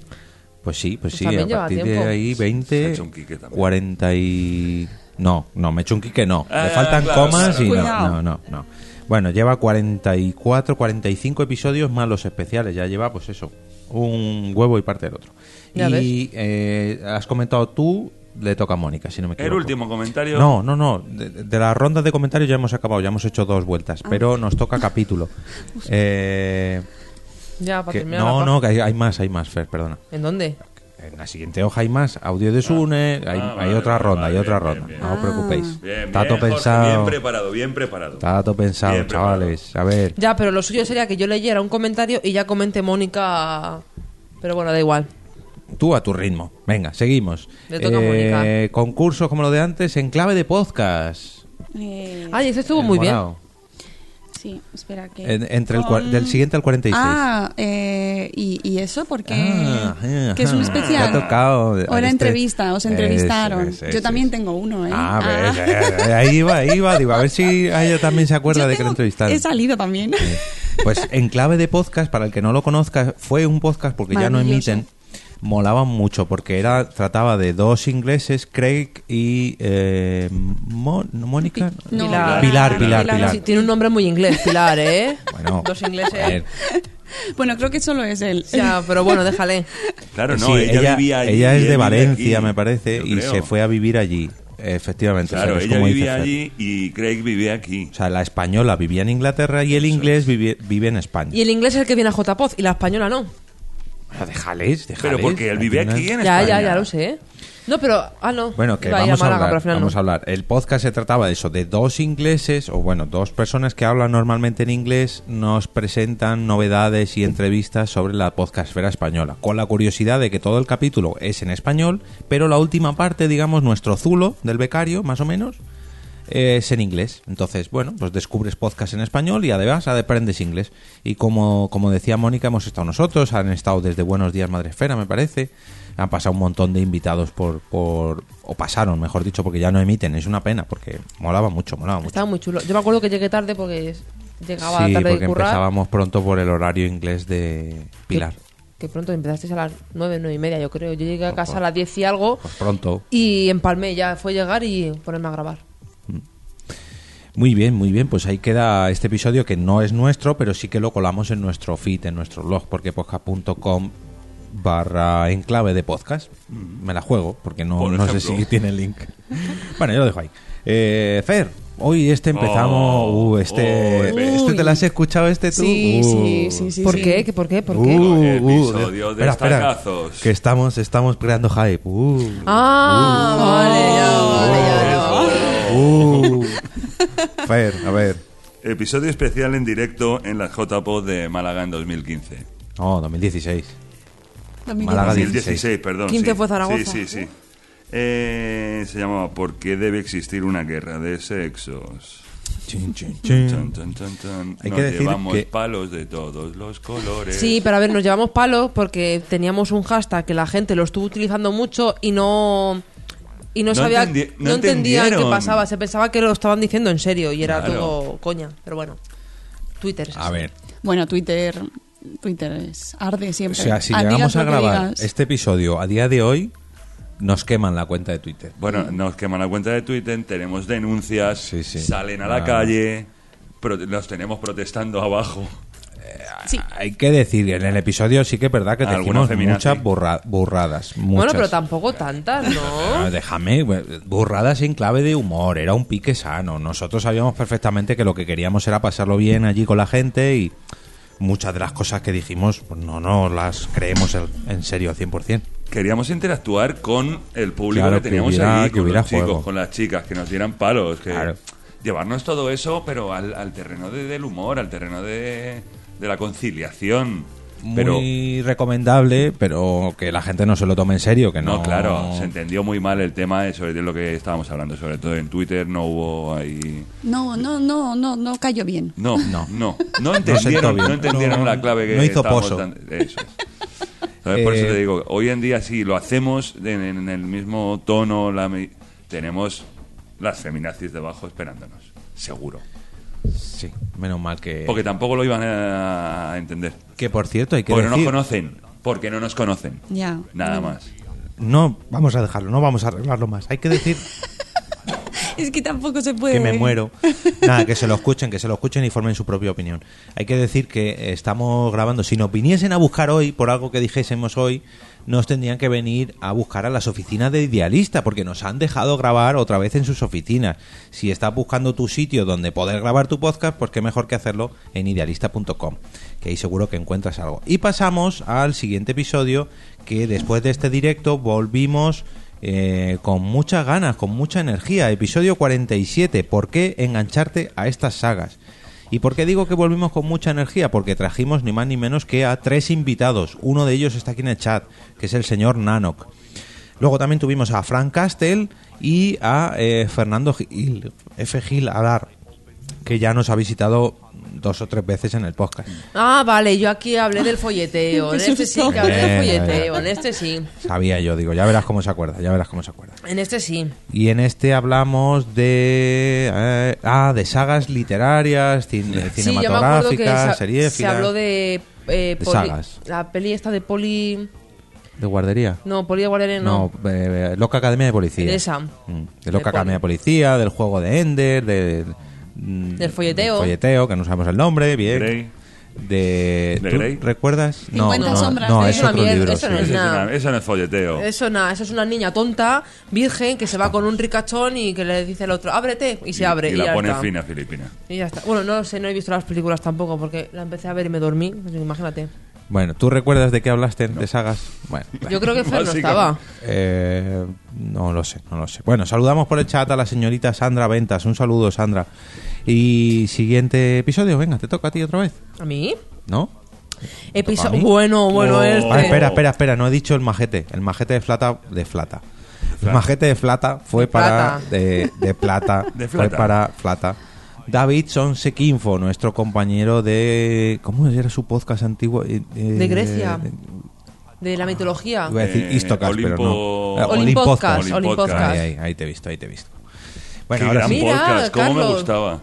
Pues sí, pues
Pues
sí,
también
a
lleva
partir de
tiempo.
ahí
Se ha
20,
hecho un quique también.
40 y... No, no, me he hecho un quique, no.
Ah,
Le faltan
claro,
comas
claro,
y no,
claro.
no, no, no. Bueno, lleva 44, 45 episodios más los especiales. Ya lleva, pues eso, un huevo y parte del otro.
Ya
y eh, has comentado tú, le toca a Mónica, si no me
El
equivoco.
último comentario.
No, no, no. De, de las rondas de comentarios ya hemos acabado, ya hemos hecho dos vueltas,
Ah.
pero nos toca capítulo. Eh,
Ya, para
que-
terminar. la
no,
pa-
no, que hay, hay más, hay más, Fer, perdona.
¿En dónde?
En la siguiente hoja hay más, audio de Sune, hay,
ah,
hay
vale,
otra ronda,
vale,
hay otra
bien,
ronda,
bien,
no os preocupéis.
Bien, bien,
Está todo
Jorge,
pensado,
Bien preparado, bien preparado.
está todo pensado,
Bien preparado.
chavales. A ver,
Ya, pero lo suyo sería que yo leyera un comentario y ya comente Mónica. Pero bueno, da igual.
tú a tu ritmo. Venga, seguimos. Eh,
Le toca a Mónica.
concursos como lo de antes en clave de podcast.
Eh,
Ay, ese estuvo muy bien.
Enamorado.
sí, espera que.
En- entre el
con-
cua- del siguiente al 46.
Ah, eh, y, y eso porque
Ah, ajá,
que es un
ajá.
especial.
Te ha tocado.
o
Este-
era entrevista, os
Ese,
entrevistaron.
ese,
Yo
ese,
también
ese.
tengo uno, ¿eh?
Ah,
Ah.
ves, eh, eh, ahí va, ahí va. Digo, a ver si a ella también se acuerda
Yo
de que la
tengo-
entrevistaron.
He salido también.
Pues en clave de podcast, para el que no lo conozca, fue un podcast porque ya no
Maravilloso.
emiten. molaban mucho porque era trataba de dos ingleses, Craig y eh, Mo- ¿no, Mónica,
No,
Pilar, Pilar,
Pilar.
Pilar.
Pilar.
Pilar.
Sí, tiene un nombre muy inglés, Pilar, ¿eh?
Bueno,
Dos ingleses.
a ver,
Bueno, creo que solo es él.
O sea, pero bueno, déjale.
Claro, no,
Eh, sí,
ella, vivía allí.
ella es
y él
de
vive
Valencia,
aquí,
me parece,
yo
y
creo.
se fue a vivir allí, efectivamente. o sea,
Claro,
es
ella
como dice
vivía
Fer.
allí y Craig vivía aquí.
O sea, la española vivía en Inglaterra y el inglés vive, vive en España.
Y el inglés es el que viene a J-Poz y la española no.
Pero déjales, déjales.
Pero porque él
al
vive
final-
aquí ¿eh? en
Ya,
España.
ya, ya lo sé. ¿eh? No, pero. Ah, no.
Bueno, que
Iba ir
vamos a,
Málaga,
hablar,
pero al final
vamos
no.
a hablar. El podcast se trataba de eso, de dos ingleses, o bueno, dos personas que hablan normalmente en inglés, nos presentan novedades y entrevistas sobre la podcastfera española, con la curiosidad de que todo el capítulo es en español, pero la última parte, digamos, nuestro zulo del becario, más o menos, es en inglés. Entonces, bueno, pues descubres podcast en español y además aprendes inglés. Y como, como decía Mónica, hemos estado nosotros, han estado desde Buenos Días Madresfera, me parece. Han pasado un montón de invitados por, por... o pasaron, mejor dicho, porque ya no emiten. Es una pena, porque molaba mucho, molaba mucho.
Estaba muy chulo. Yo me acuerdo que llegué tarde porque es- llegaba
sí,
tarde
porque
de currar.
empezábamos pronto por el horario inglés de Pilar.
Que pronto empezasteis a las nueve, nueve y media, yo creo. Yo llegué a casa a las 10 y algo
Pues pronto.
y empalmé. Ya fue llegar y ponerme a grabar.
Muy bien, muy bien. Pues ahí queda este episodio que no es nuestro, pero sí que lo colamos en nuestro feed, en nuestro blog, porque podcast.com barra enclave de podcast. Me la juego, porque no,
Por
no sé
ejemplo.
si tiene link. bueno, yo lo dejo ahí. Eh, Fer, hoy este empezamos...
Oh,
uh, este,
oh,
este te lo has escuchado este tú.
Sí,
Uh.
sí, sí, sí.
¿Por
sí.
qué? ¿Qué- ¿Por qué? ¿Por
Uh,
qué?
uh,
Episodio
espera, espera,
destacazos.
que estamos, estamos creando hype. Uh,
Ah,
Uh.
vale, ya, vale, ya, ya.
uh. Fer, a ver.
Episodio especial en directo en la JPO de Málaga en 2015.
No, 2016.
También
Málaga
2016, perdón.
15
sí.
fue Zaragoza.
Sí, sí, sí. Eh, se llamaba ¿Por qué debe existir una guerra de sexos?
Chin, chin, chin.
Chan, chan, chan, chan.
Eh, Hay
Nos
que decir
llevamos
que-
palos de todos los colores.
Sí, pero a ver, nos llevamos palos porque teníamos un hashtag que la gente lo estuvo utilizando mucho y no. Y no,
No
sabía,
entendi- no
no entendían qué
entendieron.
pasaba. Se pensaba que lo estaban diciendo en serio y era
Claro.
todo coña. Pero bueno, Twitter. es
A
así.
ver,
Bueno, Twitter, Twitter es arde
o
siempre.
sea, si
Ah, digas
llegamos a
lo que
grabar
digas.
este episodio a día de hoy, nos queman la cuenta de Twitter.
Bueno, nos queman la cuenta de Twitter, tenemos denuncias,
Sí, sí.
salen a la
Ah.
calle, pro- los tenemos protestando abajo.
Sí.
Hay que decir, en el episodio sí que es verdad que
Alguna
decimos
feminazi.
muchas burra- burradas. Muchas.
Bueno, pero tampoco tantas,
Ah,
¿no?
Déjame, burradas en clave de humor, era un pique sano. Nosotros sabíamos perfectamente que lo que queríamos era pasarlo bien allí con la gente y muchas de las cosas que dijimos pues no no las creemos en- en serio al 100%.
Queríamos interactuar con el público
Claro,
que
que
teníamos
hubiera-
allí,
que
con
hubiera
los chicos,
juego.
con las chicas, que nos dieran palos, que
Claro.
llevarnos todo eso, pero al, al terreno de- del humor, al terreno de, de la conciliación. Pero
Muy recomendable, pero que la gente no se lo tome en serio, que no.
no, claro, se entendió muy mal el tema sobre lo que estábamos hablando, sobre todo en Twitter no hubo ahí...
No, no, no, no, no cayó bien.
No, no,
No.
no. No entendieron,
sentó bien.
no entendieron
No,
la clave que
no hizo
estábamos
pozo.
dando. Eso. Entonces, por eso
Eh,
te digo, hoy en día sí, lo hacemos en, en el mismo tono, la mi- tenemos las feminazis debajo esperándonos, seguro.
Sí, menos mal que.
Porque tampoco lo iban a entender.
que por cierto, hay que
Porque no nos
decir.
conocen, porque no nos conocen.
Ya.
Nada más.
No, vamos a dejarlo, no vamos a arreglarlo más. Hay que decir
Es que tampoco se puede.
que me muero.
Oh,
Nada, que se lo escuchen, que se lo escuchen y formen su propia opinión. Hay que decir que estamos grabando. Si nos viniesen a buscar hoy por algo que dijésemos hoy, nos tendrían que venir a buscar a las oficinas de Idealista, porque nos han dejado grabar otra vez en sus oficinas. Si estás buscando tu sitio donde poder grabar tu podcast, pues qué mejor que hacerlo en idealista.com, que ahí seguro que encuentras algo. Y pasamos al siguiente episodio, que después de este directo volvimos eh, con muchas ganas, con mucha energía. Episodio 47, ¿por qué engancharte a estas sagas? ¿Y por qué digo que volvimos con mucha energía? Porque trajimos ni más ni menos que a tres invitados. Uno de ellos está aquí en el chat, que es el señor Nanok. Luego también tuvimos a Frank Castel y a eh, Fernando Gil, F. Gil Adar, que ya nos ha visitado dos o tres veces en el podcast.
Ah, vale, yo aquí hablé del folleteo. En
Qué
este sí
susto.
que hablé
Eh,
del folleteo. En este sí.
Sabía yo, digo, ya verás cómo se acuerda, ya verás cómo se acuerda.
En este sí.
Y en este hablamos de. eh, ah, de sagas literarias, cin- eh,
Sí, yo me acuerdo que
cinematográficas,
se,
series.
se habló de, eh,
De
poli-
sagas.
la peli esta de Poli
de guardería.
No, Poli de Guardianes no.
eh, eh, Loca Academia de Policía.
De esa.
Mm, de Loca
De Poli.
Academia de Policía, del juego de Ender, de- mm,
Del folleteo.
folleteo, que no sabemos el nombre, bien.
Grey.
De,
¿De
¿tú
Grey?
¿Recuerdas? No,
50
no,
sombras
no,
de-
es
Es una
otro
mierda,
libro.
¿eh? eso no
sí.
Eso es,
nada.
una- eso no es folleteo.
Eso nada, eso es una niña tonta, virgen, que se va con un ricachón y que le dice al otro, ábrete, y se abre.
Y,
Y,
la
ya
pone
está.
fina Filipina.
Y ya está. Bueno, no lo sé, no he visto las películas tampoco porque la empecé a ver y me dormí. pues, Imagínate.
Bueno, ¿tú recuerdas de qué hablaste de sagas? Bueno,
Yo creo que Fer no
Básicamente.
estaba.
Eh, no lo sé, no lo sé. Bueno, saludamos por el chat a la señorita Sandra Ventas. Un saludo, Sandra. Y siguiente episodio, venga, te toca a ti otra vez,
¿A mí?
¿no?
Episo-
a mí?
Bueno, bueno,
Oh.
este.
Ah, espera, espera, espera, no he dicho el majete. El majete de plata, de plata. El majete de plata fue
De
para.
plata.
De, de plata.
De
fue
plata.
para plata. David Sonse Quinfo, nuestro compañero de. ¿Cómo era su podcast antiguo? Eh, eh,
De Grecia. De la mitología.
Iba a decir
Eh,
Istocas, pero
Olimpo-
no. Eh,
Olimpodcast,
Olimpodcast.
Olimpodcast.
Ahí, ahí, ahí te he visto, ahí te he visto.
Qué
Bueno, ahora
gran
sí.
Mira,
podcast, cómo me
Carlos.
gustaba.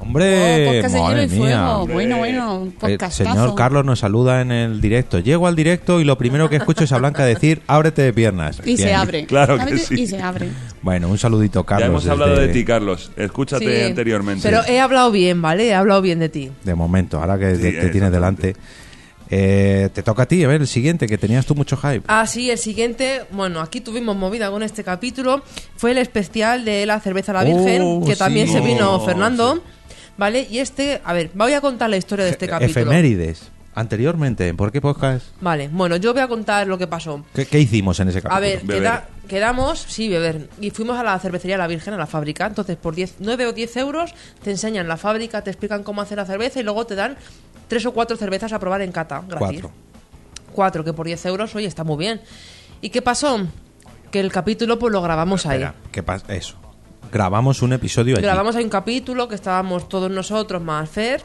Hombre,
Oh, podcast de
Eh, madre
hielo y
mía.
fuego. Bueno, bueno, un
El
podcastazo.
Eh, señor Carlos nos saluda en el directo. Llego al directo y lo primero que escucho es a Blanca decir, ábrete de piernas.
Y se
Bien.
abre.
Claro que
Ábrete
sí.
Y se abre.
Bueno, un saludito, Carlos.
ya hemos
desde-
hablado de ti, Carlos. Escúchate
Sí,
anteriormente.
Pero eh, he hablado bien, ¿vale? He hablado bien de ti.
De momento, ahora que
Sí,
te- te tienes
exactamente.
delante. Eh, te toca a ti, a ver, el siguiente, que tenías tú mucho hype.
Ah, sí, el siguiente, bueno, aquí tuvimos movida con este capítulo, fue el especial de la cerveza a la
Oh,
Virgen, que
sí.
también se vino
Oh,
Fernando, ¿vale? Y este, a ver, voy a contar la historia de este capítulo.
E- Efemérides. Anteriormente, ¿por qué podcast?
Vale, bueno, yo voy a contar lo que pasó.
¿Qué, qué hicimos en ese capítulo?
A ver,
Beber.
queda- quedamos, sí, beber. Y fuimos a la cervecería La Virgen, a la fábrica. Entonces, por 10, 9 o 10 euros, te enseñan la fábrica, te explican cómo hacer la cerveza y luego te dan tres o cuatro cervezas a probar en cata. Gratis.
Cuatro.
Cuatro, que por 10 euros, oye, está muy bien. ¿Y qué pasó? Que el capítulo pues lo grabamos ahí.
Espera, ¿qué pasa? Eso. Grabamos un episodio allí.
Grabamos ahí un capítulo que estábamos todos nosotros, más Fer,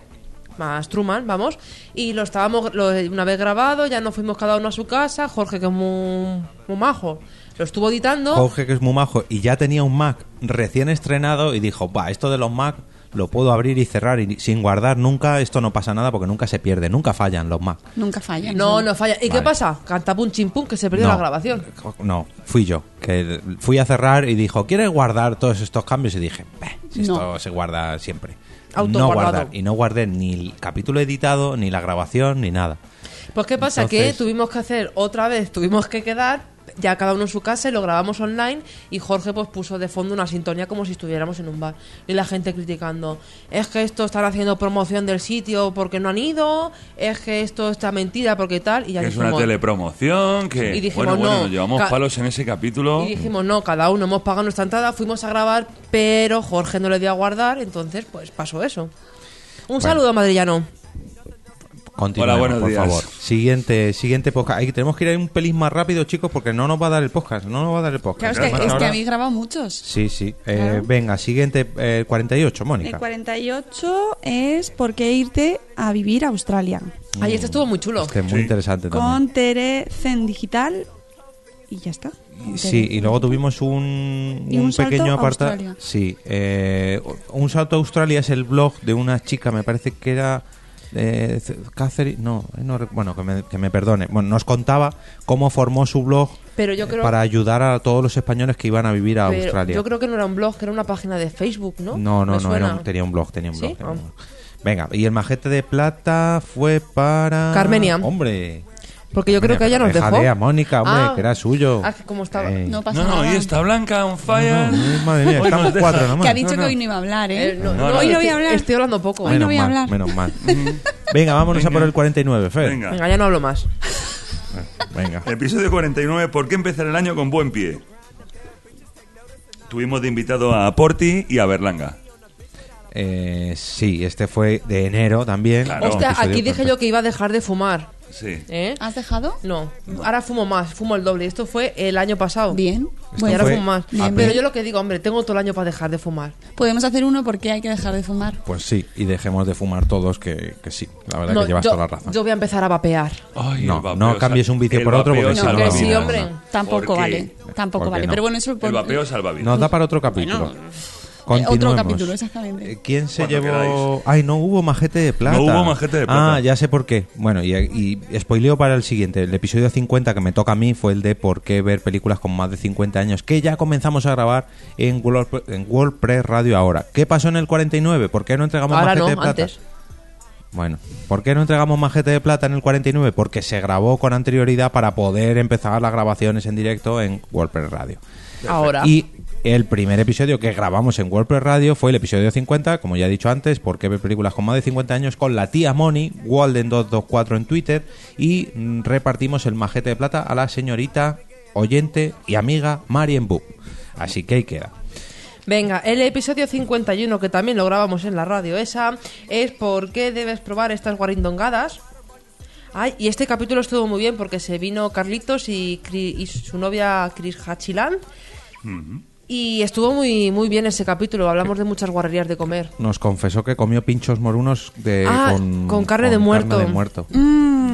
más Truman, vamos, y lo estábamos, lo- una vez grabado, ya nos fuimos cada uno a su casa, Jorge que es muy, muy majo, lo estuvo editando.
Jorge, que es muy majo, y ya tenía un Mac recién estrenado y dijo, va, esto de los Mac lo puedo abrir y cerrar y sin guardar nunca, esto no pasa nada porque nunca se pierde, nunca fallan los Mac.
Nunca falla.
No, no falla. ¿Y
Vale.
qué pasa? Cantapum chimpum que se perdió
No.
la grabación.
No, fui yo, que fui a cerrar y dijo, ¿quieres guardar todos estos cambios? Y dije, "Bah, si esto
No.
se guarda siempre. No
Autoguardado.
guardar. Y no guardé ni el capítulo editado, ni la grabación, ni nada.
Pues qué pasa
Entonces-
que tuvimos que hacer otra vez, tuvimos que quedar ya cada uno en su casa y lo grabamos online y Jorge pues puso de fondo una sintonía como si estuviéramos en un bar y la gente criticando, es que esto están haciendo promoción del sitio porque no han ido, es que esto está mentira porque tal y ya
que es una
dijimos,
telepromoción. Que,
Y dijimos,
bueno, bueno,
no,
nos llevamos
ca-
palos en ese capítulo.
y dijimos no, cada uno hemos pagado nuestra entrada, fuimos a grabar, pero Jorge no le dio a guardar, entonces pues pasó eso. Un saludo madrillano.
Continúa,
Hola, buenos
por
días.
favor. Siguiente, siguiente podcast. Ahí tenemos que ir ahí un pelín más rápido, chicos, porque no nos va a dar el podcast. No nos va a dar el podcast.
Claro, es que,
Además,
es que
ahora-
habéis grabado muchos.
Sí, sí. Eh, Venga, siguiente, eh, 48,
El
Mónica.
48 es por qué irte a vivir a Australia.
Ahí este estuvo muy chulo.
Este es muy
Sí.
interesante también.
Con Tere Zen Digital. Y ya está.
Sí, y luego tuvimos un,
Y un salto
pequeño
a
apartado.
Australia.
Sí, eh, un salto a Australia es el blog de una chica, me parece que era eh, C- Catherine, no, eh, no rec- bueno, que me, que me perdone. Bueno, nos contaba cómo formó su blog
Pero yo
eh,
creo-
para ayudar a todos los españoles que iban a vivir a
Pero
Australia.
Yo creo que no era un blog, que era una página de Facebook, ¿no?
No, no,
Me
no,
suena.
era un- tenía un blog, tenía un
¿Sí?
blog. tenía un
Ah.
blog. Venga, y el majete de plata fue para...
Carmenia.
Hombre.
Porque yo creo que ella nos
Deja
dejó.
de a Mónica, hombre,
Ah.
que era suyo.
Ah, que como estaba.
Eh,
No pasa
no, no,
nada.
ahí está Blanca, on
no,
fire.
no, madre mía,
Hoy
estamos
nos deja-
cuatro nomás.
Que ha dicho
No, no.
que hoy no iba a hablar, ¿eh?
Eh, no,
No,
no,
no, este-
hoy
no
estoy-
voy a hablar.
Estoy hablando poco. ¿eh?
menos
no voy a
mal,
hablar.
menos mal. Venga, vámonos a por el 49, Fer.
Venga.
Venga, ya no hablo más.
Venga.
Episodio 49, ¿por qué empezar el año con buen pie? Tuvimos de invitado a Porti y a Berlanga.
Eh, sí, este fue de enero también.
Claro.
Hostia,
Episodio
Este, aquí dije
perfecto.
yo que iba a dejar de fumar.
Sí.
¿Eh?
¿Has dejado?
No, ahora fumo más, fumo el doble. Esto fue el año pasado.
Bien.
Esto
Y
Bueno,
ahora
fue
fumo más.
a
Pero
prin-
yo lo que digo, hombre, tengo todo el año para dejar de fumar.
podemos hacer uno porque hay que dejar de fumar.
Pues sí, y dejemos de fumar todos, que, que sí. La verdad
No,
que llevas
yo,
toda la razón.
yo voy a empezar a vapear.
Ay,
No,
el vapeo
no
sal-
cambies un vicio
el
por otro,
vapeo
porque si
no,
salva
que sí,
vidas.
hombre.
Tampoco
Porque
vale. Tampoco
¿Por qué
vale.
no?
Pero bueno, eso
El vapeo salva vidas.
Nos da para otro capítulo. Continuemos.
capítulo, exactamente.
Eh, ¿Quién se
Cuando
llevó...?
queráis.
Ay, no hubo majete de plata.
No hubo majete de plata.
Ah, ya sé por qué. Bueno, y, y spoileo para el siguiente. El episodio 50 que me toca a mí fue el de por qué ver películas con más de 50 años, que ya comenzamos a grabar en, World, en WordPress Radio ahora. ¿Qué pasó en el 49? ¿Por qué no entregamos
Ahora
majete
no,
de plata?
antes.
Bueno, ¿por qué no entregamos majete de plata en el 49? Porque se grabó con anterioridad para poder empezar las grabaciones en directo en WordPress Radio.
Ahora.
Y el primer episodio que grabamos en WordPress Radio fue el episodio 50, como ya he dicho antes, porque ver películas con más de 50 años con la tía Moni, Walden224 en Twitter, y mm, repartimos el majete de plata a la señorita, oyente y amiga Marian Bu. Así que ahí queda.
Venga, el episodio 51, que también lo grabamos en la radio esa, es por qué debes probar estas guarindongadas. Ay, y este capítulo estuvo muy bien porque se vino Carlitos y, Cri- y su novia Chris Hachilán. Y estuvo muy, muy bien ese capítulo. Hablamos de muchas guarrerías de comer.
Nos confesó que comió pinchos morunos de,
Ah, con carne de muerto.
de muerto.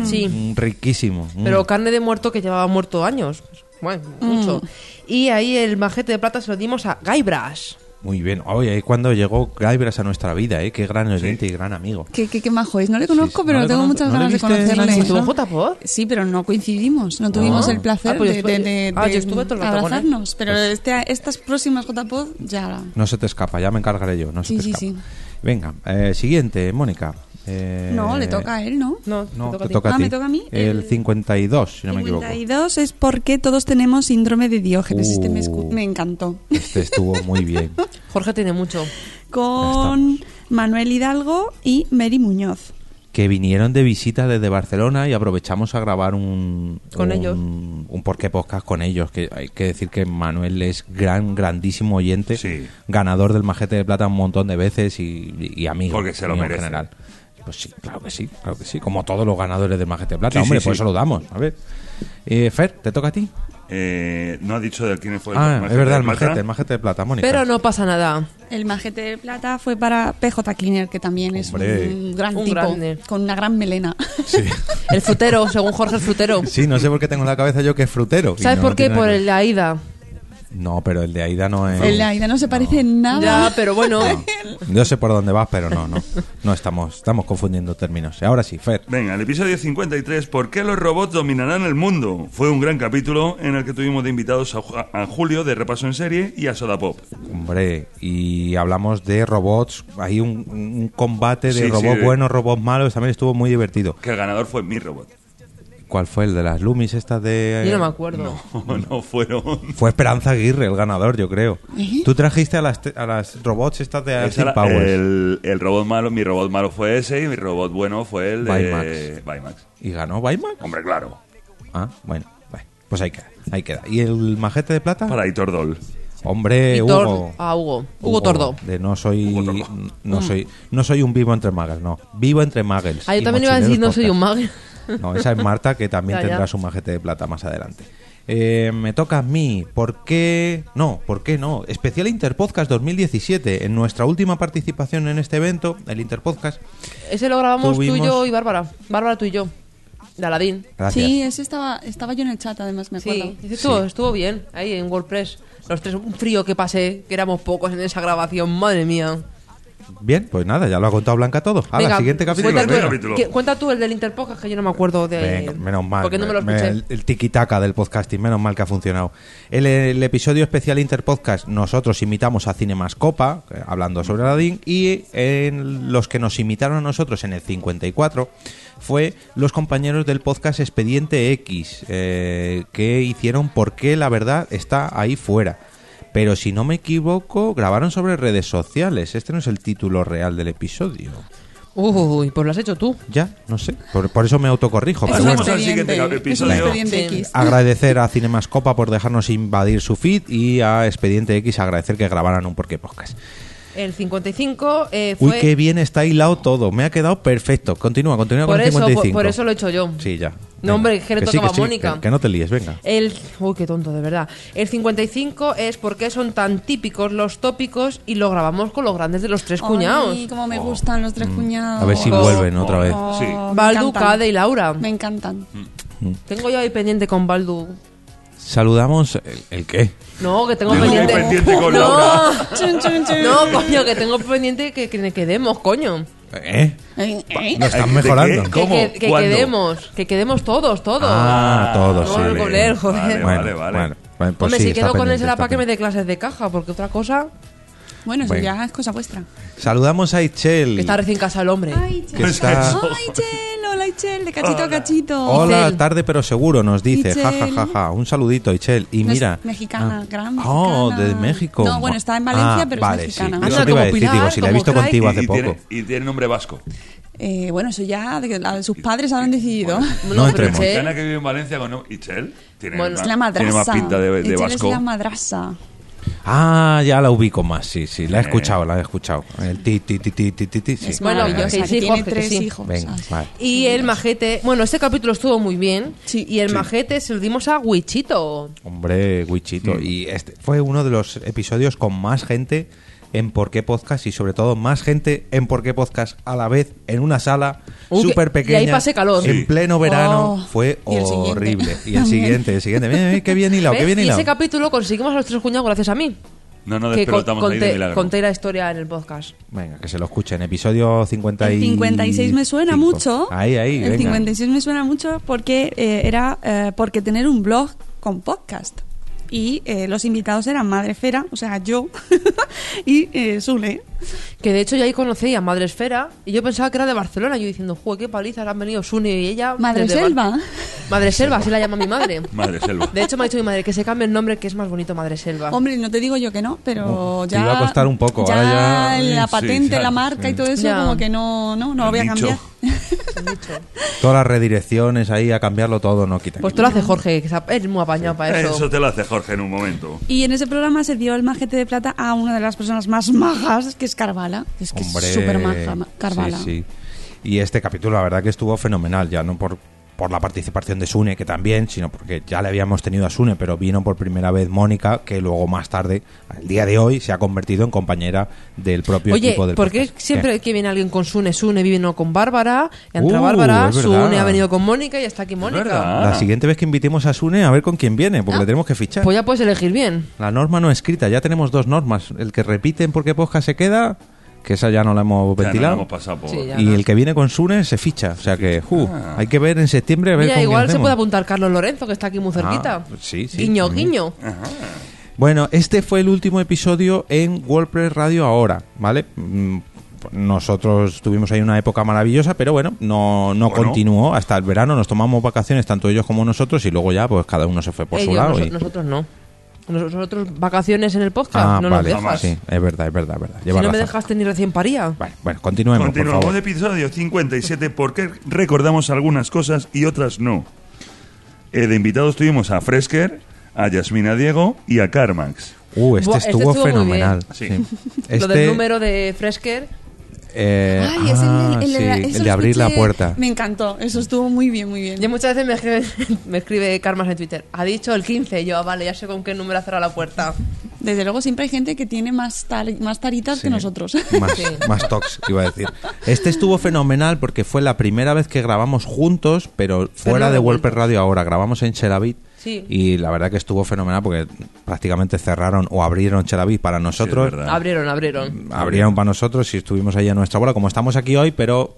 Sí.
Mm, Riquísimo. Mm.
Pero carne de muerto que llevaba muerto años. pues, Bueno, mucho. Y ahí el majete de plata se lo dimos a Guybrush.
Muy bien. Oye, ahí cuando llegó Guybrush a nuestra vida, ¿eh? Qué gran oyente y gran amigo.
¿Qué, qué, qué majo es. No le conozco,
sí.
pero
No le
tengo
conozco.
muchas
¿No le
ganas de
viste
conocerle.
Nacho?
¿Estuvo en JPod?
Sí, pero no coincidimos, no tuvimos el placer
Ah, pues yo
de,
estuve-
de- de-
ah, yo
de
estuve todo el rato con él.
abrazarnos. Pero este- estas próximas JPod ya.
No se te escapa, ya me encargaré yo. No se
Sí,
te
sí,
escapa.
sí.
Venga, eh, siguiente, Mónica. Eh,
No, le toca a él, ¿no?
No,
No,
te toca a
te
ti.
toca a
Ah,
ti.
me toca a mí.
El,
El
52, si no me equivoco.
52 es porque todos tenemos síndrome de Diógenes. Este me, escu-
Uh.
me encantó.
Este estuvo muy bien.
Jorge tiene mucho.
Con Manuel Hidalgo y Mary Muñoz.
Que vinieron de visita desde Barcelona y aprovechamos a grabar un.
Con
un-
ellos.
Un porqué podcast con ellos. Que hay que decir que Manuel es gran, grandísimo oyente.
Sí.
Ganador del Majete de Plata un montón de veces y, y amigo.
Porque se lo
mío en
merece.
general. Pues sí, claro que sí, claro que sí. Como todos los ganadores del Majete de Plata.
Sí, sí,
hombre,
sí.
pues eso lo damos. A ver. Eh, Fer, ¿te toca a ti?
Eh, no ha dicho de quién fue el
Ah,
majete
es verdad,
de
el
plata.
majete, el majete de plata, Mónica.
Pero no pasa nada.
El majete de plata fue para PJ Cleaner, que también
Hombre.
es un gran
Un
tipo,
grande.
con una gran melena.
Sí.
El frutero, según Jorge el frutero.
Sí, no sé por qué tengo en la cabeza yo que es frutero. y
¿Sabes
no
por qué?
tiene
Por
nada que-
el Aida.
No, pero el de Aida no es...
El de Aida no se parece en nada.
Ya, pero bueno.
Yo sé por dónde vas, pero no, no. No estamos, estamos confundiendo términos. Ahora sí, Fer.
Venga, el episodio 53, ¿Por qué los robots dominarán el mundo? Fue un gran capítulo en el que tuvimos de invitados a, Ju- a Julio de Repaso en Serie y a Soda Pop.
Hombre, y hablamos de robots. Hay un, un combate de
Sí, eh. sí,
robots
de-
buenos, robots malos. También estuvo muy divertido.
Que el ganador fue mi robot.
¿Cuál fue el de las Lumis estas de...?
Yo no me acuerdo.
no fueron.
Fue Esperanza Aguirre el ganador, yo creo.
¿Eh?
Tú trajiste a las, te- a las robots estas de
Ese
Austin
era
Ah, Powers.
el, el robot malo, mi robot malo fue ese y mi robot bueno fue el de
Baymax.
Baymax.
¿Y ganó Weimar?
Hombre, claro.
Ah, bueno, vale. pues ahí queda, ahí queda. ¿Y el majete de plata?
Para Hitor Dol.
Hombre,
Y Tor-
Eh, Hugo.
ah, Hugo. Hugo Tordo.
De no soy,
Hugo Tordo.
no soy, no soy un vivo entre magos, no. Vivo entre magos.
Ah, yo
y
también iba a decir, no
mochileros
soy un
podcast.
mago.
No, esa es Marta que también
Ya, ya.
tendrá su majete de plata más adelante. Eh, me toca a mí. ¿Por qué? No, ¿por qué no? Especial Interpodcast 2017. En nuestra última participación en este evento, el Interpodcast.
Ese lo grabamos tú
Tuvimos-
y yo y Bárbara. Bárbara, tú y yo. De Aladín.
Gracias.
sí, ese estaba, estaba yo en el chat, además, me acuerdo.
Sí, ese estuvo,
Sí.
estuvo bien. Ahí en WordPress. Los tres, un frío que pasé, que éramos pocos en esa grabación. Madre mía.
Bien, pues nada, ya lo ha contado Blanca todo. A
Venga,
siguiente capítulo.
Cuenta,
Venga,
tú-
capítulo.
que- cuenta tú el del Interpocas, que yo no me acuerdo de.
Venga, menos mal.
Porque Este, no me lo
Me-
escuché.
el, el tiquitaca del podcasting, menos mal que ha funcionado. El, el episodio especial Interpodcast, nosotros imitamos a Cinemascopa, eh, hablando sobre Aladdin, y en los que nos imitaron a nosotros en el 54 fue los compañeros del podcast Expediente X, eh, que hicieron por qué la verdad está ahí fuera. Pero si no me equivoco, grabaron sobre redes sociales. Este no es el título real del episodio.
Uy, pues lo has hecho tú.
Ya, no sé. Por, por eso me autocorrijo.
Es
pero
un
Pasamos
bueno.
al siguiente
expediente, es un
episodio.
expediente
Sí.
X.
agradecer a Cinemascopa por dejarnos invadir su feed y a Expediente X agradecer que grabaran un Porqué Podcast.
El 55 eh, fue.
Uy, qué bien está hilado todo. Me ha quedado perfecto. Continúa, continúa
por
con el
eso, por,
55.
por eso lo he hecho yo.
Sí, ya.
No, hombre, que le
sí,
tocaba a
sí,
Mónica.
Que, que no te líes, venga.
El, uy, qué tonto, de verdad. El 55 es porque son tan típicos los tópicos y lo grabamos con los grandes de los tres cuñados.
Ay, cómo me gustan los tres cuñados.
Mm. A ver si
Oh.
vuelven otra vez.
Oh,
Sí. Mm.
me
Baldu,
encantan.
Cade y Laura.
Me encantan.
Tengo yo ahí pendiente con Baldu.
Saludamos. ¿El, el qué?
No, que tengo
Tengo
pendiente.
pendiente con
no,
Laura.
Chun, chun, chun.
No, coño, que tengo pendiente que, que quedemos, coño.
¿Eh?
¿Eh?
No están
¿De
mejorando.
qué?
Que,
¿Cómo?
que- que
¿Cuándo?
quedemos, que quedemos todos, todos.
Ah, todos,
no,
sí.
el goler, joder.
Vale,
Bueno,
vale, vale.
bueno, bueno, pues
Hombre,
sí,
si
está
quedo con él
pendiente,
será
está
para que me
pendiente.
dé clases de caja, porque otra cosa
Bueno, eso
Bueno.
ya es cosa vuestra.
Saludamos a
que
Itchel.
está recién casado el hombre.
Ay,
que
Chel.
está-
Ay, Chel, hola, Chel, de cachito a cachito.
Ah. Hola,
Itzel.
tarde pero seguro, nos dice. Ja, ja,
Itzel.
ja, ja. Un saludito, Itchel. Y
No es
mira.
mexicana, gran
Oh,
mexicana.
de México.
No, bueno, está en Valencia,
Ah,
pero es
vale,
mexicana.
Sí. Eso
Anda,
te iba a
como
decir,
Pilar,
digo, si la he
como
visto
Craig.
contigo hace
y,
poco.
Tiene, y tiene nombre vasco.
Eh, bueno, eso ya de que la- sus padres habrán decidido.
No,
No
pero
entremos.
Che-
Ana que vive en Valencia con no, Itzel. Tiene,
¿Eh? Bueno,
más,
Es la madrasa.
tiene más pinta de, de
Itzel
vasco.
es la madrasa.
Ah, ya la ubico más, sí, sí. La he escuchado, la he escuchado. El ti, ti, ti, ti, ti, ti, ti, sí.
Es
Bueno,
maravillosa.
que sí,
tiene
Jorge, que
tres
sí.
hijos. Ah,
Venga,
¿sabes?
vale.
Y el majete, bueno, este capítulo estuvo muy bien.
Sí.
y el majete se lo dimos a Wichito.
Hombre, Wichito. Y este fue uno de los episodios con más gente en Por qué Podcast y sobre todo más gente en Por qué Podcast a la vez en una sala
Uh, que-
súper pequeña.
y ahí pasé calor.
En
Sí.
pleno verano.
Oh,
fue
y el siguiente.
horrible. Y el
También.
siguiente, el siguiente. Mira, mira, qué bien hilado,
¿Ves?
qué bien
y
hilado.
ese capítulo conseguimos a los tres cuñados gracias a mí.
No, no
que con-
despertamos ahí de
conté,
milagro.
conté la historia en el podcast.
Venga, que se lo escuchen. Episodio 50 y...
El 56 me suena
cinco.
mucho.
Ahí, ahí,
El
venga.
56 me suena mucho porque eh, era eh, porque tener un blog con podcast. Y eh, los invitados eran Madre Fera, o sea, yo y eh, Sule.
Que de hecho yo ahí conocí a Madre Esfera y yo pensaba que era de Barcelona. Yo diciendo, juego qué palizas han venido Sune y ella.
Madre
desde Bar-
Selva.
Madre Selva, así la llama mi madre.
Madre selva.
De hecho, me ha dicho mi madre que se cambie el nombre, que es más bonito Madre Selva.
Hombre, no te digo yo que no, pero
Ah. Te
ya.
iba a costar un poco,
Ya,
ahora ya-
Sí,
la patente,
ya,
la marca y todo eso,
Ya.
como que no, no, no lo voy a
El nicho.
cambiar.
Todas las redirecciones ahí a cambiarlo todo, no quita.
Pues tú lo hace Jorge, que está- es muy apañado para eso.
Eso te lo hace Jorge en un momento.
Y en ese programa se dio el majete de plata a una de las personas más majas, que es Carvala.
Es que
Hombre,
es súper maja, ma- Carvala.
Sí, sí. Y este capítulo, la verdad que estuvo fenomenal, ya no por, por la participación de Sune, que también, sino porque ya le habíamos tenido a Sune, pero vino por primera vez Mónica, que luego más tarde, al día de hoy, se ha convertido en compañera del propio
Oye,
equipo del
¿por qué
podcast.
siempre que viene alguien con Sune? Sune vino con Bárbara, y entra
Uh,
Bárbara,
es verdad.
Sune ha venido con Mónica y está aquí Mónica.
verdad.
La
Ah.
siguiente vez que invitemos a Sune, a ver con quién viene, porque le tenemos que fichar.
Pues ya puedes elegir bien.
La norma no escrita, ya tenemos dos normas. El que repiten porque podcast se queda, que esa ya no la hemos
Ya no
ventilado.
lo hemos pasado por...
Sí, ya.
y el que viene con Sune se ficha. O sea que, uh, hay que ver en septiembre a ver
Ah. Mira,
con
igual
quién
se
hacemos. Ah,
puede apuntar Carlos Lorenzo, que está aquí muy cerquita.
sí, sí,
Guiño,
también.
guiño.
Bueno, este fue el último episodio en WordPress Radio ahora, ¿vale? Mm, Nosotros tuvimos ahí una época maravillosa, pero bueno, no, no
Bueno.
continuó hasta el verano. Nos tomamos vacaciones tanto ellos como nosotros y luego ya, pues cada uno se fue por su
Ellos,
lado.
noso-
y-
nosotros Eh, no. Nos- Nosotros vacaciones en el podcast,
Ah,
no
vale,
nos dejas.
sí, es verdad, es verdad, es verdad.
Si
Lleva
no me
razón.
dejaste ni recién paría.
Vale, bueno, continuemos, por
Continuamos
favor.
episodio 57 porque recordamos algunas cosas y otras no. Eh, de invitados tuvimos a Fresker, a Yasmina Diego y a Carmax.
Uh, este
Buah, este
estuvo,
estuvo muy
fenomenal.
bien. Sí.
Lo
Este-
del número de Fresker.
eh,
Ay, es el,
ah,
el- el-
sí,
eso
el de
lo
abrir la
escuché.
puerta.
Me encantó, eso estuvo muy bien, muy bien.
Yo muchas veces me escribe, me escribe Carmas en Twitter. Ha dicho el 15. y Yo, ah, vale, ya sé con qué número cerrar la puerta.
Desde luego siempre hay gente que tiene más, tar- más taritas
Sí.
que nosotros.
Más,
Sí.
más tox, iba a decir. Este estuvo fenomenal porque fue la primera vez que grabamos juntos, pero fuera
no
de
de
WordPress Radio ahora. Grabamos en Chelavit.
Sí.
Y la verdad que estuvo fenomenal porque prácticamente cerraron o abrieron Chelavit para nosotros.
verdad. Ah.
Abrieron, abrieron.
abrieron para nosotros y estuvimos ahí a nuestra bola, como estamos aquí hoy, pero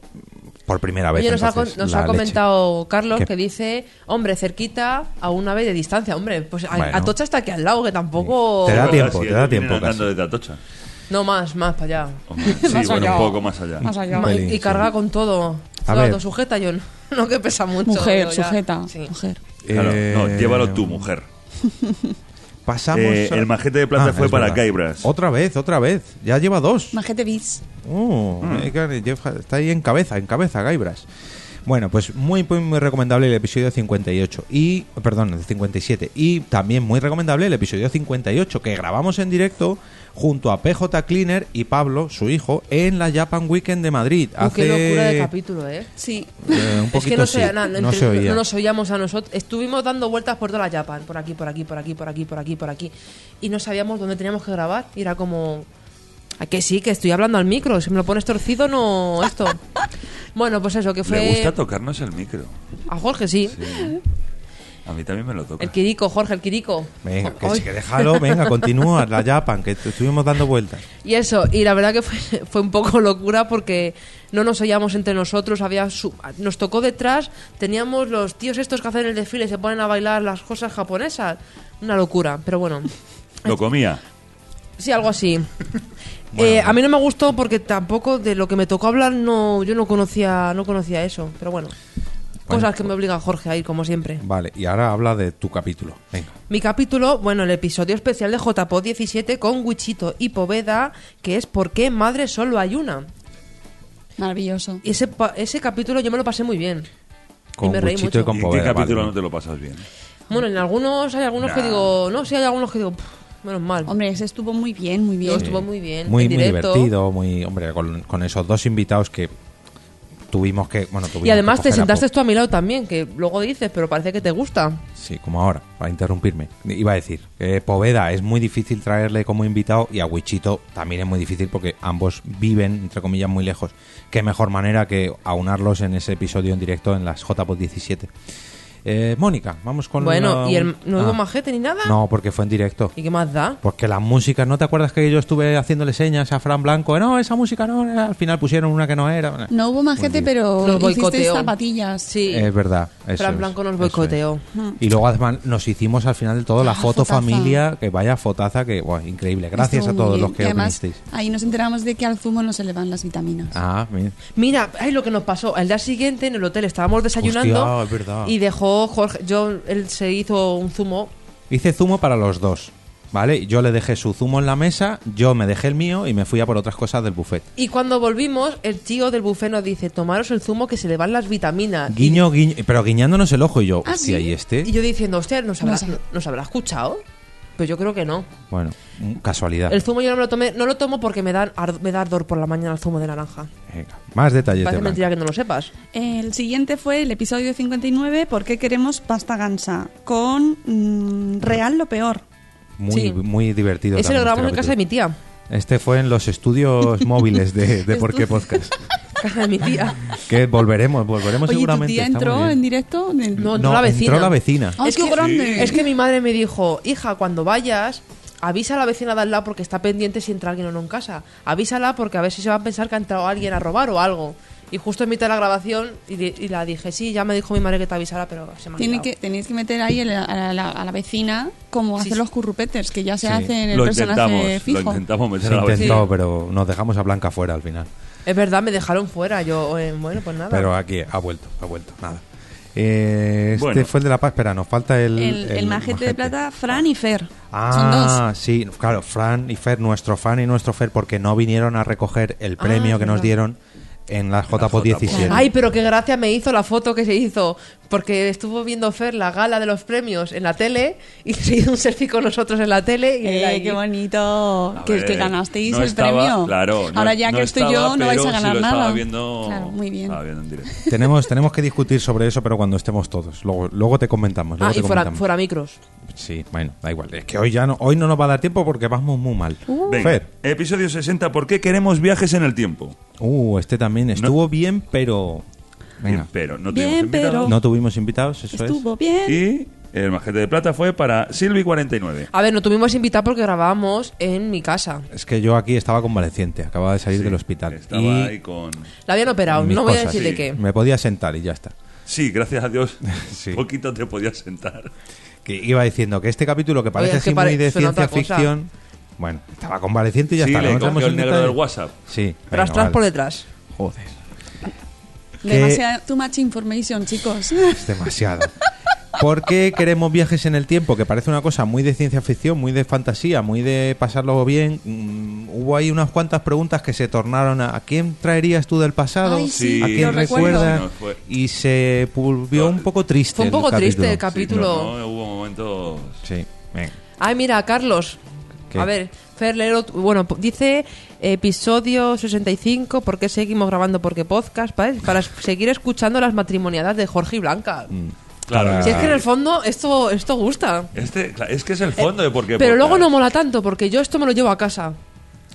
por primera vez.
Oye, nos ha, con-
entonces,
nos
la
ha
leche.
comentado Carlos
¿Qué?
que dice, hombre, cerquita a una vez de distancia. Hombre, pues a-
Bueno.
Atocha está aquí al lado, que tampoco...
Te da
Sí,
tiempo, te da
ellos
tiempo
vienen andando
casi.
desde Atocha.
No, más, más para allá.
Hombre, Sí,
Más
bueno,
allá.
un poco más allá.
Más allá.
Ma-
pelín,
y,
sí.
y carga con todo.
A
Todo,
ver.
todo sujeta, yo no, no que pesa mucho.
Mujer,
yo ya-
sujeta,
Sí.
mujer.
Claro, no,
Eh,
llévalo tú, mujer.
Pasamos.
Eh,
a- Ah,
el majete de plata fue
es
para
verdad.
Guybrush.
Otra vez, otra vez. Ya lleva dos.
Majete bis.
Oh,
Mm.
eh, claro, Jeff Ha- está ahí en cabeza, en cabeza, Gaibras. Bueno, pues muy, muy, muy recomendable el episodio 58 y, perdón, el 57. Y también muy recomendable el episodio 58 que grabamos en directo junto a PJ Cleaner y Pablo, su hijo, en la Japan Weekend de Madrid.
Uh,
Hace
qué locura de capítulo, ¿eh?
Sí.
eh, un
Es que
poquito
no
sí,
se, oía nada,
no
entre-
se oía.
no nos oíamos a nosotros. Estuvimos dando vueltas por toda la Japan, por aquí, por aquí, por aquí, por aquí, por aquí, por aquí. Y no sabíamos dónde teníamos que grabar. Y era como. ¿A que sí? Que estoy hablando al micro. Si me lo pones torcido, no. Esto. Bueno, pues eso, que fue.
Le gusta tocarnos el micro.
A Jorge sí.
A mí también me lo toca.
El Quirico, Jorge, el Quirico.
Venga, que,
Ay.
sí, que déjalo, venga, continúa, la Japan, que te estuvimos dando vueltas.
Y eso, y la verdad que fue, fue un poco locura porque no nos oíamos entre nosotros, había su- nos tocó detrás, teníamos los tíos estos que hacen el desfile, se ponen a bailar las cosas japonesas. Una locura, pero bueno,
Lo comía.
sí, algo así. Eh, a mí no me gustó porque tampoco de lo que me tocó hablar no yo no conocía no conocía eso, pero bueno. Cosas que me obliga Jorge a ir como siempre.
Vale, y ahora habla de tu capítulo. Venga.
Mi capítulo, bueno, el episodio especial de JPO 17 con Wichito y Poveda, que es ¿Por qué madre solo hay una?
Maravilloso.
Y ese, pa- ese capítulo yo me lo pasé muy bien.
Con
me reí
Wichito
mucho.
y con
¿Y en qué
Poveda, vale.
capítulo no te lo pasas bien?
Bueno, en algunos hay algunos que
Nah.
digo, no, sí hay algunos que digo, "Pff, menos mal.
Hombre, ese estuvo muy bien, muy
Yo
bien.
estuvo muy bien,
Muy,
en
muy
directo.
divertido, muy. Hombre, con, con esos dos invitados que tuvimos que. Bueno, tuvimos
Y además
que
te
coger a
sentaste tú a mi lado también, que luego dices, pero parece que te gusta.
Sí, como ahora, para interrumpirme. Iba a decir, que Poveda es muy difícil traerle como invitado y a Wichito también es muy difícil porque ambos viven, entre comillas, muy lejos. Qué mejor manera que aunarlos en ese episodio en directo en las JPOD 17. Eh, Mónica, vamos con...
bueno,
la-
¿y el, no hubo
Ah,
majete ni nada?
No, porque fue en directo.
¿Y qué más da?
Porque las músicas, ¿no te acuerdas que yo estuve haciéndole señas a Fran Blanco? No, esa música no, eh, al final pusieron una que no era.
No hubo más gente, pero
Nos
hicisteis
boicoteó.
zapatillas.
Sí.
Es verdad. eso
Fran
es,
Blanco nos
eso es.
boicoteó.
Y luego además nos hicimos al final de todo la
Ah,
foto
fotaza.
familia, que vaya fotaza, que bueno, increíble. Gracias
Estuvo
a
muy
todos
bien.
los que
Y
os
además,
vinisteis.
Ahí nos enteramos de que al zumo no se le van las vitaminas.
Ah, mira.
Mira, ay, lo que nos pasó. Al día siguiente en el hotel estábamos desayunando
Hostia, es verdad.
y dejó Jorge, yo, él se hizo un zumo.
Hice zumo para los dos, ¿vale? Yo le dejé su zumo en la mesa, yo me dejé el mío y me fui a por otras cosas del buffet.
Y cuando volvimos, el tío del buffet nos dice, tomaros el zumo que se le van las vitaminas. Y-
Guiño, guiño, pero guiñándonos el ojo y yo, hostia,
¿sí?
¿y este?
Y yo diciendo, hostia, ¿nos habrá,
No sé.
¿nos habrá escuchado? Pero yo creo que no.
Bueno, mm, casualidad.
El zumo yo no me lo tomé, no lo tomo porque me da, ar- me da ardor por la mañana el zumo de naranja.
Venga, más detalles de
Parece
Blanca.
mentira que no lo sepas.
El siguiente fue el episodio 59, ¿Por qué queremos pasta gansa? Con mm, Real lo peor.
Muy,
Sí.
muy divertido.
Ese
también
lo grabamos en
este
casa de mi
capítulo.
tía.
Este fue en los estudios móviles de, de Por qué Podcast.
Casa de mi tía.
Que volveremos,
Pues
volveremos
Oye, ¿tu
seguramente.
tía
está muy
entró
bien.
en directo? En-
No, entró
No,
la vecina.
entró la vecina.
¡Ay,
es,
Ah, qué
que,
grande!
es que mi madre me dijo, hija, cuando vayas, avisa a la vecina de al lado porque está pendiente si entra alguien o no en casa. Avísala porque a ver si se va a pensar que ha entrado alguien a robar o algo. Y justo en mitad de la grabación y, di- y la dije, sí, ya me dijo mi madre que te avisara, pero se me ha
Tiene
olvidado".
que, tenéis que meter ahí el- a, la, a la vecina como
Sí,
hacen
sí.
los currupetes, que ya se
Sí.
hace en el
lo
personaje
intentamos,
fijo.
lo intentamos meter
Se
a la vez.
intentó, pero nos dejamos a Blanca fuera al final.
Es verdad, me dejaron fuera. Yo, eh, bueno, pues nada.
Pero aquí ha vuelto, ha vuelto, nada. Eh, este
Bueno.
fue el de la paz, espera, nos falta el...
El, el majete, de plata, Fran y Fer.
Ah, sí, claro, Fran y Fer, nuestro Fran y nuestro Fer, porque no vinieron a recoger el premio que nos dieron en la JPO 17.
Ay, pero qué gracia me hizo la foto que se hizo, porque estuvo viendo Fer la gala de los premios en la tele y se hizo un selfie con nosotros en la tele y él
¡Eh,
ahí.
qué bonito! Que,
ver,
que ganasteis
no
el
estaba-
premio.
Claro, no-
Ahora ya que
no
estoy
estaba,
yo, no vais a
pero sí
ganar
lo
nada.
Estaba viendo,
Claro, muy bien.
Estaba viendo en directo.
Tenemos, tenemos que discutir sobre eso, pero cuando estemos todos. Luego, luego te comentamos. luego
Ah,
te
y fuera,
comentamos.
fuera micros.
Sí, bueno, da igual. Es que hoy ya no, hoy no nos va a dar tiempo porque vamos muy mal.
Uh.
Venga,
Fer,
episodio 60, ¿por qué queremos viajes en el tiempo?
uh, este también estuvo bien, pero... Venga.
Bien, pero no
Bien,
tenemos invitado.
pero-
No tuvimos invitados, eso
Estuvo bien.
Y el majete de plata fue para Silvi49.
A ver, no tuvimos invitado porque grabábamos en mi casa.
es. Es que yo aquí estaba convaleciente, acababa de salir del hospital.
Estaba
y
ahí con...
La habían operado,
mis
no voy a
cosas.
decir de
Sí.
qué.
Me podía sentar y ya está.
Sí, gracias a Dios,
Sí.
poquito te podías sentar.
Que iba diciendo que este capítulo que parece
Oye, es que
así
pare-
muy de
suena
ciencia
otra cosa.
ficción. Bueno, estaba convaleciente y ya
sí,
está.
le
no entramos
cogió
en
el negro
detalle.
del WhatsApp.
Sí.
Tras,
venga,
tras
vale.
por detrás.
Joder,
Demasiada, too much information, chicos.
es demasiado. ¿Por qué queremos viajes en el tiempo? Que parece una cosa muy de ciencia ficción, muy de fantasía, muy de pasarlo bien. Mm, hubo ahí unas cuantas preguntas que se tornaron a ¿a quién traerías tú del pasado?
Ay, sí,
¿A
lo
quién
recuerdo.
recuerdas?
Sí, no, fue-
Y se volvió un poco triste.
Fue un
el
poco triste el
capítulo.
capítulo.
Sí, no, no, hubo momentos...
Sí, venga.
Ay, mira, Carlos.
¿Qué?
A ver, Fer, léelo tú. Bueno, po- dice episodio 65, ¿por qué seguimos grabando? Porque podcast, ¿vale? para seguir escuchando las matrimoniadas de Jorge y Blanca.
Mm.
Claro,
Si es que en el fondo esto, esto gusta.
Este, cla- es que es el fondo de por qué
Eh, Pero luego no
podcast.
mola tanto, porque yo esto me lo llevo a casa.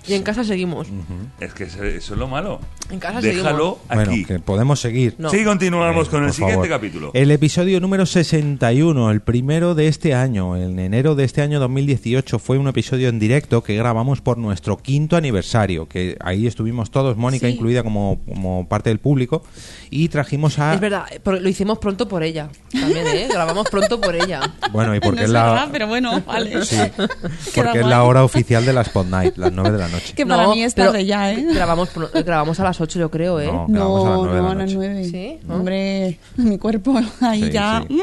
Y en casa seguimos.
Mm. Es que eso eso es lo malo.
En casa
Déjalo
Bueno,
aquí.
que podemos seguir.
No.
Sí, continuamos con el
Por
siguiente
favor. Eh,
capítulo.
El episodio número 61, el primero de este año, en enero de este año 2018, fue un episodio en directo que grabamos por nuestro quinto aniversario, que ahí estuvimos todos, Mónica
Sí.
incluida como, como parte del público, y trajimos a...
Es verdad, eh, porque lo hicimos pronto por ella. También, ¿eh? Grabamos pronto por ella.
Bueno, y porque
no
es
es verdad,
la...
pero bueno, vale.
Sí,
Queda
porque es
guay.
la hora oficial de las Spot Night, las 9 de la noche.
Que para
No,
mí es
pero
tarde ya, ¿eh?
Grabamos, pro- eh, grabamos a las 8, yo creo, ¿eh?
No. Grabamos a las
No,
nueve de la
no, a las
noche.
nueve.
Sí, ¿no?
Hombre, mi cuerpo ahí
Sí,
ya. mm,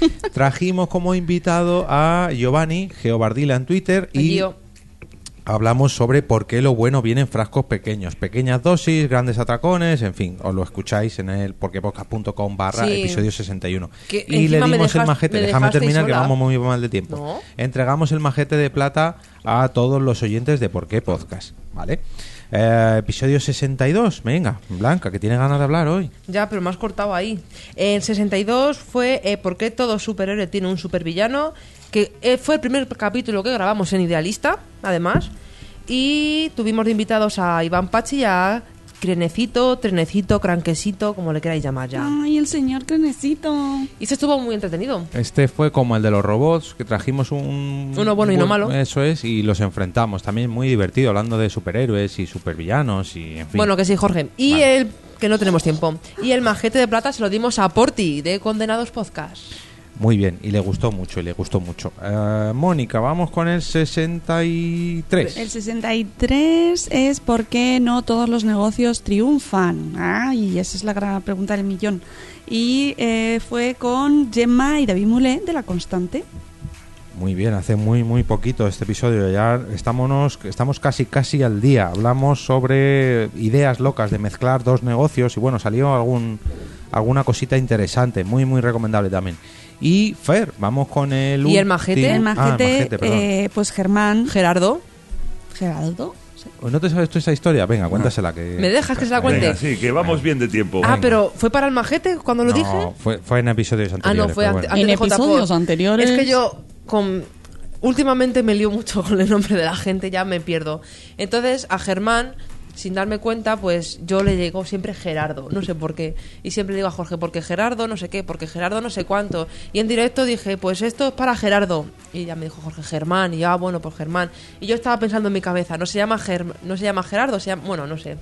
sí. Trajimos como invitado a Giovanni Geobardila en Twitter y...
Allí, oh.
hablamos sobre por qué lo bueno viene en frascos pequeños, pequeñas dosis, grandes atracones, en fin, os lo escucháis en el porquepodcast.com barra
Sí.
episodio 61.
Que
y le
encima
dimos
me
el
dejas-
majete,
me
déjame
dejasteis
terminar que
sola.
vamos muy mal de tiempo.
No.
Entregamos el majete de plata a todos los oyentes de Por qué Podcast, ¿vale? Eh, episodio 62, venga, Blanca, que tiene ganas de hablar hoy.
Ya, pero me has cortado ahí. El 62 fue eh, ¿Por qué todo superhéroe tiene un supervillano? Que eh, fue el primer capítulo que grabamos en Idealista, además. Y tuvimos de invitados a Iván Pachi, a Crenecito, Trenecito, Cranquesito, como le queráis llamar ya.
Mm.
Ay, el señor Crenecito.
Y se estuvo muy entretenido.
Este fue como el de los robots, que trajimos un...
Uno bueno y uno
un-
malo.
Eso es, y los enfrentamos. También muy divertido, hablando de superhéroes y supervillanos y en fin.
Bueno, que sí, Jorge. Y
Vale.
el que no tenemos tiempo. Y el majete de plata se lo dimos a Porti, de Condenados Podcast.
Muy bien, y le gustó mucho, y le gustó mucho. Eh, Mónica, vamos con el 63.
El 63 es por qué no todos los negocios triunfan. Ay, esa es la gran pregunta del millón. Y eh, fue con Gemma y David Mulé de La Constante.
Muy bien, hace muy muy poquito este episodio, ya estamos, estamos casi casi al día. Hablamos sobre ideas locas de mezclar dos negocios y bueno, salió algún alguna cosita interesante, muy muy recomendable también. Y Fer, vamos con el
¿Y el
ulti-
majete?
Ah,
El majete,
perdón.
eh, pues Germán.
Gerardo,
Gerardo. sí.
¿No te sabes tú esa historia? Venga, cuéntasela que
¿me dejas que se la cuente?
Venga, sí, que vamos bien de tiempo.
Ah, pero ¿fue para el majete cuando lo
Oh, No,
dije?
Fue, fue en episodios
Ah,
anteriores.
no, fue
pero
ante-
bueno.
antes
En
de J-Pod.
episodios anteriores.
Es que yo con últimamente me lío mucho con el nombre de la gente, ya me pierdo. Entonces, a Germán, sin darme cuenta, pues yo le digo siempre Gerardo, no sé por qué. Y siempre le digo a Jorge, porque Gerardo no sé qué, porque Gerardo no sé cuánto. Y en directo dije, pues esto es para Gerardo. Y ya me dijo Jorge Germán, y yo, ah, bueno, pues Germán. Y yo estaba pensando en mi cabeza, no se llama, Germ- no se llama Gerardo, se llama, bueno, no sé.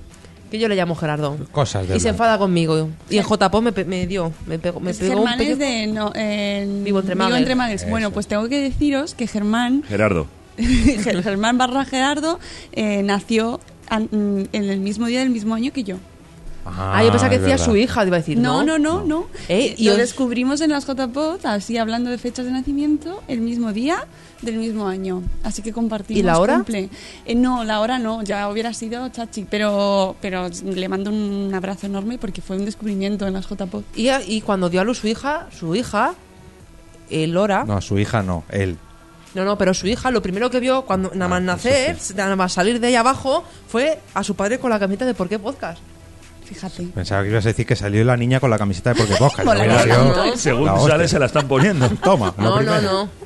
Que yo le llamo Gerardo.
Cosas de
Y se
Blanca.
enfada conmigo. Y en J-Pop me, pe- me dio, me pegó, me
Es
pegó un
Germán es
pellejo.
de. no, en-
Vivo entre Magues.
Magues. Bueno, pues tengo que deciros que Germán
Gerardo.
Ger- Germán barra Gerardo eh, nació an- mm, en el mismo día del mismo año que yo.
Ah, yo pensaba que
es
decía
verdad.
su hija, te iba a decir.
No,
No,
no, no, no.
Eh,
y lo
Dios.
descubrimos en las JPOD, así hablando de fechas de nacimiento, el mismo día del mismo año. Así que compartimos.
¿Y la hora?
cumple. Eh, no, la hora no, ya hubiera sido chachi, pero, pero le mando un abrazo enorme porque fue un descubrimiento en las JPOD.
Y, y cuando dio a luz su hija, su hija, eh, Lora, no.
No, su hija no, él.
no, pero su hija lo primero que vio cuando nada más
Ah,
nacer,
eso
nada más salir de ahí abajo, fue a su padre con la camiseta de ¿Por qué podcast?
Fíjate.
Pensaba que ibas a decir que salió la niña con la camiseta de Porque Bosca.
Mola,
hubiera
mola,
sido
mola.
la
Según
hostia.
sale, se la están poniendo.
Toma, lo
No, no,
primero.
no.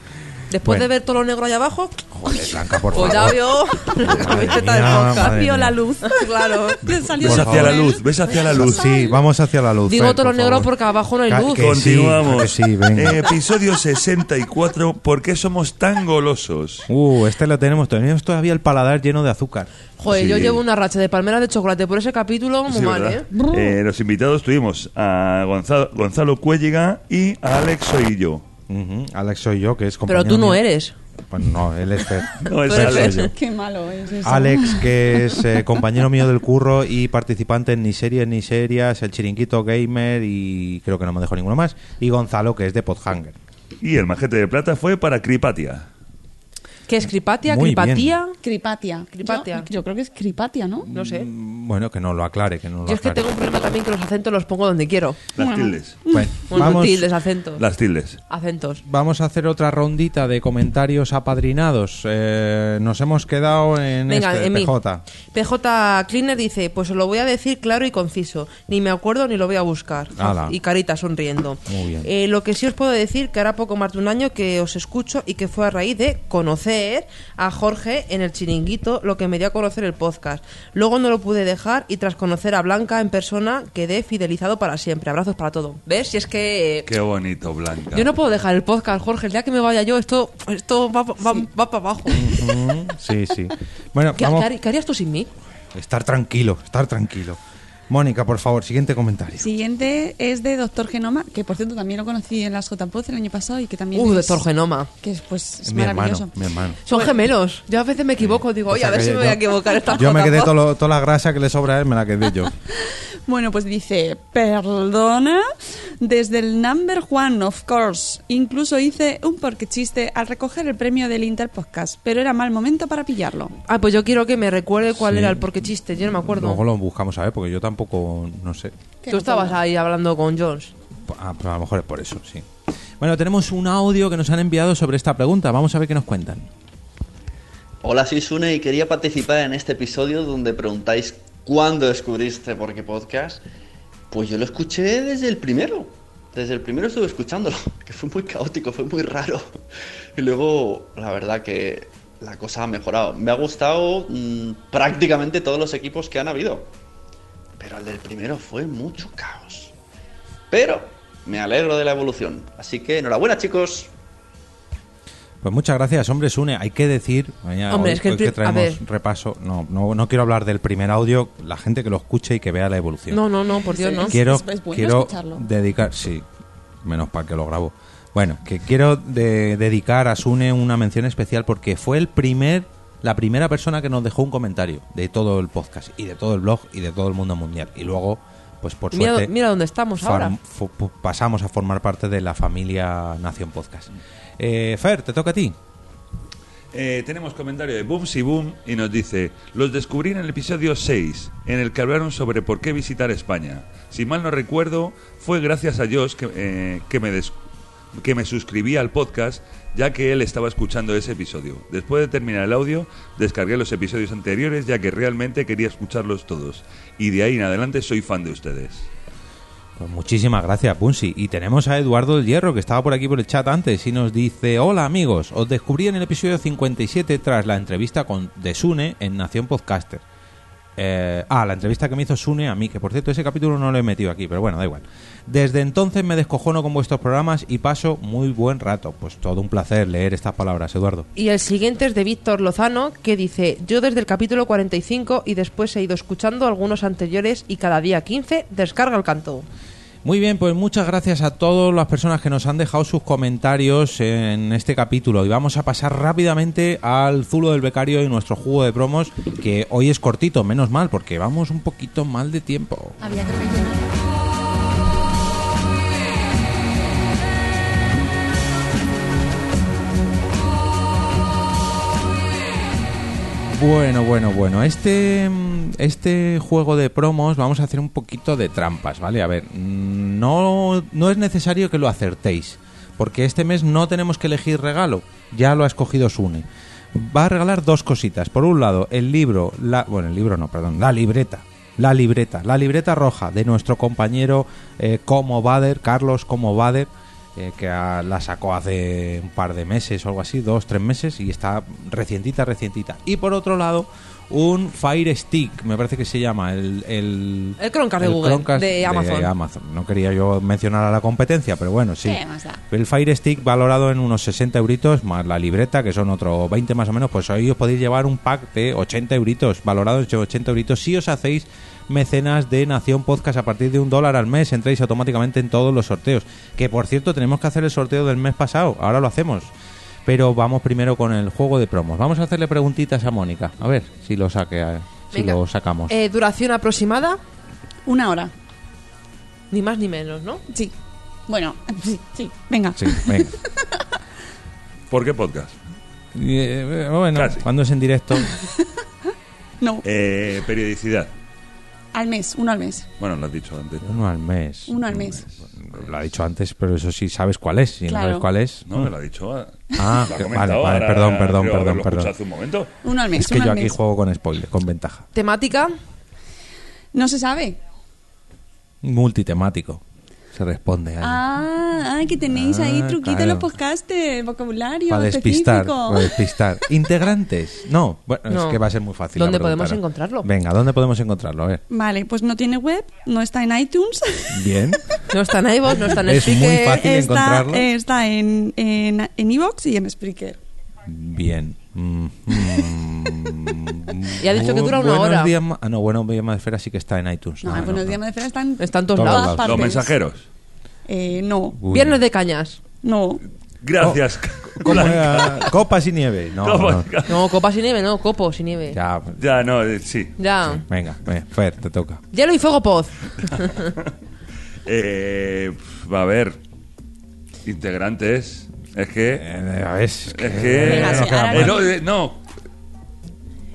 Después
Bueno.
de ver todo lo negro ahí abajo,
Joder, Blanca, por
pues ya
favor.
vio la camiseta
mía,
de podcast.
madre
Vio la
mía.
luz, claro.
Ves
Por
hacia la
favor.
luz, ves hacia la luz.
Sí, vamos hacia la luz.
Digo
Fer,
todo
por
lo negro
favor.
porque abajo no hay
Ca-
luz.
que sí,
Continuamos.
que sí, venga.
Eh, episodio 64. ¿Por qué somos tan golosos?
Uh, este lo tenemos. Tenemos todavía el paladar lleno de azúcar.
Joder, yo
Sí.
llevo una racha de palmeras de chocolate por ese capítulo, muy
Sí,
mal,
¿verdad?
¿eh?
Eh, los invitados tuvimos a Gonzalo, Gonzalo Cuelliga y a Alex Oillo.
Ujú, Alex soy yo, que es
Pero
compañero
tú no
mío.
eres.
Bueno, no, él es Fer.
No, es
Fer
Alex.
soy yo.
Qué malo es eso.
Alex, que es eh, compañero mío del curro y participante en Ni Series Ni Serias, El Chiringuito Gamer y creo que no me dejó ninguno más. Y Gonzalo, que es de Podhanger.
Y el majete de plata fue para Cripatia.
¿Qué es cripatia?
Muy bien.
¿Cripatía?
Cripatia. Yo-
Cripatia.
Yo, creo que es Cripatia, ¿no?
No sé.
Bueno, que no lo aclare, que no lo
Yo es que
aclare.
tengo un problema también que los acentos los pongo donde quiero.
Las tildes.
Bueno,
Bueno,
vamos,
tildes, acentos.
Las tildes.
Acentos.
vamos a hacer otra rondita de comentarios apadrinados. Eh, nos hemos quedado en
Venga,
este,
en mí.
PJ.
PJ Cleaner dice, pues os lo voy a decir claro y conciso. Ni me acuerdo ni lo voy a buscar.
Ala.
Y carita sonriendo.
Muy bien.
Eh, lo que sí os puedo decir que hará poco más de un año que os escucho y que fue a raíz de conocer a Jorge en el chiringuito, lo que me dio a conocer el podcast. Luego no lo pude dejar y tras conocer a Blanca en persona quedé fidelizado para siempre. Abrazos para todo. ¿Ves? Si es que... eh,
Qué bonito, Blanca.
Yo no puedo dejar el podcast, Jorge. El día que me vaya yo, esto, esto va, va- va para abajo.
Mm, sí, sí. Bueno,
¿Qué-
vamos.
qué har- ¿Qué harías tú sin mí?
Estar tranquilo, estar tranquilo. Mónica, por favor, siguiente comentario.
Siguiente es de Doctor Genoma, que por cierto también lo conocí en las JPOZ el año pasado y que también.
Uh,
es-
doctor Genoma.
Que es, pues, es
mi
maravilloso.
hermano, mi hermano.
Son gemelos. Yo a veces me equivoco, digo,
O
oye,
sea
a ver
que
si me
yo-
voy a equivocar esta
Yo me
jota,
quedé
¿no?
tolo- toda la grasa que le sobra a él, me la quedé yo.
Bueno, pues dice, perdona, desde el number one, of course. Incluso hice un porque chiste al recoger el premio del Interpodcast, pero era mal momento para pillarlo.
Ah, pues yo quiero que me recuerde cuál
Sí.
era el porqué chiste, yo no me acuerdo.
Luego lo buscamos a ver, porque yo tampoco, no sé.
Tú estabas ahí hablando con Jones.
Ah, pero a lo mejor es por eso, sí. Bueno, tenemos un audio que nos han enviado sobre esta pregunta. Vamos a ver qué nos cuentan.
Hola, soy Sune y quería participar en este episodio donde preguntáis cuándo descubriste por qué podcast. Pues yo lo escuché desde el primero. Desde el primero estuve escuchándolo, que fue muy caótico, fue muy raro. Y luego, la verdad que la cosa ha mejorado. Me ha gustado mm, prácticamente todos los equipos que han habido. Pero el del primero fue mucho caos. Pero me alegro de la evolución. Así que enhorabuena, chicos.
Pues muchas gracias, hombre, Sune. Hay que decir, mañana,
Hombre,
hoy-
es que el
hoy
pri- a
traemos
ver.
repaso. No, no, no quiero hablar del primer audio, la gente que lo escuche y que vea la evolución.
No, no, no, por Dios, no.
quiero,
es- es bueno
quiero
escucharlo.
dedicar, sí, menos para que lo grabo. Bueno, que quiero de- dedicar a Sune una mención especial porque fue el primer, la primera persona que nos dejó un comentario de todo el podcast y de todo el blog y de todo el mundo mundial. Y luego, pues por
Mira,
suerte,
mira dónde estamos
far-
ahora.
fu- pu- pasamos a formar parte de la familia Nación Podcast. Eh, Fer, te toca a ti.
Eh, tenemos comentario de Boom Si Boom y nos dice: Los descubrí en el episodio 6, en el que hablaron sobre por qué visitar España. Si mal no recuerdo, fue gracias a Josh que, eh, que me des- que me suscribí al podcast, ya que él estaba escuchando ese episodio. Después de terminar el audio, descargué los episodios anteriores, ya que realmente quería escucharlos todos. Y de ahí en adelante soy fan de ustedes.
Pues muchísimas gracias, Punsi. Y tenemos a Eduardo del Hierro, que estaba por aquí por el chat antes, y nos dice: Hola amigos, os descubrí en el episodio 57 tras la entrevista con de Sune en Nación Podcaster. Eh, ah, la entrevista que me hizo Sune a mí, que por cierto ese capítulo no lo he metido aquí, pero bueno, da igual. Desde entonces me descojono con vuestros programas y paso muy buen rato. Pues todo un placer leer estas palabras, Eduardo.
Y el siguiente es de Víctor Lozano, que dice, yo desde el capítulo 45 y después he ido escuchando algunos anteriores y cada día 15 descarga el canto.
Muy bien, pues muchas gracias a todas las personas que nos han dejado sus comentarios en este capítulo. Y vamos a pasar rápidamente al Zulo del Becario y nuestro juego de promos, que hoy es cortito, menos mal, porque vamos un poquito mal de tiempo. Bueno, bueno, bueno. Este, mm, este juego de promos vamos a hacer un poquito de trampas, ¿vale? A ver, mm, no, no es necesario que lo acertéis, porque este mes no tenemos que elegir regalo, ya lo ha escogido Sune. Va a regalar dos cositas. Por un lado, el libro, la, bueno, el libro no, perdón, la libreta. La libreta, la libreta roja de nuestro compañero eh, Como Bader, Carlos Como Bader, eh, que a- la sacó hace un par de meses o algo así, dos, tres meses, y está recientita, recientita. Y por otro lado, un Fire Stick, me parece que se llama, el... El,
El Chromecast de Google, de Amazon.
Amazon. No quería yo mencionar a la competencia, pero bueno, sí.
¿Qué más da?
El Fire Stick valorado en unos 60 euritos, más la libreta, que son otros 20 más o menos, pues ahí os podéis llevar un pack de 80 euritos, valorado en 80 euritos, si os hacéis mecenas de Nación Podcast a partir de un dólar al mes, entréis automáticamente en todos los sorteos. Que por cierto, tenemos que hacer el sorteo del mes pasado, ahora lo hacemos. Pero vamos primero con el juego de promos. Vamos a hacerle preguntitas a Mónica, a ver si lo saque, a- si
Venga.
lo sacamos.
Eh, duración aproximada,
Una hora.
ni más ni menos, ¿no?
Sí. Bueno, sí, sí. Venga.
Sí, venga.
¿Por qué podcast?
Y, eh, bueno,
Casi.
cuando es en directo.
No.
Eh, periodicidad.
Al mes, uno al mes.
Bueno, lo has dicho antes.
Uno al mes.
Uno al mes.
Lo ha dicho antes, pero eso sí sabes cuál es. Si no
Claro.
sabes cuál es.
No, me lo ha dicho. ah.
Ah,
Lo ha
que- vale,
comentado,
vale,
ahora
perdón, perdón,
creo
perdón,
haberlo
perdón.
escuchado hace un momento.
Uno al mes,
Es que
uno
yo
al
aquí
mes.
juego con spoiler, con ventaja.
¿Temática?
No se sabe.
Multitemático. Se responde ahí.
Ah, ah, que tenéis
Ah,
ahí truquito en
claro.
los podcastes, vocabulario
Para despistar,
específico.
para despistar. ¿Integrantes? No, bueno,
No.
es que va a ser muy fácil. la
¿Dónde
pregunta,
podemos
¿no?
encontrarlo?
Venga, ¿dónde podemos encontrarlo? A ver.
Vale, pues no tiene web, no está en iTunes.
Bien.
No está en iVoox, no está en
Es muy
Spreaker.
fácil
está,
encontrarlo.
eh, está en en en iVoox y en Spreaker.
Bien. Mm, mm.
Y ha dicho que dura una
Buenos
hora.
días, Ma- ah, no, Buenos Días Madresfera sí que está en iTunes.
No,
Ah,
Buenos
no.
días, Madre Fera, están,
Están
todos lados. Los
partes.
mensajeros.
Eh, no.
Uy. Viernes
de cañas.
No.
Gracias.
¿Cómo era? Copas y nieve. No, no.
No, copa sin nieve, no, copo sin nieve. Ya.
Ya,
Ya, no, eh, sí.
Ya.
venga, venga, Fer, te toca.
Hielo y fuego pod.
Eh, pf, va a haber integrantes. Es que.
a ver, es
que.
Venga, sí,
Eh,
ahora
eh,
Eh, no.
no, eh, no.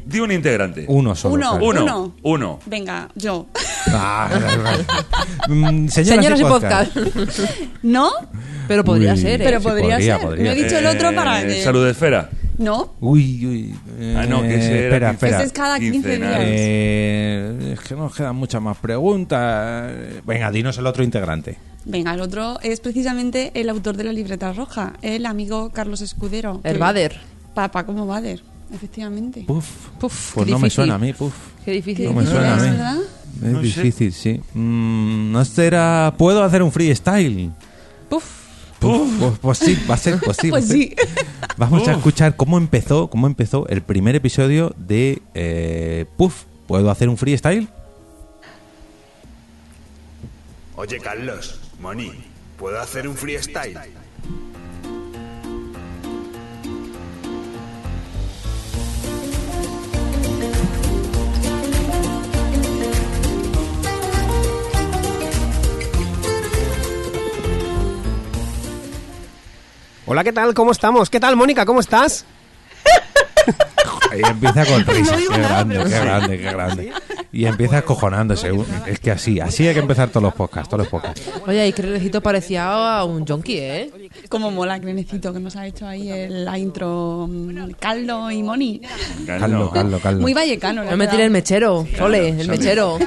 Di un integrante.
Uno solo,
Uno,
Uno.
uno.
uno.
Venga, yo.
Ah, mm,
Señoras y podcast.
¿No?
Pero podría
Uy,
ser, ¿eh?
Pero
sí,
podría,
podría,
ser.
podría.
No he dicho el otro para
Eh,
que...
Salud esfera.
No.
Uy, uy. eh,
Ah, no, que ese
espera,
era
espera.
Ese es cada 15
Quincenal.
días.
Eh, es que nos quedan muchas más preguntas. Venga, dinos el otro integrante.
Venga, el otro es precisamente el autor de la libreta roja, el amigo Carlos Escudero.
El
que-
Bader.
Papá como Bader, efectivamente.
Puf,
Puf,
pues
qué
no me
difícil.
suena a mí, puf.
Qué difícil.
No me
¿Es
suena a mí.
verdad?
Es
No sé.
difícil, sí. Mm, no será. ¿Puedo hacer un freestyle?
Puf.
Puf, Pues, pues sí, va a ser posible.
Pues sí.
Vamos a
Uf.
escuchar cómo empezó, cómo empezó el primer episodio de eh, Puff. ¿Puedo hacer un freestyle?
Oye, Carlos, Moni, ¿puedo hacer un freestyle?
Hola, ¿qué tal? ¿Cómo estamos? ¿Qué tal, Mónica? ¿Cómo estás?
Y empieza con risas.
digo
qué,
nada,
grande,
pero
qué
sí.
grande, qué grande. Y empieza escojonándose. Es que así, así hay que empezar todos los podcasts, todos los podcasts.
Oye, y Crenecito parecía a un jonky, ¿eh?
Como mola, Crenecito, que nos ha hecho ahí el, la intro mm, Caldo y Moni.
Caldo, caldo, caldo.
Muy vallecano, la
No me
verdad.
tire el mechero. Ole, el mechero.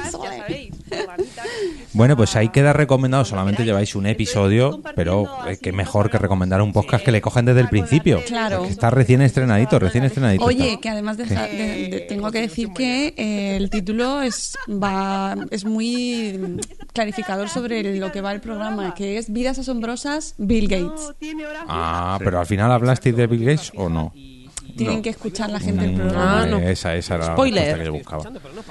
Bueno, pues ahí queda recomendado. Solamente lleváis un episodio, pero eh, qué mejor que recomendar un podcast
eh,
que le cojan desde el principio.
Claro.
Porque Está recién estrenadito, recién estrenadito.
Oye,
está.
que además deja- de- de- tengo que decir que eh, el título es va es muy mm, clarificador sobre lo que va el programa, que es Vidas asombrosas Bill Gates.
Ah, pero al final hablasteis de Bill Gates o no?
Tienen que escuchar la gente el
Mm,
programa.
Ah, no.
Esa, esa era la
Spoiler.
respuesta que yo buscaba.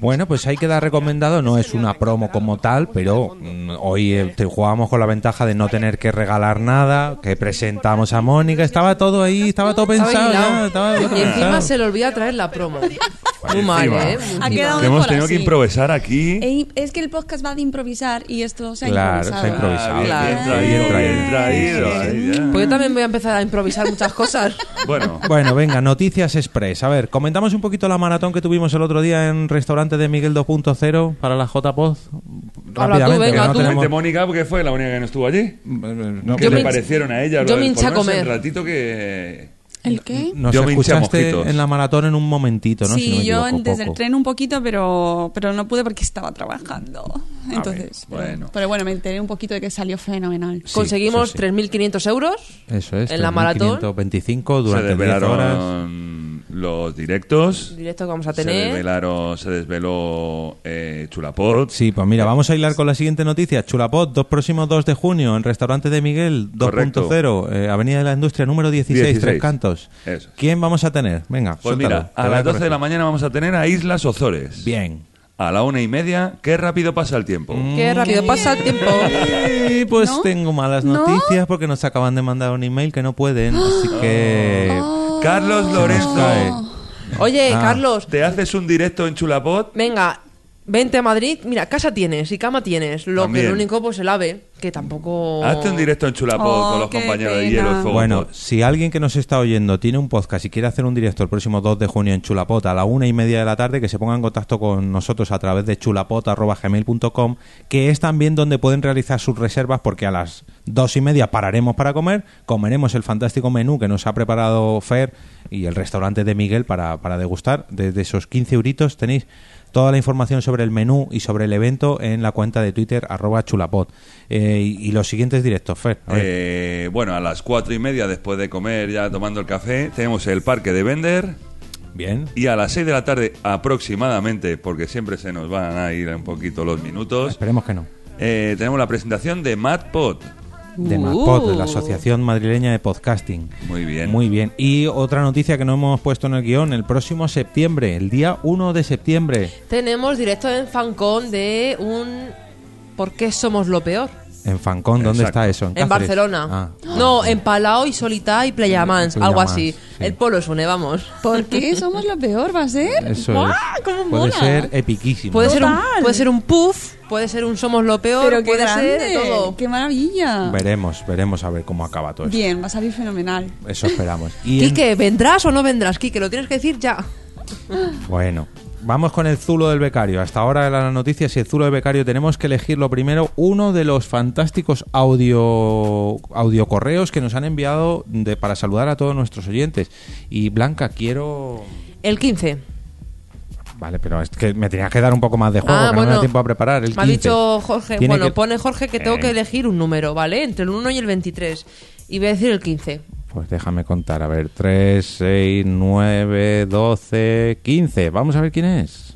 Bueno, pues ahí queda recomendado. No es una promo como tal, pero mm, hoy eh, te jugábamos con la ventaja de no tener que regalar nada, que presentamos a Mónica. Estaba todo ahí, estaba todo
Estaba
pensado.
hilado.
ya, estaba todo
Y encima
pensado.
se le olvida traer la promo. Muy mal,
Encima.
¿eh? Muy
Ha
mal.
quedado
Que hemos
mejor
tenido
así.
que improvisar aquí.
E- es que el podcast va de improvisar y esto se ha
Claro, se ha
improvisado.
improvisado.
Ah, bien, bien traído,
Bien traído.
bien traído.
Sí, sí,
ahí ya.
Pues yo también voy a empezar a improvisar muchas cosas.
Bueno,
Bueno, venga, noticias express. A ver, comentamos un poquito la maratón que tuvimos el otro día en restaurante de Miguel 2.0 para la J-Poz.
Habla tú,
Rápidamente, que
venga,
no
tú.
tenemos-
Gente, Mónica, porque fue la única que no estuvo allí.
No,
¿Qué
Yo
le
me hinch-
parecieron a
yo
ella?
me
Por lo
hinché a
menos el
comer.
ratito que...
¿El qué?
Nos
Yo me hinché a
escuchaste
mojitos.
en la maratón en un momentito, ¿no? Si no
sí,
me
yo
equivoco,
desde el
poco.
tren un poquito, pero, pero no pude porque estaba trabajando. Entonces, pero-
bueno.
pero bueno, me enteré un poquito de que salió fenomenal.
Sí,
Conseguimos
sí, Eh. sí.
3.500 euros.
Eso es.
en la maratón.
25
Se
durante 10 horas.
desvelaron los directos.
Directo que vamos a
Se
tener.
desvelaron, se desveló eh, Chulaport.
Sí, pues mira, vamos a hilar con la siguiente noticia. Chulapot, dos próximos 2 de junio en Restaurante de Miguel
Correcto.
2.0, eh, Avenida de la Industria número 16,
16.
Tres Cantos.
Eso es.
¿Quién vamos a tener? Venga,
Pues mira, a las 12 de la mañana vamos a tener a Islas Ozores.
Bien.
A la una y media, qué rápido pasa el tiempo.
Qué rápido pasa el tiempo.
Eh, pues
¿No?
tengo malas noticias porque nos acaban de mandar un email que no pueden, así que...
Carlos
nos cae.
Lorenzo,
Oye,
Ah.
Carlos,
te haces un directo en Chulapot.
venga, vente a Madrid. Mira, casa tienes y cama tienes. Lo que
También.
lo único, pues el ave. que tampoco...
Hazte un directo en Chulapó
Oh,
con los
qué
compañeros de
pena.
hielo y fuego.
Bueno, si alguien que nos está oyendo tiene un podcast y quiere hacer un directo el próximo 2 de junio en Chulapota a la una y media de la tarde, que se ponga en contacto con nosotros a través de chulapota.gmail.com, que es también donde pueden realizar sus reservas, porque a las dos y media pararemos para comer, comeremos el fantástico menú que nos ha preparado Fer y el restaurante de Miguel para, para degustar. Desde esos 15 euritos tenéis Toda la información sobre el menú y sobre el evento en la cuenta de Twitter arroba chulapod. Eh, y, y los siguientes directos, Fer. a ver.
Eh, bueno, a las cuatro y media después de comer, ya tomando el café, tenemos el parque de Bender.
Bien.
Y a las seis de la tarde aproximadamente, porque siempre se nos van a ir un poquito los minutos,
Esperemos que no.
eh, tenemos la presentación de Matt Pot.
de
Uh.
MAPOD, de la Asociación Madrileña de Podcasting.
Muy bien.
Muy bien. Y otra noticia que no hemos puesto en el guión, el próximo septiembre, el día 1 de septiembre,
Tenemos directo en Fancon de un... ¿Por qué somos lo peor?
en Fancón, ¿dónde
Exacto.
está eso?
En
Cáceres?
Barcelona.
Ah.
no, en Palau y Solità y Playamans, algo
Playamans,
así.
sí.
El polo une, vamos.
¿Por qué somos lo peor? ¿Va a ser?
Eso
¡Guau!
es.
¡Cómo
Puede
mola!
ser eh, epiquísimo.
Puede ser, un,
Total.
puede ser un puff, puede ser un somos lo peor,
Pero qué
puede ser de
grande,
todo.
qué maravilla.
Veremos, veremos a ver cómo acaba todo esto.
Bien, va a salir fenomenal.
Eso esperamos. Y en-
Quique, ¿vendrás o no vendrás? Quique, lo tienes que decir ya.
Bueno, vamos con el Zulo del Becario. Hasta ahora en las noticias y el Zulo del Becario tenemos que elegirlo primero uno de los fantásticos audio, audio correos que nos han enviado de- para saludar a todos nuestros oyentes. Y Blanca, quiero...
El 15.
Vale, pero es que me tenías que dar un poco más de juego,
Ah,
que no me da
bueno.
tiempo a preparar. El
Me ha
15.
dicho Jorge,
Tiene
bueno,
que-
pone Jorge que tengo
Eh.
que elegir un número, ¿vale? Entre el 1 y el 23. Y voy a decir el 15.
Pues déjame contar, a ver, 3, 6, 9, 12, 15. Vamos a ver quién es.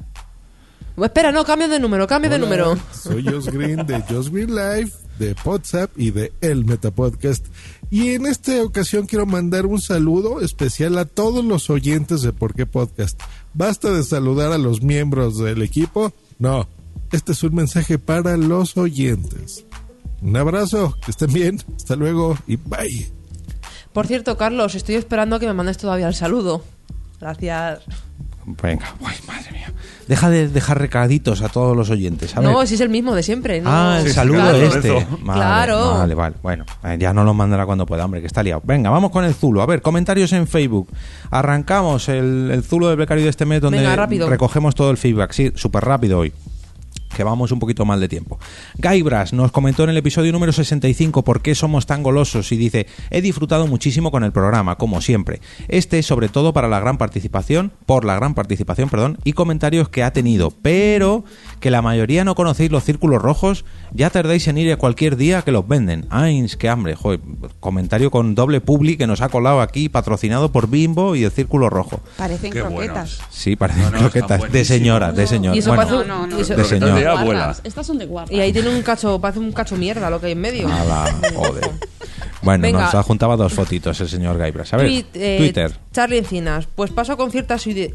Bueno, espera, no, cambio de número, cambio de
Hola,
número.
Soy Josh Green de Josh Green Live, de WhatsApp y de El Metapodcast. Y en esta ocasión quiero mandar un saludo especial a todos los oyentes de Por qué Podcast. Basta de saludar a los miembros del equipo. No, este es un mensaje para los oyentes. Un abrazo, que estén bien, hasta luego y bye.
Por cierto, Carlos, estoy esperando que me mandes todavía el saludo. Gracias.
Venga, guay, madre mía. Deja de dejar recaditos a todos los oyentes. A ver.
No, si es el mismo de siempre. no.
Ah, el saludo
Claro.
este. Vale,
Claro.
Vale, vale. Bueno, eh, ya no lo mandará cuando pueda, hombre, que está liado. Venga, vamos con el Zulo. A ver, comentarios en Facebook. Arrancamos el, el Zulo del becario de este mes donde
Venga, rápido.
recogemos todo el feedback. Sí, súper rápido hoy. Que vamos un poquito mal de tiempo. Gaibras nos comentó en el episodio número 65 por qué somos tan golosos y dice, he disfrutado muchísimo con el programa, como siempre. Este sobre todo para la gran participación, por la gran participación, perdón, y comentarios que ha tenido, pero que la mayoría no conocéis los círculos rojos, ya tardáis en ir a cualquier día que los venden. Ains, qué hambre, joder, comentario con doble publi que nos ha colado aquí, patrocinado por Bimbo y el círculo rojo.
Parecen
Qué
croquetas.
Sí, parecen
No, no,
croquetas.
están
De señora, de
buenísimos.
señora.
Y eso
Bueno,
parece un-
No, no,
y eso-
de señor.
de
Guarras.
abuela.
Estas son de guarras.
Y ahí tiene un cacho, parece un cacho mierda lo que hay en medio.
Ala, Ah, joder. Bueno,
Venga.
nos ha juntado dos fotitos el señor Gaibras. A ver,
Tweet, eh,
Twitter.
Charlie Encinas. Pues paso con cierta asidu-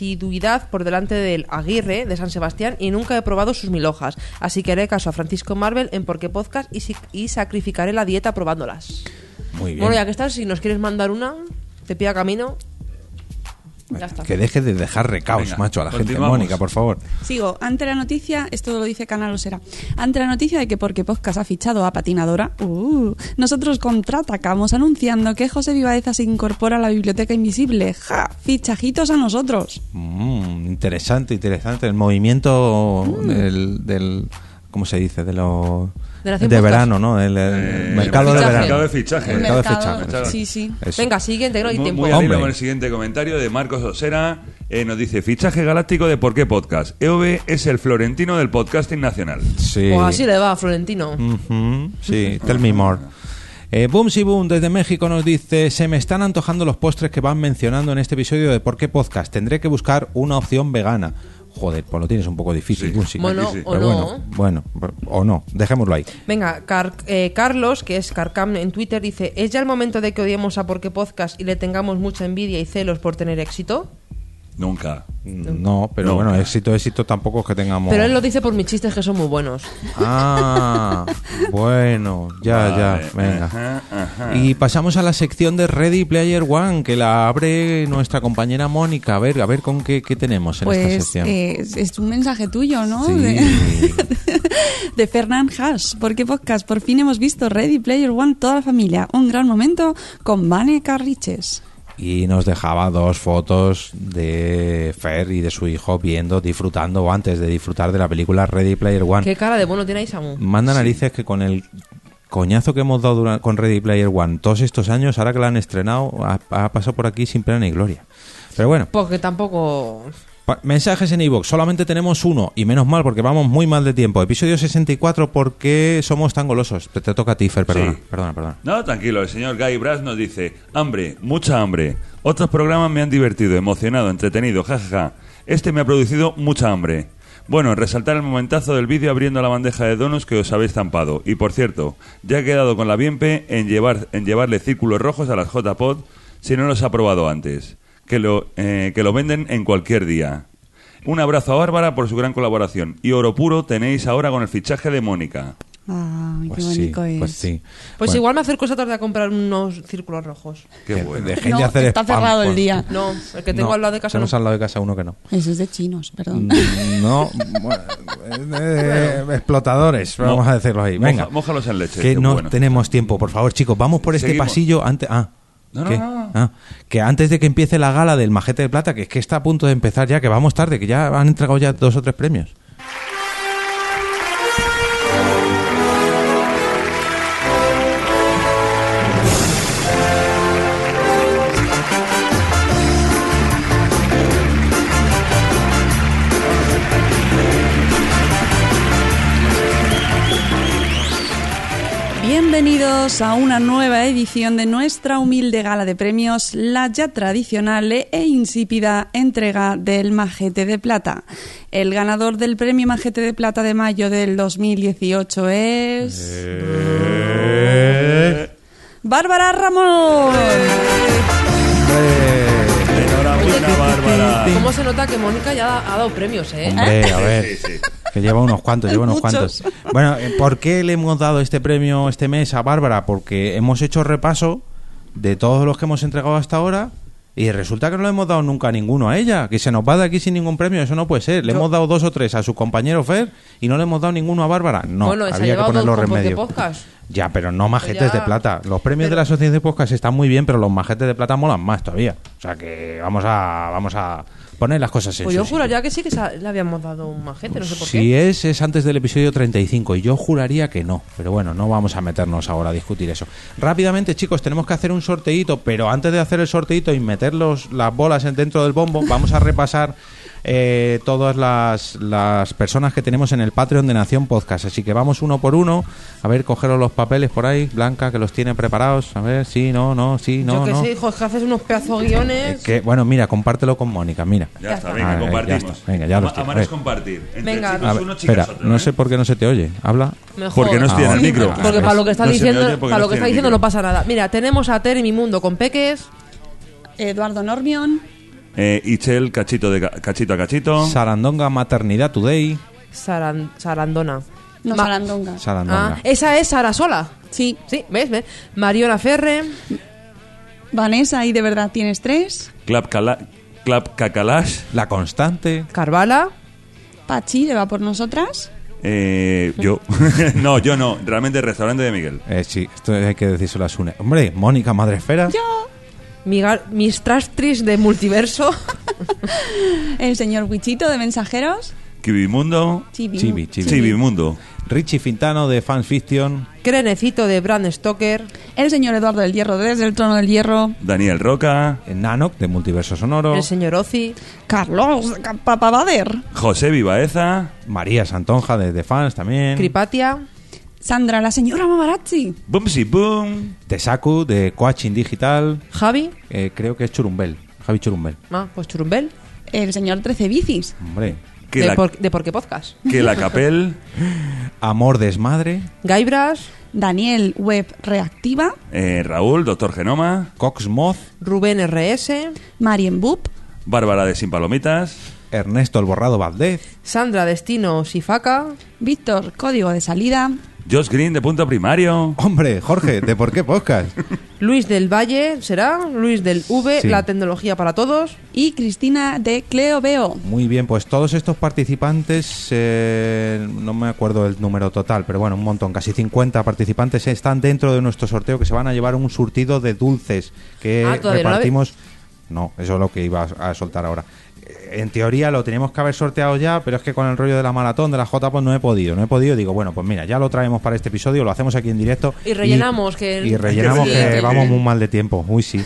asiduidad por delante del Aguirre de San Sebastián y nunca he probado sus mil hojas. Así que haré caso a Francisco Marvel en Porque Podcast y, si- y sacrificaré la dieta probándolas.
Muy bien.
Bueno, ya que estás, si nos quieres mandar una, te pida camino. Ya está.
Que deje de dejar recaos,
Venga,
macho, a la gente.
continuamos.
Mónica, por favor.
Sigo, ante la noticia, esto lo dice Canal Osera, ante la noticia de que porque Podcast ha fichado a Patinadora, uh, nosotros contraatacamos anunciando que José Vivadeza se incorpora a la Biblioteca Invisible. ¡Ja! Fichajitos a nosotros.
Mm, interesante, interesante. El movimiento
Mm.
del, del- ¿Cómo se dice? De lo.
De la
De,
cien podcast.
verano, ¿no? El, el
Eh,
mercado de
fichaje.
verano.
Mercado de fichaje.
El mercado de
Mercado,
fichaje.
sí, sí.
Eso.
Venga, siguiente, que no hay
Muy,
tiempo.
muy al hilo
Hombre.
con el siguiente comentario de Marcos Osera. eh, nos dice, fichaje galáctico de Por qué Podcast. EOB es el florentino del podcasting nacional.
Sí.
Pues así le va a Florentino.
Mm. Ujú, Sí, tell me more. Eh, Boom Si Boom desde México nos dice: Se me están antojando los postres que van mencionando en este episodio de Por qué Podcast. Tendré que buscar una opción vegana. Joder, pues lo tienes un poco difícil, Boom Si.
Bueno, Sí. o
Pero
no.
Bueno, bueno, o no. Dejémoslo ahí.
Venga, Car- eh, Carlos, que es Carcam en Twitter, dice: ¿Es ya el momento de que odiemos a Porque Podcast y le tengamos mucha envidia y celos por tener éxito?
Nunca.
No, pero bueno, éxito, éxito tampoco es que tengamos.
Pero él lo dice por mis chistes que son muy buenos.
Ah, bueno, ya,
Vale,
ya, venga.
ajá, ajá.
Y pasamos a la sección de Ready Player One, que la abre nuestra compañera Mónica. A ver, a ver con qué, qué tenemos en esta
Pues
sección.
eh, es, es un mensaje tuyo, ¿no?
Sí.
De, de Fernán Haas. ¿Por qué podcast? Por fin hemos visto Ready Player One toda la familia. Un gran momento con Vane Carriches.
Y nos dejaba dos fotos de Fer y de su hijo viendo, disfrutando o antes de disfrutar de la película Ready Player One.
Qué cara de bueno tiene ahí Samu.
Manda narices que con el coñazo que hemos dado dura- con Ready Player One todos estos años, ahora que la han estrenado, ha, ha pasado por aquí sin pena ni gloria. Pero bueno,
Porque tampoco.
pa- mensajes en iVoox. Solamente tenemos uno, y menos mal porque vamos muy mal de tiempo. Episodio 64, ¿por qué somos tan golosos? Te, te toca a ti, Fer, perdona,
Sí.
perdona, perdona.
No, tranquilo, el señor Guy Brass nos dice, hambre, mucha hambre. Otros programas me han divertido, emocionado, entretenido, jajaja. Este me ha producido mucha hambre. Bueno, resaltar el momentazo del vídeo abriendo la bandeja de donuts que os habéis zampado. Y por cierto, ya he quedado con la Bienpe en, llevar, en llevarle círculos rojos a las JPod si no los ha probado antes. Que lo, eh, que lo venden en cualquier día. Un abrazo a Bárbara por su gran colaboración. Y oro puro tenéis ahora con el fichaje de Mónica.
Ay,
Pues
qué
sí,
bonito es.
pues sí.
Pues
Bueno,
igual me acerco esa tarde a comprar unos círculos rojos.
Qué bueno.
dejen
No,
de hacer
está
spam,
cerrado el
por-
día.
No, el que tengo
No,
al lado de casa no.
Tenemos al lado de casa uno que no.
Eso es de chinos, perdón.
Mm,
Mm,
No, bueno, eh, explotadores, vamos
Mo-
a decirlo ahí. Venga.
moja- mójalos en leche,
Que
qué
no
bueno.
tenemos tiempo, por favor, chicos. Vamos por este
Seguimos.
pasillo antes. Ah.
No, no,
¿qué?
no, no.
Ah, que antes de que empiece la gala del Majete de Plata, que es que está a punto de empezar ya, que vamos tarde, que ya han entregado ya dos o tres premios.
Bienvenidos a una nueva edición de nuestra humilde gala de premios, la ya tradicional e insípida entrega del Majete de Plata. El ganador del premio Majete de Plata de mayo del 2018 es... Bárbara Ramón.
Eh, Enhorabuena, Bárbara.
¿Cómo se nota que Mónica ya ha dado premios, eh?
Hombre, a ver.
Sí, sí.
Que lleva unos cuantos, lleva unos
Muchos.
cuantos. Bueno, eh, ¿por qué le hemos dado este premio este mes a Bárbara? Porque hemos hecho repaso de todos los que hemos entregado hasta ahora y resulta que no le hemos dado nunca ninguno a ella, que se nos va de aquí sin ningún premio, eso no puede ser. Le hemos dado dos o tres a su compañero Fer y no le hemos dado ninguno a Bárbara. No,
bueno, se ha
había que
llevado
poner los
dos copos de
remedios.
podcast.
Ya, pero no majetes
Ya.
de plata. Los premios de la Asociación de Podcast están muy bien, pero los majetes de plata molan más todavía. O sea que vamos a vamos a poner las cosas en
Pues
su
yo
sitio.
juraría que sí que se- le habíamos dado un majete, no sé por
Si es, es antes del episodio 35 y yo juraría que no, pero bueno, no vamos a meternos ahora a discutir eso. Rápidamente, chicos, tenemos que hacer un sorteíto, pero antes de hacer el sorteíto y meter los- las bolas en- dentro del bombo, vamos a repasar eh, todas las, las personas que tenemos en el Patreon de Nación Podcast. Así que vamos uno por uno, a ver, cogeros los papeles por ahí, Blanca, que los tiene preparados, a ver, sí, no, no, sí,
qué.
no,
yo que
no.
sé, hijo, es que haces unos pedazos guiones.
Que, bueno, mira, compártelo con Mónica, mira.
Ya está,
Ah,
venga,
ya
compartimos.
está, venga, ya los
Ama-
tiene, a
amaros
ver.
compartir. Entre
Venga.
chicos
A ver,
uno, chicas
espera,
otro,
no
¿eh?
sé por qué no se te oye. Habla.
Me
Porque no estoy en el
Ahora.
micro.
Porque para lo que está
No se me
diciendo,
oye porque
para
no
lo que
estoy en
está diciendo
el micro.
no pasa nada. Mira, tenemos a Ter y mi mundo con peques.
Eduardo Normion.
Eh, Ichel, cachito, de ca- cachito a cachito.
Sarandonga Maternidad Today.
Saran- Sarandona.
No,
Ma-
Sarandonga.
Sarandonga.
Ah, esa es Sara Sola.
Sí.
Sí, ¿ves? ¿Ves? Mariona Ferre.
Vanessa, ¿y de verdad tienes tres?
Clap, cala- clap cacalash.
La Constante.
Carvala.
Pachi, ¿le va por nosotras?
Eh, yo. no, yo no. Realmente el restaurante de Miguel.
Eh, sí, esto hay que decírselo a Sune. Hombre, Mónica Madresfera.
Miga- Mis trastris de multiverso.
El señor Wichito de Mensajeros.
Kibimundo.
Chibi.
Chibi, chibi.
Chibimundo.
Richie Fintano de Fans Fiction.
Crenecito de Brand Stoker.
El señor Eduardo del Hierro desde el Trono del Hierro.
Daniel Roca.
eh, Nanoc de Multiverso Sonoro.
El señor Ozi.
Carlos de Ca- Papabader.
José Vivaeza.
María Santonja de The Fans también.
Cripatia.
Sandra, la señora Mamarazzi.
Bumsi Boom.
Tesaku de Coaching Digital.
Javi.
Eh, creo que es Churumbel. Javi Churumbel.
Ah, pues Churumbel.
El señor Trece Bicis.
Hombre.
Que
de,
la,
Eh, por, de Por qué Podcast.
que la Capel.
Amor Desmadre.
Gaibras.
Daniel Web Reactiva.
eh, Raúl, Doctor Genoma.
Cox Moth.
Rubén RS.
Marien Bup.
Bárbara de Sin Palomitas,
Ernesto el Borrado Valdez,
Sandra Destino Sifaca,
Víctor Código de Salida,
Josh Green de Punto Primario.
Hombre, Jorge, ¿de por qué podcast?
Luis del Valle, ¿será? Luis del V,
Sí.
La Tecnología para Todos.
Y Cristina de Cleo Veo.
Muy bien, pues todos estos participantes, eh, no me acuerdo el número total, pero bueno, un montón, casi 50 participantes están dentro de nuestro sorteo que se van a llevar un surtido de dulces que
Ah, todavía no lo
repartimos. No, eso es lo que iba a a soltar ahora. Eh, En teoría lo teníamos que haber sorteado ya, pero es que con el rollo de la maratón de la J pues no he podido, no he podido. Digo, bueno, pues mira, ya lo traemos para este episodio, lo hacemos aquí en directo.
Y rellenamos que-
y rellenamos
Sí,
que
sí.
vamos muy mal de tiempo. Uy, sí.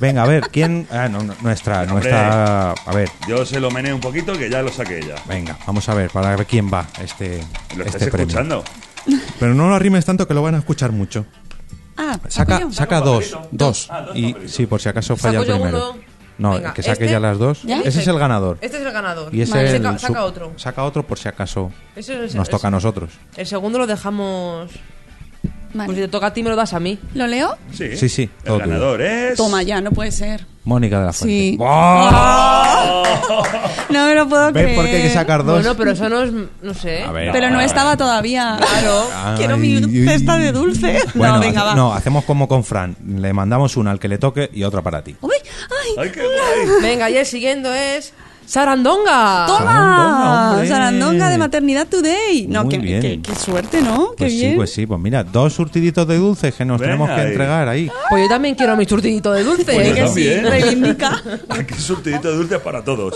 Venga, a ver, ¿quién? Ah, no, no, nuestra, nuestra. A ver,
Yo se lo mené un poquito que ya lo saqué ya.
Venga, vamos a ver para ver quién va este,
¿Lo
este
estás
premio.
escuchando?
Pero no lo arrimes tanto que lo van a escuchar mucho.
Ah,
Saca,
¿saco yo?
saca dos, Ah, dos. Y sí, por si acaso falla el
¿Saco yo
primero.
uno?
No,
Venga,
el que saque
este-
ya las dos.
¿Ya?
Ese es el ganador.
Este es el ganador.
Y ese el
Vale. Saca-
sub-
saca otro.
Saca otro por si acaso
Ese es-
nos
es-
toca a nosotros.
El segundo lo dejamos. Pues si te toca a ti, me lo das a mí.
¿Lo leo?
Sí,
sí. todo tuyo.
Toma ya, no puede ser.
Mónica de la Fuente.
Sí.
Ah,
¡Oh!
No me lo puedo
¿Ves
creer.
por qué hay que sacar dos?
Bueno, pero eso no es. No sé. ¿eh?
A ver,
Pero no
a ver.
estaba todavía. Claro.
Ay,
Quiero mi
uy.
cesta de dulce.
Bueno,
no, venga,
hace-
va.
no, hacemos como con Fran. Le mandamos una al que le toque y otra para ti.
¡Ay, qué guay!
Venga, y el siguiente es.
Sarandonga,
¡Sarandonga!
¡Toma!
hombre.
Sarandonga de Maternidad Today. No,
Muy
qué,
bien.
qué- qué suerte, ¿no?
Ah,
Qué
Pues sí,
bien.
pues sí, pues mira, dos surtiditos de dulces que nos
Ven
tenemos que
ahí.
entregar ahí.
Pues yo también quiero mi churtidito de dulce.
Pues yo también.
reivindica.
Aquí surtidito de dulce para todos.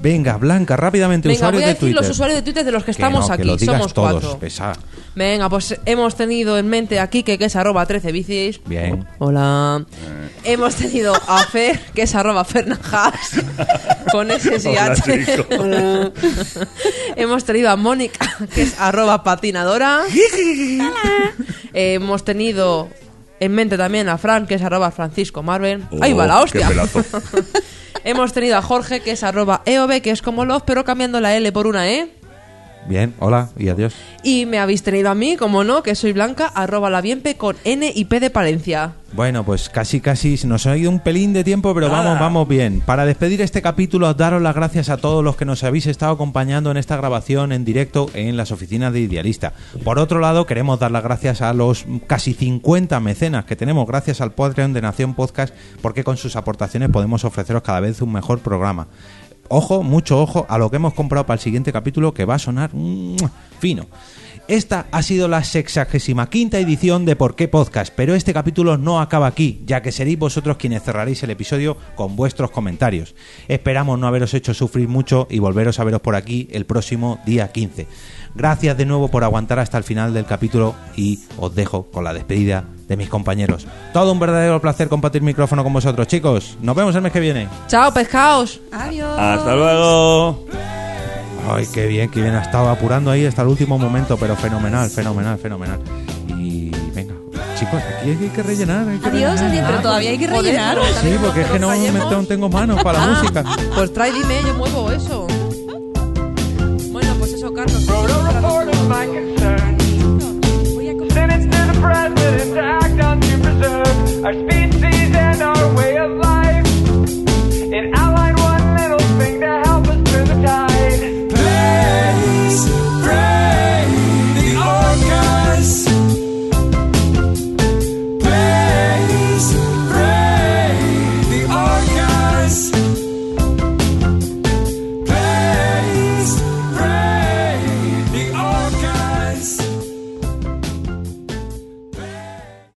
Venga, Blanca, rápidamente,
Venga, voy
usuarios
a
de
decir
Twitter.
los usuarios de Twitter de los que
Que no,
estamos
que
aquí.
lo digas
Somos
todos,
cuatro.
pesá.
Venga, pues hemos tenido en mente a Kike, que es arroba 13 bicis.
Bien.
Hola. Hemos tenido a Fer, que es arroba Fernajas, con S y
Hola,
H.
chico.
Hola. Hemos tenido a Mónica, que es arroba patinadora. Eh, hemos tenido en mente también a Fran, que es arroba Francisco Marvel. Ahí va la
Oh,
hostia.
Qué pelazo.
Hemos tenido a Jorge, que es arroba EOB, que es como Love, pero cambiando la L por una E.
Bien, hola y adiós.
Y me habéis tenido a mí, como no, que soy blanca, arroba la bienpe con N y P de Palencia.
Bueno, pues casi, casi se nos ha ido un pelín de tiempo, pero vamos, vamos bien. Para despedir este capítulo, daros las gracias a todos los que nos habéis estado acompañando en esta grabación en directo en las oficinas de Idealista. Por otro lado, queremos dar las gracias a los casi 50 mecenas que tenemos gracias al Patreon de Nación Podcast, porque con sus aportaciones podemos ofreceros cada vez un mejor programa. Ojo, mucho ojo a lo que hemos comprado para el siguiente capítulo que va a sonar mm, fino. Esta ha sido la sexagésima quinta edición de Por qué Podcast, pero este capítulo no acaba aquí, ya que seréis vosotros quienes cerraréis el episodio con vuestros comentarios. Esperamos no haberos hecho sufrir mucho y volveros a veros por aquí el próximo día 15. Gracias de nuevo por aguantar hasta el final del capítulo y os dejo con la despedida de mis compañeros. Todo un verdadero placer compartir micrófono con vosotros, chicos. Nos vemos el mes que viene.
Chao, pescaos.
Adiós.
Hasta luego.
Ay, qué bien, qué bien. Ha estado apurando ahí hasta el último momento, pero fenomenal, fenomenal, fenomenal. Y venga, chicos, aquí hay que rellenar. hay que
Adiós,
rellenar.
adiós. Pero todavía hay que
Joder,
rellenar.
joder,
Sí, porque es que no, me- no tengo manos para la música.
Pues trae, dime, yo muevo eso. pues